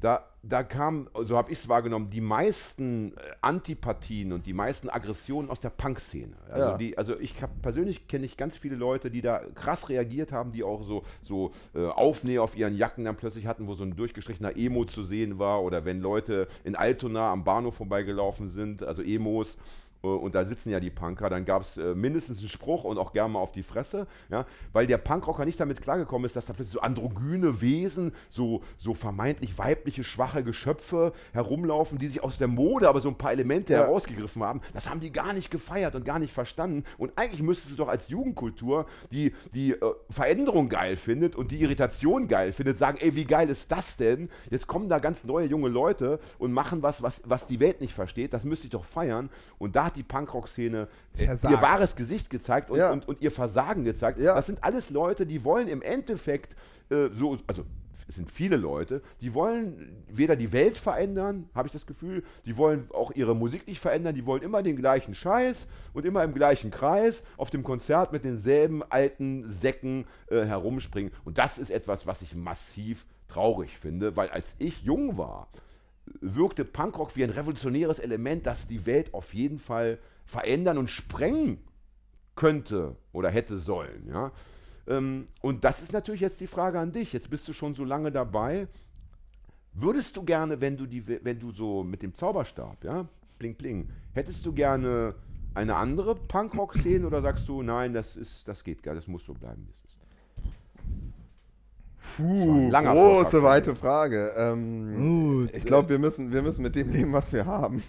da, da kamen, so habe ich es wahrgenommen, die meisten äh, Antipathien und die meisten Aggressionen aus der Punk-Szene. Also,
Ja.
die, also ich hab, persönlich kenne ich ganz viele Leute, die da krass reagiert haben, die auch so, so äh, Aufnäher auf ihren Jacken dann plötzlich hatten, wo so ein durchgestrichener Emo zu sehen war oder wenn Leute in Altona am Bahnhof vorbeigelaufen sind, also Emos. äh, Und da sitzen ja die Punker, dann gab es äh, mindestens einen Spruch und auch gerne mal auf die Fresse, ja, weil der Punkrocker nicht damit klargekommen ist, dass da plötzlich so androgyne Wesen, so, so vermeintlich weibliche, schwache Geschöpfe herumlaufen, die sich aus der Mode aber so ein paar Elemente
Ja.
herausgegriffen haben. Das haben die gar nicht gefeiert und gar nicht verstanden. Und eigentlich müsstest du doch als Jugendkultur, die die äh, Veränderung geil findet und die Irritation geil findet, sagen, ey, wie geil ist das denn? Jetzt kommen da ganz neue junge Leute und machen was, was, was die Welt nicht versteht. Das müsste ich doch feiern. Und da hat die Punkrock-Szene äh,
Versagt.
ihr wahres Gesicht gezeigt und,
Ja.
und, und ihr Versagen gezeigt.
Ja.
Das sind alles Leute, die wollen im Endeffekt äh, so, also es sind viele Leute, die wollen weder die Welt verändern, habe ich das Gefühl, die wollen auch ihre Musik nicht verändern, die wollen immer den gleichen Scheiß und immer im gleichen Kreis auf dem Konzert mit denselben alten Säcken äh, herumspringen. Und das ist etwas, was ich massiv traurig finde, weil als ich jung war, wirkte Punkrock wie ein revolutionäres Element, das die Welt auf jeden Fall verändern und sprengen könnte oder hätte sollen. Ja? Ähm, und das ist natürlich jetzt die Frage an dich. Jetzt bist du schon so lange dabei. Würdest du gerne, wenn du die, We- wenn du so mit dem Zauberstab, ja, bling bling, hättest du gerne eine andere Punkrock-Szene oder sagst du, nein, das ist, das geht gar, das muss so bleiben, wie es ist.
Puh,
langer Vortrag
große,
von Hm.
weite
dir.
Frage. Ähm,
Gut.
ich glaube, wir müssen, wir müssen mit dem (laughs) leben, was wir haben.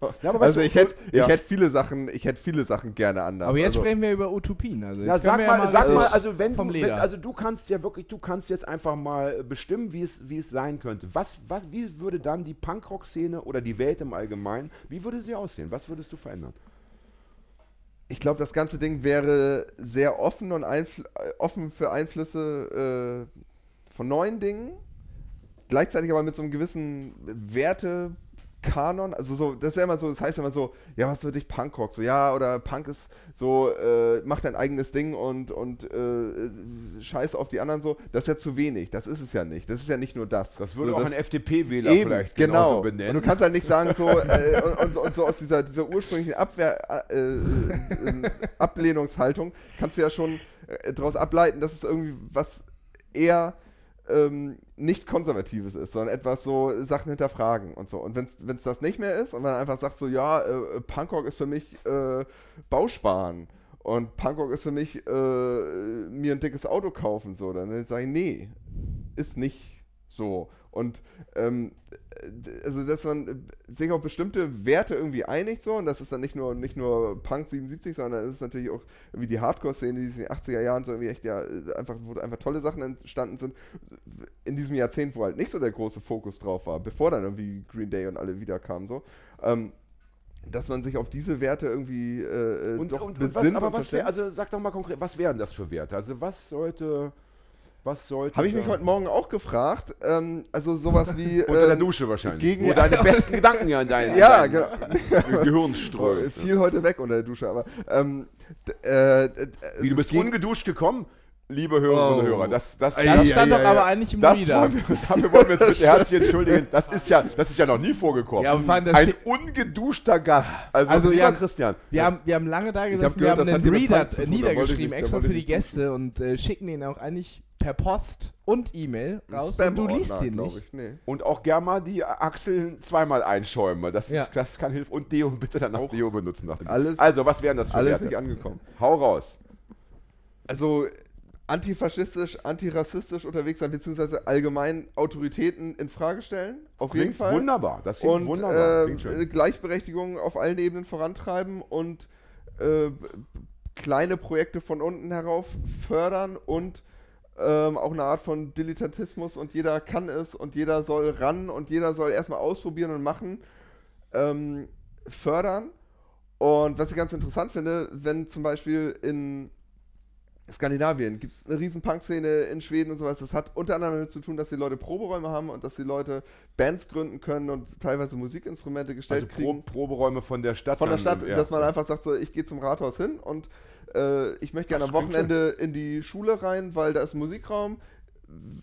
So.
Ja, aber weißt
also
du,
ich hätte
ja.
ich hätt viele Sachen, ich hätte viele Sachen gerne anders.
aber jetzt
also,
sprechen wir über Utopien. Also
Ja,
jetzt
sag
können wir
mal, sag
richtig
mal, also wenn,
vom
du, wenn
Leder.
also du kannst ja wirklich, du kannst jetzt einfach mal bestimmen, wie es, wie es sein könnte. Was, was, wie würde dann die Punkrock-Szene oder die Welt im Allgemeinen, wie würde sie aussehen? Was würdest du verändern?
ich glaube, das ganze Ding wäre sehr offen und einfl- äh, offen für Einflüsse äh, von neuen Dingen. Gleichzeitig aber mit so einem gewissen Wertekanon. Also so, das ist ja immer so, das heißt immer so, ja, was für dich Punkrock? So, ja, oder Punk ist so, äh, mach dein eigenes Ding und, und äh, scheiß auf die anderen so. Das ist ja zu wenig. Das ist es ja nicht. Das ist ja nicht nur das.
Das würde
so,
auch
das-
ein FDP-Wähler
Eben,
vielleicht
genau.
genauso
Und du
benennen.
kannst halt nicht sagen, so, äh, und, und, so- und so aus dieser, dieser ursprünglichen Abwehr, äh, äh, äh, Ablehnungshaltung kannst du ja schon äh, daraus ableiten, dass es irgendwie was eher ähm, nicht konservatives ist, sondern etwas so Sachen hinterfragen und so. Und wenn es das nicht mehr ist und man einfach sagt so, ja, äh, Punkrock ist für mich äh, Bausparen und Punkrock ist für mich äh, mir ein dickes Auto kaufen, so, dann sage ich, nee, ist nicht so. Und ähm, d- also dass man äh, sich auf bestimmte Werte irgendwie einigt so und das ist dann nicht nur nicht nur Punk 77, sondern es ist natürlich auch irgendwie die Hardcore-Szene, die in den 80er Jahren so irgendwie echt ja äh, einfach, wo einfach tolle Sachen entstanden sind. In diesem Jahrzehnt, wo halt nicht so der große Fokus drauf war, bevor dann irgendwie Green Day und alle wiederkamen so. Ähm, dass man sich auf diese Werte irgendwie äh, äh,
Und,
doch
und, und
besinnt
was, also- aber
und
was wär,
verständigt.
also sag doch mal konkret, was wären das für Werte? Also was sollte Was sollte
Habe ich mich
da-
heute Morgen auch gefragt. Ähm, also sowas wie.
Unter der
ähm,
Dusche wahrscheinlich.
gegen-
Wo
(laughs)
deine besten Gedanken ja in deinem
Ja, genau.
deinem Gehirn strömen.
viel heute weg unter der Dusche, aber. Ähm, d- äh, d-
Wie, du bist
gegen-
ungeduscht gekommen, liebe Hörerinnen und
Oh.
Hörer. Das, das,
Ei,
das,
Das stand
ja,
doch
ja.
aber eigentlich im
das
Lieder.
wollen wir, (laughs) dafür wollen wir
(laughs)
uns mit Herzchen entschuldigen. Das ist, ja, das ist ja noch nie vorgekommen.
Ja, aber vor allem, da
Ein
steht-
ungeduschter Gast. Also,
Also,
lieber
ja,
Christian.
Wir haben, wir haben lange da gesessen,
gehört,
wir haben
das hat
den
hier mit
Reader
Punk zu tun, da wollte ich
niedergeschrieben,
nicht- da
extra
wollte
für
ich
die Gäste und äh, schicken den auch eigentlich per Post und E-Mail raus. Und du liest
Spam-Ordner,
den
glaub
nicht.
Ich. Nee.
Und auch gerne mal die Achseln zweimal einschäumen. weil Das,
Ja.
ist, das kann Hilfe. Und Deo, bitte dann auch Deo benutzen. Nach dem
Alles-
also, was wären das für
Alles
Werte?
nicht angekommen.
Hau raus.
also antifaschistisch, antirassistisch unterwegs sein, beziehungsweise allgemein Autoritäten in Frage stellen, auf jeden
Klingt
Fall.
wunderbar. Das klingt
Und
wunderbar.
äh,
Klingt schön.
Gleichberechtigung auf allen Ebenen vorantreiben und äh, b- kleine Projekte von unten herauf fördern und ähm, auch eine Art von Dilettantismus und jeder kann es und jeder soll ran und jeder soll erstmal ausprobieren und machen, ähm, fördern. Und was ich ganz interessant finde, wenn zum Beispiel in Skandinavien gibt es eine riesen Punk-Szene in Schweden und sowas. Das hat unter anderem damit zu tun, dass die Leute Proberäume haben und dass die Leute Bands gründen können und teilweise Musikinstrumente gestellt
also Pro
kriegen.
Proberäume von der Stadt.
Von der
dann,
Stadt,
ja.
dass man einfach sagt, so, ich gehe zum Rathaus hin und äh, ich möchte gerne am
klingt
Wochenende in die Schule rein, weil da ist ein Musikraum.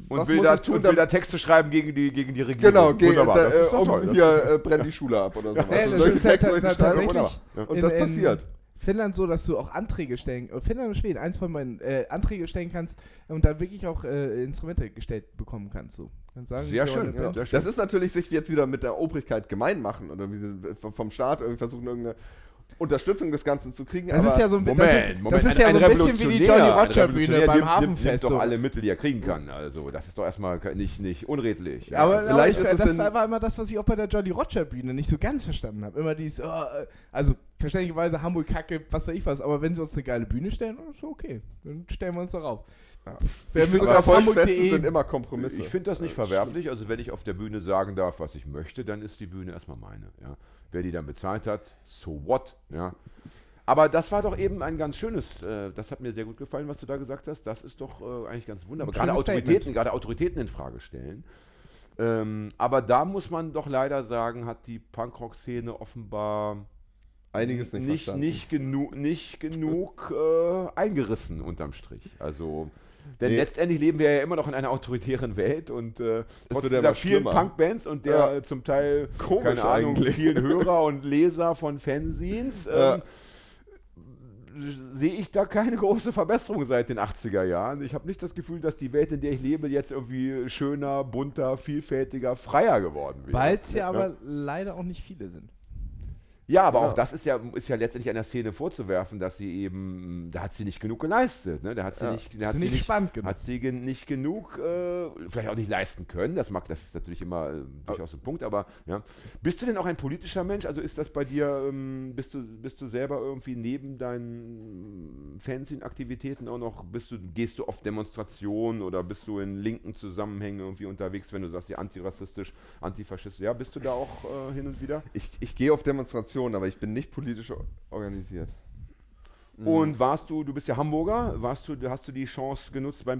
und
was
will,
muss
da,
ich tun,
und will da
damit-
Texte schreiben gegen die, gegen die Regierung.
Genau, geh,
Wunderbar,
da,
das
äh,
ist doch
um,
toll. Das
hier äh, brennt die Schule ab oder sowas.
Ja,
Also
das
solche
ist halt
Texte, solche
ta- ta-
Schreiben,
tatsächlich-
wunderbar.
Ja.
Und das passiert.
Finnland so, dass du auch Anträge stellen, äh, Finnland und Schweden, eins von meinen äh, Anträge stellen kannst und dann wirklich auch äh, Instrumente gestellt bekommen kannst. So. Kannst sagen, ne?
Sehr
ich will
schön,
eine Band.
ja.
Das ist natürlich sich jetzt wieder mit der Obrigkeit gemein machen oder wie äh, vom- vom Staat irgendwie versuchen, irgendeine Unterstützung des Ganzen zu kriegen.
Das
aber
ist ja so ein, bi-
Moment,
das ist,
Moment,
das ist ja
ein-
so ein
ein
bisschen wie die
Revolutionär,
Johnny
ein
Roger Bühne
Revolutionär
beim
nimmt-
Hafenfest.
Nimmt
so.
doch alle Mittel, die er kriegen kann. Also, das ist doch erstmal ke- nicht, nicht unredlich.
Ja, aber
also,
vielleicht
vielleicht
aber
ist
ich,
es
das
in-
war war immer das, was ich auch bei der Jolly Roger Bühne nicht so ganz verstanden habe. Immer dieses, oh, äh, also verständlicherweise Hamburg Kacke, was weiß ich was, aber wenn sie uns eine geile Bühne stellen, oh, ist okay, dann stellen wir uns darauf.
Ja.
Wenn wir
aber
sogar auf
Erfolgsfesten
Hamburg.de
sind immer Kompromisse.
ich finde das nicht verwerflich. Also, wenn ich auf der Bühne sagen darf, was ich möchte, dann ist die Bühne erstmal meine. Ja. Wer die dann bezahlt hat, so what? Ja. Aber das war doch eben ein ganz schönes, äh, das hat mir sehr gut gefallen, was du da gesagt hast. Das ist doch äh, eigentlich ganz wunderbar.
Ein
Gerade
schönes Statement.
Autoritäten, gerade Autoritäten in Frage stellen. Ähm, aber da muss man doch leider sagen, hat die Punkrock-Szene offenbar
Einiges nicht,
nicht,
verstanden.
nicht, genu nicht genug äh, eingerissen unterm Strich. Also, denn
Nee.
letztendlich leben wir ja immer noch in einer autoritären Welt und äh, trotz
wird
dieser
ja immer
vielen
schlimmer.
Punkbands und der
Ja.
äh, zum Teil
Komisch
keine Ahnung,
eigentlich. (laughs)
vielen Hörer und Leser von Fanzines ähm, sehe ich da keine große Verbesserung seit den 80er Jahren. Ich habe nicht das Gefühl, dass die Welt, in der ich lebe, jetzt irgendwie schöner, bunter, vielfältiger, freier geworden wäre.
Weil es ja aber leider auch nicht viele sind.
Ja, aber
Ja.
auch das ist ja, ist ja letztendlich einer Szene vorzuwerfen, dass sie eben, da hat sie nicht genug geleistet. Ne? Da hat sie
Ja.
nicht, da
Das
hat
ist
sie
nicht spannend genug.
hat sie gen nicht genug, äh, vielleicht auch nicht leisten können. Das mag, das ist natürlich immer äh, durchaus ein Punkt. Aber ja, bist du denn auch ein politischer Mensch? Also ist das bei dir, ähm, bist du, bist du selber irgendwie neben deinen Fanzine-Aktivitäten auch noch, bist du, gehst du auf Demonstrationen oder bist du in linken Zusammenhängen irgendwie unterwegs, wenn du sagst, ja, antirassistisch, antifaschistisch? Ja, bist du da auch äh, hin und wieder?
Ich, ich gehe auf Demonstrationen, aber ich bin nicht politisch o- organisiert. (laughs) Mhm.
Und warst du, du bist ja Hamburger, warst du, hast du die Chance genutzt, beim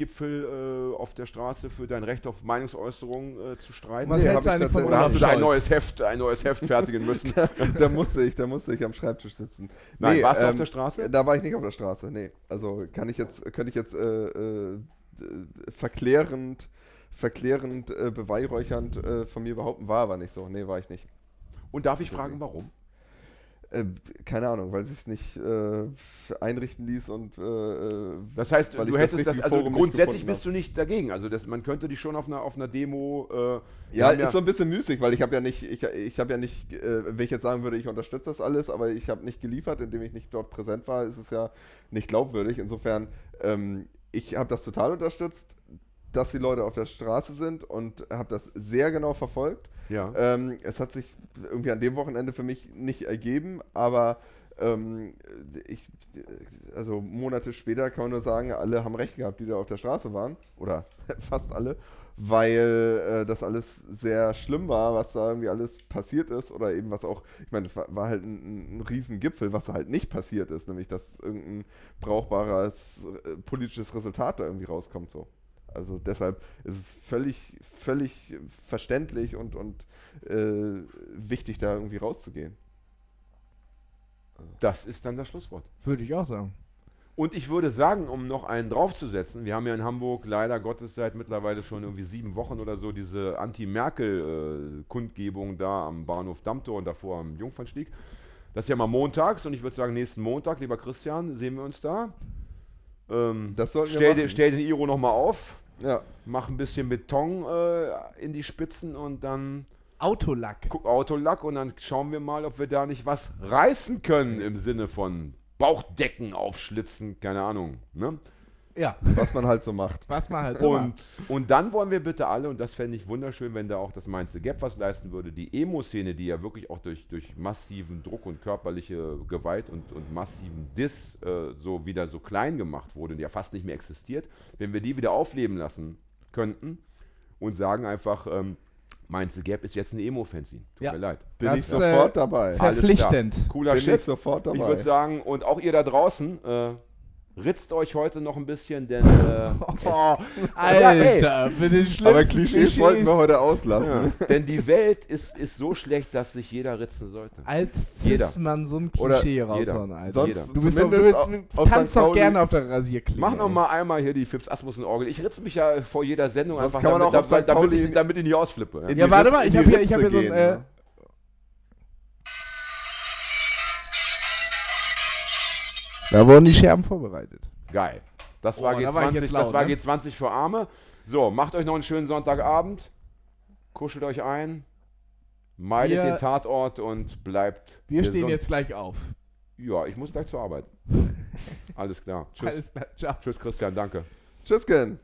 G20-Gipfel äh, auf der Straße für dein Recht auf Meinungsäußerung äh, zu streiten?
Was
Nee,
hältst du
hab ich
eigentlich von
tatsächlich-
Oder
Olaf
hast du da ein
Scholz?
neues Heft, ein neues Heft fertigen
(laughs)
müssen?
da musste ich, da musste ich am Schreibtisch sitzen. ähm,
Nein, warst du auf der Straße?
Da war ich nicht auf der Straße, nee. Also kann ich jetzt, könnte ich jetzt äh, äh, d- verklärend, verklärend, äh, beweihräuchernd äh, von mir behaupten, war aber nicht so. Nee, war ich nicht.
Und darf ich fragen, warum?
Äh, keine Ahnung, weil sie es nicht äh, einrichten ließ und äh,
Das heißt,
Weil
du
ich das
hättest das,
richtige
also
Forum nicht
grundsätzlich
gefunden
bist du nicht dagegen. Also das, man könnte dich schon auf einer, auf einer Demo. Äh, wir
Ja,
haben
ist so ein bisschen müßig, weil ich habe ja nicht, ich, ich habe ja nicht, äh, wenn ich jetzt sagen würde, ich unterstütze das alles, aber ich habe nicht geliefert, indem ich nicht dort präsent war, ist es ja nicht glaubwürdig. Insofern, ähm, ich habe das total unterstützt, dass die Leute auf der Straße sind und habe das sehr genau verfolgt.
ja.
Ähm, es hat sich irgendwie an dem Wochenende für mich nicht ergeben, aber ähm, ich, also Monate später kann man nur sagen, alle haben recht gehabt, die da auf der Straße waren. Oder (laughs) fast alle. weil äh, das alles sehr schlimm war, was da irgendwie alles passiert ist oder eben was auch, ich meine, es war, war halt ein, ein Riesengipfel, was da halt nicht passiert ist, nämlich dass irgendein brauchbares äh, politisches Resultat da irgendwie rauskommt so. Also deshalb ist es völlig, völlig verständlich und, und äh, wichtig, da irgendwie rauszugehen.
Das ist dann das Schlusswort.
Würde ich auch sagen.
Und ich würde sagen, um noch einen draufzusetzen, wir haben ja in Hamburg leider Gottes seit mittlerweile schon irgendwie sieben Wochen oder so diese Anti-Merkel-Kundgebung da am Bahnhof Dammtor und davor am Jungfernstieg. Das ist ja mal montags und ich würde sagen, nächsten Montag, lieber Christian, sehen wir uns da. Ähm,
Das sollten wir
stell, den,
machen.
stell den Iro nochmal auf,
Ja,
mach ein bisschen Beton äh, in die Spitzen und dann
Autolack.
guck Autolack und dann schauen wir mal, ob wir da nicht was reißen können im Sinne von Bauchdecken aufschlitzen, keine Ahnung. Ne?
Ja,
was man halt so macht.
was man halt so
Und,
macht.
und dann wollen wir bitte alle, und das fände ich wunderschön, wenn da auch das Mainz The Gap was leisten würde, die Emo-Szene, die ja wirklich auch durch, durch massiven Druck und körperliche Gewalt und, und massiven Diss äh, so wieder so klein gemacht wurde und ja fast nicht mehr existiert, wenn wir die wieder aufleben lassen könnten und sagen einfach, ähm, Mainz The Gap ist jetzt eine Emo-Fanzine. Tut
Ja.
mir leid.
Bin
Das,
ich sofort
äh,
dabei.
ver-
Alles klar.
Verpflichtend.
Cooler
Bin ich
Shit.
sofort
Ich
dabei.
würde sagen, und auch ihr da draußen, äh, ritzt euch heute noch ein bisschen, denn
(laughs)
äh,
Oh, Alter, für den schlimmsten
Aber Klischees, wollten wir heute (laughs) auslassen.
Denn die Welt ist, ist so schlecht, dass sich jeder ritzen sollte.
Als
Jeder.
Cis-Mann so ein
Oder
Klischee
jeder.
raushauen, Alter.
Sonst
Jeder.
Du, bist doch,
zumindest
du, du
au- aus
tanzt
St.
doch
Pauli-
gerne auf der Rasierklinge.
Mach noch
ey.
mal einmal hier die Fips Asmussen Orgel. Ich ritze mich ja vor jeder Sendung
Sonst
einfach,
kann man
damit,
auch auf
damit,
St.
damit,
Pauli
ich, damit ich nicht ausflippe.
in
Ja.
die
Ja, warte
Rit-
mal,
in
ich
die
hab hier- ich
Ritze
hab hier so ein,
gehen,
äh,
ne?
Da wurden die Scherben vorbereitet.
Geil. Das
Oh,
war,
da war ich
G20,
jetzt laut,
das war
ne?
G20 für Arme. So, macht euch noch einen schönen Sonntagabend. Kuschelt euch ein. Meidet
Wir-
den Tatort und bleibt.
Wir stehen
gesund.
jetzt gleich auf.
Ja, ich muss gleich zur Arbeit. Alles klar. Tschüss.
Alles klar, ciao.
Tschüss, Christian. Danke.
Tschüss, Ken.